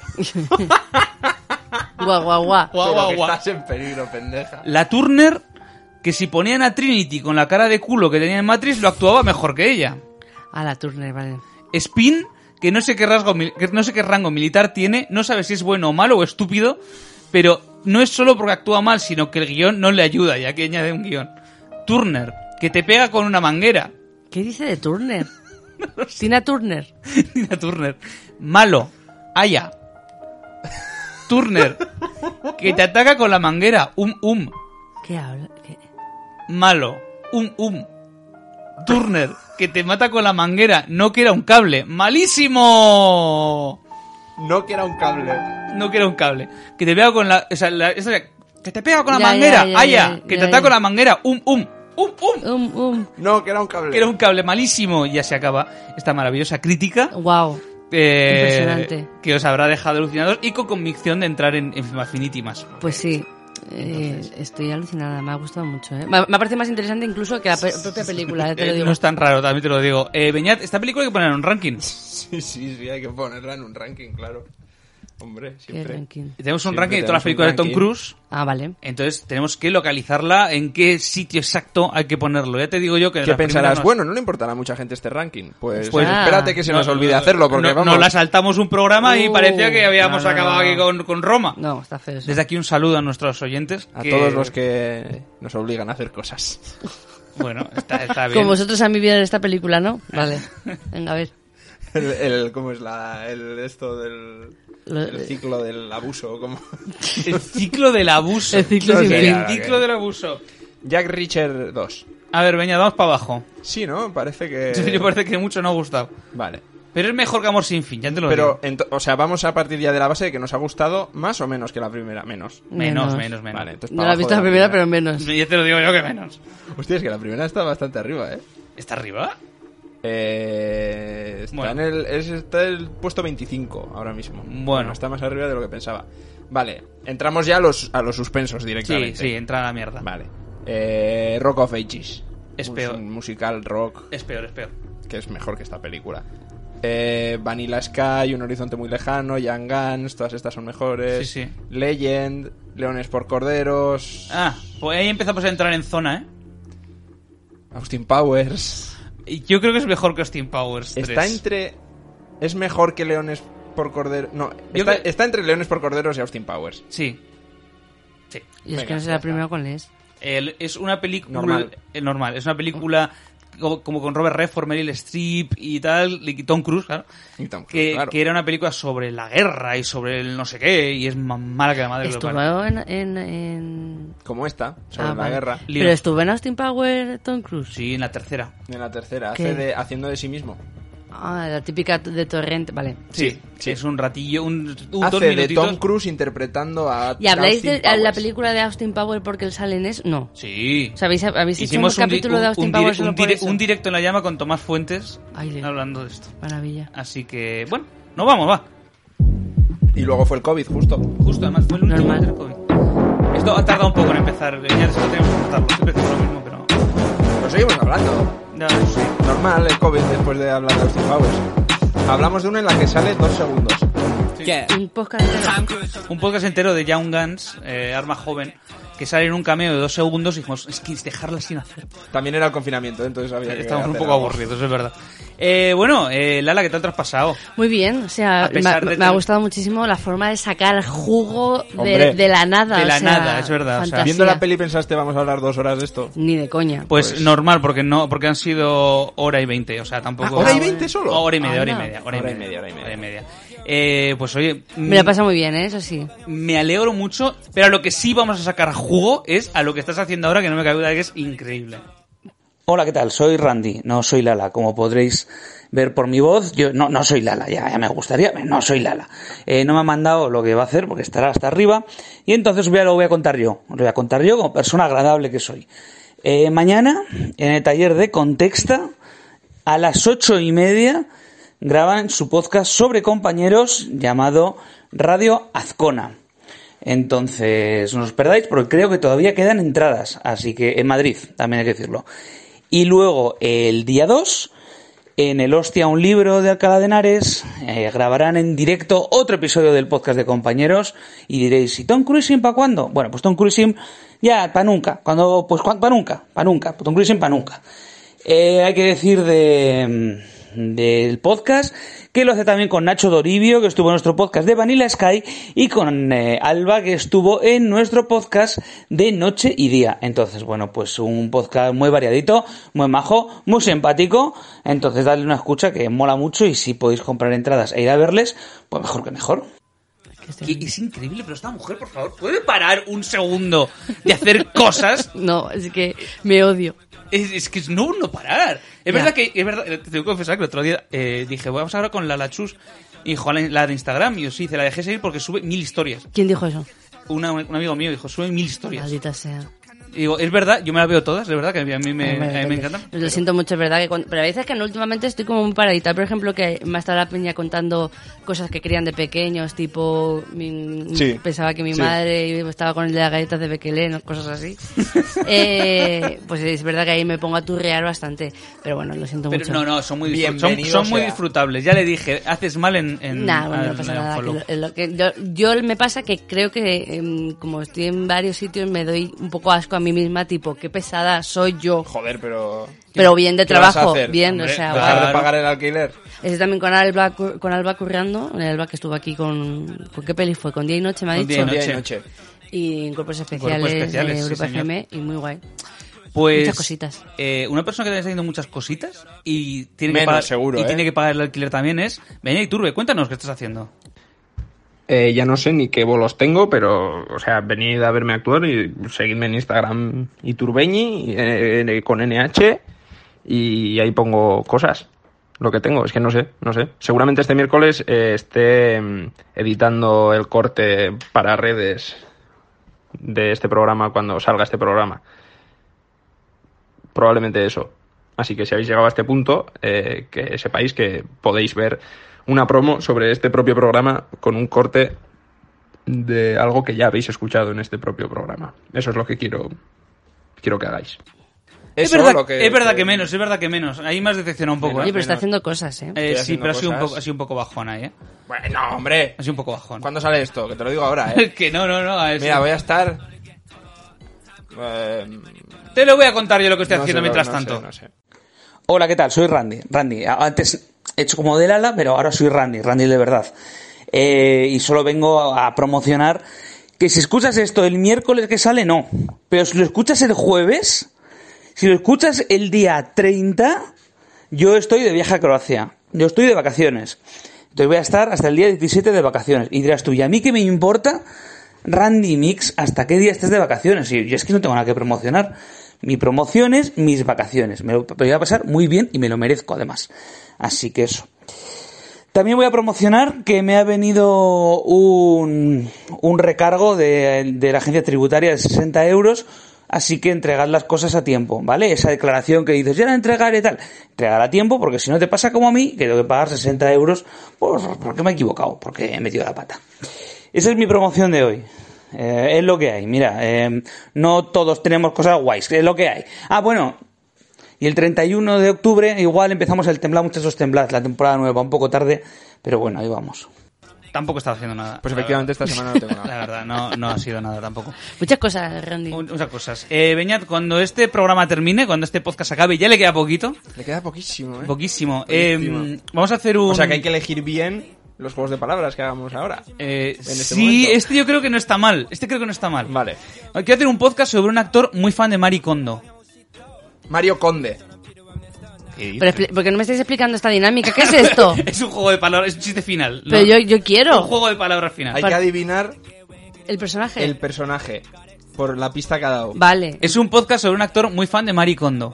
Speaker 4: Guau, guau, guau.
Speaker 2: Guau,
Speaker 3: Pero
Speaker 2: guau,
Speaker 3: que
Speaker 2: guau.
Speaker 3: Estás en peligro, pendeja.
Speaker 2: La Turner, que si ponían a Trinity con la cara de culo que tenía en Matrix, lo actuaba mejor que ella.
Speaker 4: A la Turner, vale.
Speaker 2: Spin, que no sé qué rasgo mil- que no sé qué rango militar tiene, no sabe si es bueno o malo o estúpido, pero no es solo porque actúa mal, sino que el guión no le ayuda, ya que añade un guión. Turner, que te pega con una manguera.
Speaker 4: ¿Qué dice de Turner? Tina Turner.
Speaker 2: Tina Turner. Malo, Aya. Turner, que te ataca con la manguera. Um, um.
Speaker 4: ¿Qué habla? ¿Qué?
Speaker 2: Malo, um, um. Turner, que te mata con la manguera, no que era un cable. ¡Malísimo!
Speaker 3: No que era un cable.
Speaker 2: no que era un cable. Que te pega con la. O sea, la- esa- que te pega con la
Speaker 4: Ya,
Speaker 2: manguera.
Speaker 4: ya, ya,
Speaker 2: Aya,
Speaker 4: ya,
Speaker 2: que
Speaker 4: ya,
Speaker 2: te ataca
Speaker 4: ya.
Speaker 2: con la manguera. Um, um, um, um.
Speaker 4: Um, um.
Speaker 3: No que era un cable.
Speaker 2: Que era un cable malísimo. Y ya se acaba esta maravillosa crítica.
Speaker 4: Wow.
Speaker 2: eh,
Speaker 4: Impresionante.
Speaker 2: Que os habrá dejado alucinados y con convicción de entrar en, en Film Affinity más.
Speaker 4: Pues sí. Eh, estoy alucinada, me ha gustado mucho. ¿eh? Me me parece más interesante incluso que la pe- propia película, ya te lo
Speaker 2: Eh,
Speaker 4: digo.
Speaker 2: no es tan raro, también te lo digo. Eh, Beñat, esta película hay que poner en un ranking.
Speaker 3: Sí, sí, sí, hay que ponerla en un ranking, claro. Hombre,
Speaker 4: Qué
Speaker 3: siempre.
Speaker 4: ranking.
Speaker 2: Tenemos un
Speaker 3: Siempre
Speaker 2: ranking de todas las
Speaker 3: tenemos un
Speaker 2: películas de Tom
Speaker 3: ranking.
Speaker 2: Cruise.
Speaker 4: Ah, vale.
Speaker 2: Entonces tenemos que localizarla en qué sitio exacto hay que ponerlo. Ya te digo yo que... de
Speaker 3: ¿Qué
Speaker 2: las primeras
Speaker 3: pensarás?
Speaker 2: nos-
Speaker 3: Bueno, no le importará a mucha gente este ranking. Pues,
Speaker 2: Pues-
Speaker 4: Ah.
Speaker 3: espérate que se nos olvide hacerlo, porque
Speaker 2: no-
Speaker 3: vamos.
Speaker 2: Nos la saltamos un programa y
Speaker 4: Uh,
Speaker 2: parecía que habíamos
Speaker 4: no, no,
Speaker 2: acabado
Speaker 4: no.
Speaker 2: aquí con, con Roma.
Speaker 4: No, está feo eso.
Speaker 2: Desde aquí un saludo a nuestros oyentes.
Speaker 3: A todos los que nos obligan a hacer cosas.
Speaker 2: Bueno, está, está bien.
Speaker 4: Como vosotros a mí vieron esta película, ¿no? Vale. Venga, a ver.
Speaker 3: El, el- ¿Cómo es la, el, esto del
Speaker 4: Lo-
Speaker 3: el ciclo del abuso? ¿cómo?
Speaker 2: El ciclo del abuso.
Speaker 4: El ciclo sin
Speaker 3: fin.
Speaker 2: El ciclo del abuso.
Speaker 3: Jack Richard 2.
Speaker 2: A ver, venga, vamos para abajo.
Speaker 3: Sí, ¿no? Parece que...
Speaker 2: Yo parece que mucho no ha gustado.
Speaker 3: Vale.
Speaker 2: Pero es mejor que Amor sin fin, ya te lo
Speaker 3: Pero,
Speaker 2: digo.
Speaker 3: ento- o sea, vamos a partir ya de la base de que nos ha gustado más o menos que la primera. Menos.
Speaker 2: Menos,
Speaker 4: Menos.
Speaker 2: menos, menos.
Speaker 3: Vale, entonces
Speaker 4: No
Speaker 3: para
Speaker 4: la he
Speaker 3: abajo
Speaker 4: visto
Speaker 3: de
Speaker 4: la primera, pero menos.
Speaker 2: Ya te lo digo yo que menos.
Speaker 3: Hostia, es que la primera está bastante arriba, ¿eh?
Speaker 2: ¿Está arriba?
Speaker 3: Eh, está,
Speaker 2: Bueno.
Speaker 3: en el, es- está el puesto 25 ahora mismo.
Speaker 2: Bueno.
Speaker 3: Está más arriba de lo que pensaba. Vale, entramos ya a los, a los suspensos
Speaker 2: Sí,
Speaker 3: directamente.
Speaker 2: sí, entra a la mierda.
Speaker 3: Vale. Eh, rock of Ages.
Speaker 2: Es peor.
Speaker 3: un musical rock
Speaker 2: Es peor, es peor.
Speaker 3: que es mejor que esta película. Eh, Vanilla Sky, Un Horizonte Muy Lejano, Young Guns, todas estas son mejores.
Speaker 2: Sí, sí.
Speaker 3: Legend, Leones por Corderos,
Speaker 2: Ah, pues ahí empezamos a entrar en zona, ¿eh?
Speaker 3: Austin Powers.
Speaker 2: Y Yo creo que es mejor que Austin Powers 3.
Speaker 3: Está entre. Es mejor que Leones por Cordero. No,
Speaker 2: Yo
Speaker 3: está,
Speaker 2: que-
Speaker 3: está entre Leones por Corderos y Austin Powers.
Speaker 2: Sí. Sí.
Speaker 4: Y es
Speaker 3: Venga,
Speaker 4: que no sé
Speaker 3: ya
Speaker 4: la
Speaker 3: está.
Speaker 4: primera cuál es.
Speaker 2: El- es una película
Speaker 3: Normal.
Speaker 2: eh, normal, es una película como, como con Robert Redford, Meryl Streep y tal, y Tom Cruise, claro,
Speaker 3: Y Tom Cruise,
Speaker 2: que,
Speaker 3: Pues claro.
Speaker 2: que era una película sobre la guerra y sobre el no sé qué y es más mala que la madre que lo parió.
Speaker 4: Estuvo en... en, en-
Speaker 3: Como esta, sobre
Speaker 4: Ah,
Speaker 3: la
Speaker 4: vale.
Speaker 3: guerra.
Speaker 2: Lío.
Speaker 4: Pero estuvo en Austin Power Tom Cruise.
Speaker 2: Sí, en la tercera.
Speaker 3: En la tercera,
Speaker 4: ¿Qué?
Speaker 3: hace de- haciendo de sí mismo.
Speaker 4: Ah, la típica de Torrent, vale.
Speaker 2: Sí,
Speaker 3: sí.
Speaker 2: es un ratillo, un, un dos
Speaker 3: hace de
Speaker 2: minutitos.
Speaker 3: Tom Cruise interpretando a.
Speaker 4: ¿Y habláis
Speaker 3: Austin
Speaker 4: de la
Speaker 3: Powers.
Speaker 4: película de Austin Power porque él sale en eso? No.
Speaker 2: Sí.
Speaker 4: O sea, ¿habéis, habéis hecho un
Speaker 2: Hicimos un, di-
Speaker 4: capítulo de
Speaker 2: un-
Speaker 4: Austin
Speaker 2: un
Speaker 4: Power
Speaker 2: dire-
Speaker 4: solo
Speaker 2: un
Speaker 4: por
Speaker 2: dire-
Speaker 4: eso?
Speaker 2: un directo en la llama con Tomás Fuentes
Speaker 4: Ay, Dios.
Speaker 2: hablando de esto.
Speaker 4: Maravilla.
Speaker 2: Así que, bueno, no vamos, va.
Speaker 3: Y luego fue el COVID, justo.
Speaker 2: Justo, además fue el último
Speaker 4: Normal.
Speaker 2: del COVID. Esto ha tardado un poco en empezar, eh, ya esto tenemos que cortarlo, siempre hacemos lo mismo, pero...
Speaker 3: Pero seguimos hablando.
Speaker 2: Ya, sí.
Speaker 3: Normal el COVID después de hablar de Austin Powers. Hablamos de una en la que sale dos segundos.
Speaker 4: Un podcast entero.
Speaker 2: Un podcast entero de Young Guns, eh, Arma Joven,
Speaker 5: que sale en un cameo de dos segundos y dijimos, es que es dejarla sin hacer.
Speaker 6: También era el confinamiento, entonces había que
Speaker 5: Estamos un
Speaker 6: hacer
Speaker 5: poco
Speaker 6: algo.
Speaker 5: aburridos, es verdad. Eh, bueno, eh, Lala, ¿qué tal te has pasado?
Speaker 4: Muy bien, o sea,
Speaker 5: A pesar
Speaker 4: me,
Speaker 5: de
Speaker 4: me ha
Speaker 5: tener-
Speaker 4: gustado muchísimo la forma de sacar jugo de,
Speaker 6: Hombre,
Speaker 4: de la nada.
Speaker 5: de la
Speaker 4: o sea,
Speaker 5: nada, es verdad, o sea,
Speaker 4: fantasía.
Speaker 6: Viendo la peli pensaste, vamos a hablar dos horas de esto.
Speaker 4: Ni de coña.
Speaker 5: Pues, normal, porque no, porque han sido hora y veinte, o sea, tampoco.
Speaker 6: Ah, ¿hora y 20 solo? Ah,
Speaker 5: Hora y media, hora y
Speaker 4: Anda.
Speaker 5: media, hora y
Speaker 6: Hora y
Speaker 5: media,
Speaker 6: media, hora y media.
Speaker 5: Eh, pues oye,
Speaker 4: Me la pasa muy bien, ¿eh? eso sí.
Speaker 5: me alegro mucho, pero a lo que sí vamos a sacar jugo es a lo que estás haciendo ahora, que no me cabe duda de que es increíble.
Speaker 2: Hola, ¿qué tal? Soy Randy, no soy Lala. Como podréis ver por mi voz, yo no, no soy Lala, ya, ya me gustaría, no soy Lala. Eh, no me ha mandado lo que va a hacer porque estará hasta arriba y entonces voy a- lo voy a contar yo, lo voy a contar yo como persona agradable que soy. Eh, mañana, en el taller de Contexta, a las ocho y media graban su podcast sobre compañeros llamado Radio Azcona. Entonces, no os perdáis porque creo que todavía quedan entradas, así que en Madrid, también hay que decirlo. Y luego, el día 2, en el Hostia un libro de Alcalá de Henares, eh, grabarán en directo otro episodio del podcast de compañeros y diréis, ¿y Tom Cruising para cuándo? Bueno, pues Tom Cruising ya para nunca, cuando pues para nunca, para nunca, Pues Tom Cruising para nunca. Eh, hay que decir de, mm, del podcast que lo hace también con Nacho Doribio, que estuvo en nuestro podcast de Vanilla Sky, y con eh, Alba, que estuvo en nuestro podcast de Noche y Día. Entonces, bueno, pues un podcast muy variadito, muy majo, muy simpático. Entonces, dadle una escucha que mola mucho y si podéis comprar entradas e ir a verles, pues mejor que mejor.
Speaker 5: Que es increíble, pero esta mujer, por favor, ¿puede parar un segundo de hacer cosas?
Speaker 4: No, es que me odio.
Speaker 5: Es, es que es no, no parar. Es
Speaker 4: Ya.
Speaker 5: verdad que, es verdad, eh, te tengo que confesar que el otro día eh, dije, vamos a hablar con la Lachus. Y dijo, "La- la de Instagram. Y yo sí, te la dejé seguir porque sube mil historias.
Speaker 4: ¿Quién dijo eso?
Speaker 5: Una- un amigo mío dijo, sube mil historias.
Speaker 4: Maldita sea.
Speaker 5: Y digo, es verdad, yo me las veo todas, es verdad que a mí me, a
Speaker 4: Ay, madre
Speaker 5: mí me
Speaker 4: mía.
Speaker 5: encantan.
Speaker 4: Lo siento mucho, es verdad que cuando- pero a veces que no, últimamente estoy como muy paradita. Por ejemplo, que me ha estado la peña contando cosas que querían de pequeños, tipo mi-
Speaker 6: Sí,
Speaker 4: pensaba que mi
Speaker 6: sí.
Speaker 4: madre estaba con el de las galletas de Bequelén o cosas así. Eh, pues es verdad que ahí me pongo a turrear bastante. Pero bueno, lo siento
Speaker 5: Pero
Speaker 4: mucho.
Speaker 5: no, no, son muy, disfrut- son,
Speaker 6: Bienvenido
Speaker 5: son muy
Speaker 6: sea.
Speaker 5: disfrutables. Ya le dije, haces mal en... en
Speaker 4: Nah, bueno, no
Speaker 5: al-
Speaker 4: pasa
Speaker 5: al
Speaker 4: nada. que
Speaker 5: follow.
Speaker 4: lo- eh, lo que yo, yo me pasa que creo que em, como estoy en varios sitios me doy un poco asco a mí misma, tipo, qué pesada soy yo.
Speaker 6: Joder, pero...
Speaker 4: Pero bien de
Speaker 6: ¿Qué vas a
Speaker 4: trabajo,
Speaker 6: hacer?
Speaker 4: bien,
Speaker 5: Hombre,
Speaker 4: o sea,
Speaker 5: claro.
Speaker 6: ¿Dejar
Speaker 4: guay.
Speaker 6: de pagar el alquiler?
Speaker 4: Ese también con Alba, cu- con Alba currando, Alba que estuvo aquí con... ¿Con qué peli fue? ¿Con Día y Noche me ha
Speaker 5: Con Día
Speaker 4: dicho?
Speaker 5: y Noche.
Speaker 6: Día y noche.
Speaker 4: Y en Cuerpos Especiales,
Speaker 5: Cuerpos Especiales,
Speaker 4: de
Speaker 5: sí,
Speaker 4: Europa
Speaker 5: señor.
Speaker 4: FM, y muy guay.
Speaker 5: Pues,
Speaker 4: Muchas cositas.
Speaker 5: eh, una persona que también está haciendo muchas cositas y tiene que
Speaker 6: Menos,
Speaker 5: pagar,
Speaker 6: seguro,
Speaker 5: y
Speaker 6: ¿eh?
Speaker 5: tiene que pagar el alquiler también es... Beña Iturbe, cuéntanos qué estás haciendo.
Speaker 3: Eh, ya no sé ni qué bolos tengo, pero, o sea, venid a verme actuar y seguidme en Instagram y Turbeñi eh, eh, con NH y ahí pongo cosas. Lo que tengo, es que no sé, no sé. Seguramente este miércoles eh, esté mm, editando el corte para redes de este programa cuando salga este programa. Probablemente eso. Así que si habéis llegado a este punto, eh, que sepáis que podéis ver una promo sobre este propio programa con un corte de algo que ya habéis escuchado en este propio programa. Eso es lo que quiero, quiero que hagáis.
Speaker 5: Es
Speaker 6: Eso,
Speaker 5: verdad,
Speaker 6: lo que-
Speaker 5: es verdad que... menos, es verdad que menos. Ahí me has decepcionado un poco,
Speaker 4: Oye,
Speaker 5: ¿eh?
Speaker 4: pero está
Speaker 6: menos.
Speaker 4: haciendo cosas, ¿eh?
Speaker 5: Eh, sí,
Speaker 6: haciendo
Speaker 5: pero ha sido, un
Speaker 6: cosas.
Speaker 5: poco, ha sido un poco bajón ahí, ¿eh?
Speaker 6: Bueno, hombre.
Speaker 5: Ha sido un poco bajón.
Speaker 6: ¿Cuándo sale esto? Que te lo digo ahora, ¿eh?
Speaker 5: que no, no, no. a ver,
Speaker 6: Mira,
Speaker 5: sí.
Speaker 6: voy a estar... eh,
Speaker 5: Te lo voy a contar yo lo que estoy
Speaker 6: no
Speaker 5: haciendo
Speaker 6: sé,
Speaker 5: mientras
Speaker 6: no
Speaker 5: tanto.
Speaker 6: sé, no sé.
Speaker 2: Hola, ¿qué tal? Soy Randy. Randy, a- antes he hecho como del ala, pero ahora soy Randy, Randy de verdad. Eh, y solo vengo a a promocionar que si escuchas esto el miércoles que sale, no. Pero si lo escuchas el jueves, si lo escuchas el día 30, yo estoy de viaje a Croacia. Yo estoy de vacaciones. Entonces voy a estar hasta el día 17 de vacaciones. Y dirás tú, ¿y a mí qué me importa, Randy Mix, hasta qué día estés de vacaciones? Y yo es que no tengo nada que promocionar. Mi promoción es mis vacaciones. Me lo me lo voy a pasar muy bien y me lo merezco además. Así que eso. También voy a promocionar que me ha venido un, un recargo de, de la agencia tributaria de 60 euros, así que entregad las cosas a tiempo, ¿vale? Esa declaración que dices, ya la entregaré y tal, entregar a tiempo, porque si no te pasa como a mí, que tengo que pagar 60 euros, pues porque me he equivocado, porque he metido la pata. Esa es mi promoción de hoy. Eh, es lo que hay, mira, eh, no todos tenemos cosas guays, es lo que hay. Ah, bueno, y el 31 de octubre igual empezamos el Temblad, muchachos Temblad, la temporada nueva, un poco tarde, pero bueno, ahí vamos. tampoco estaba haciendo nada.
Speaker 3: Pues
Speaker 2: la
Speaker 3: efectivamente esta
Speaker 2: verdad.
Speaker 3: semana no tengo
Speaker 2: La
Speaker 3: nada.
Speaker 2: verdad, no, no ha sido nada tampoco.
Speaker 4: Muchas cosas, Randy.
Speaker 2: Un- Muchas cosas. Eh, Beñat, cuando este programa termine, cuando este podcast acabe, ya le queda poquito.
Speaker 3: Le queda poquísimo, ¿eh?
Speaker 2: Poquísimo.
Speaker 3: Poquísimo.
Speaker 2: Eh, vamos a hacer un...
Speaker 3: O sea que hay que elegir bien los juegos de palabras que hagamos ahora.
Speaker 2: Eh,
Speaker 3: este
Speaker 2: sí,
Speaker 3: momento.
Speaker 2: este yo creo que no está mal. Este creo que no está mal.
Speaker 3: Vale.
Speaker 2: Quiero hacer un podcast sobre un actor muy fan de Marie Kondo.
Speaker 3: Mario Conde.
Speaker 4: Pero expli- ¿Por qué no me estáis explicando esta dinámica? ¿Qué es esto?
Speaker 2: es un juego de palabras, es un chiste final. ¿no?
Speaker 4: Oh. Pero yo, yo
Speaker 2: Un
Speaker 4: quiero
Speaker 2: juego de palabras final.
Speaker 3: Hay que adivinar
Speaker 4: el personaje.
Speaker 3: el personaje por la pista que ha dado.
Speaker 4: Vale.
Speaker 2: Es un podcast sobre un actor muy fan de Marie Kondo.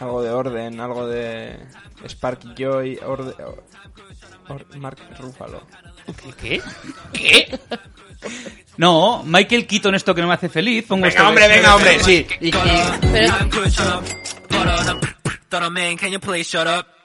Speaker 3: Algo de orden, algo de Spark Joy, orde- or- or- Mark Ruffalo.
Speaker 2: ¿Qué? ¿Qué? No, Michael Keaton, esto que no me hace feliz. Pongo esto-
Speaker 3: sí.
Speaker 4: Y- y- pero-
Speaker 7: I'm good, shut up. Hold on, I'm- thought I'm man, can you please shut up?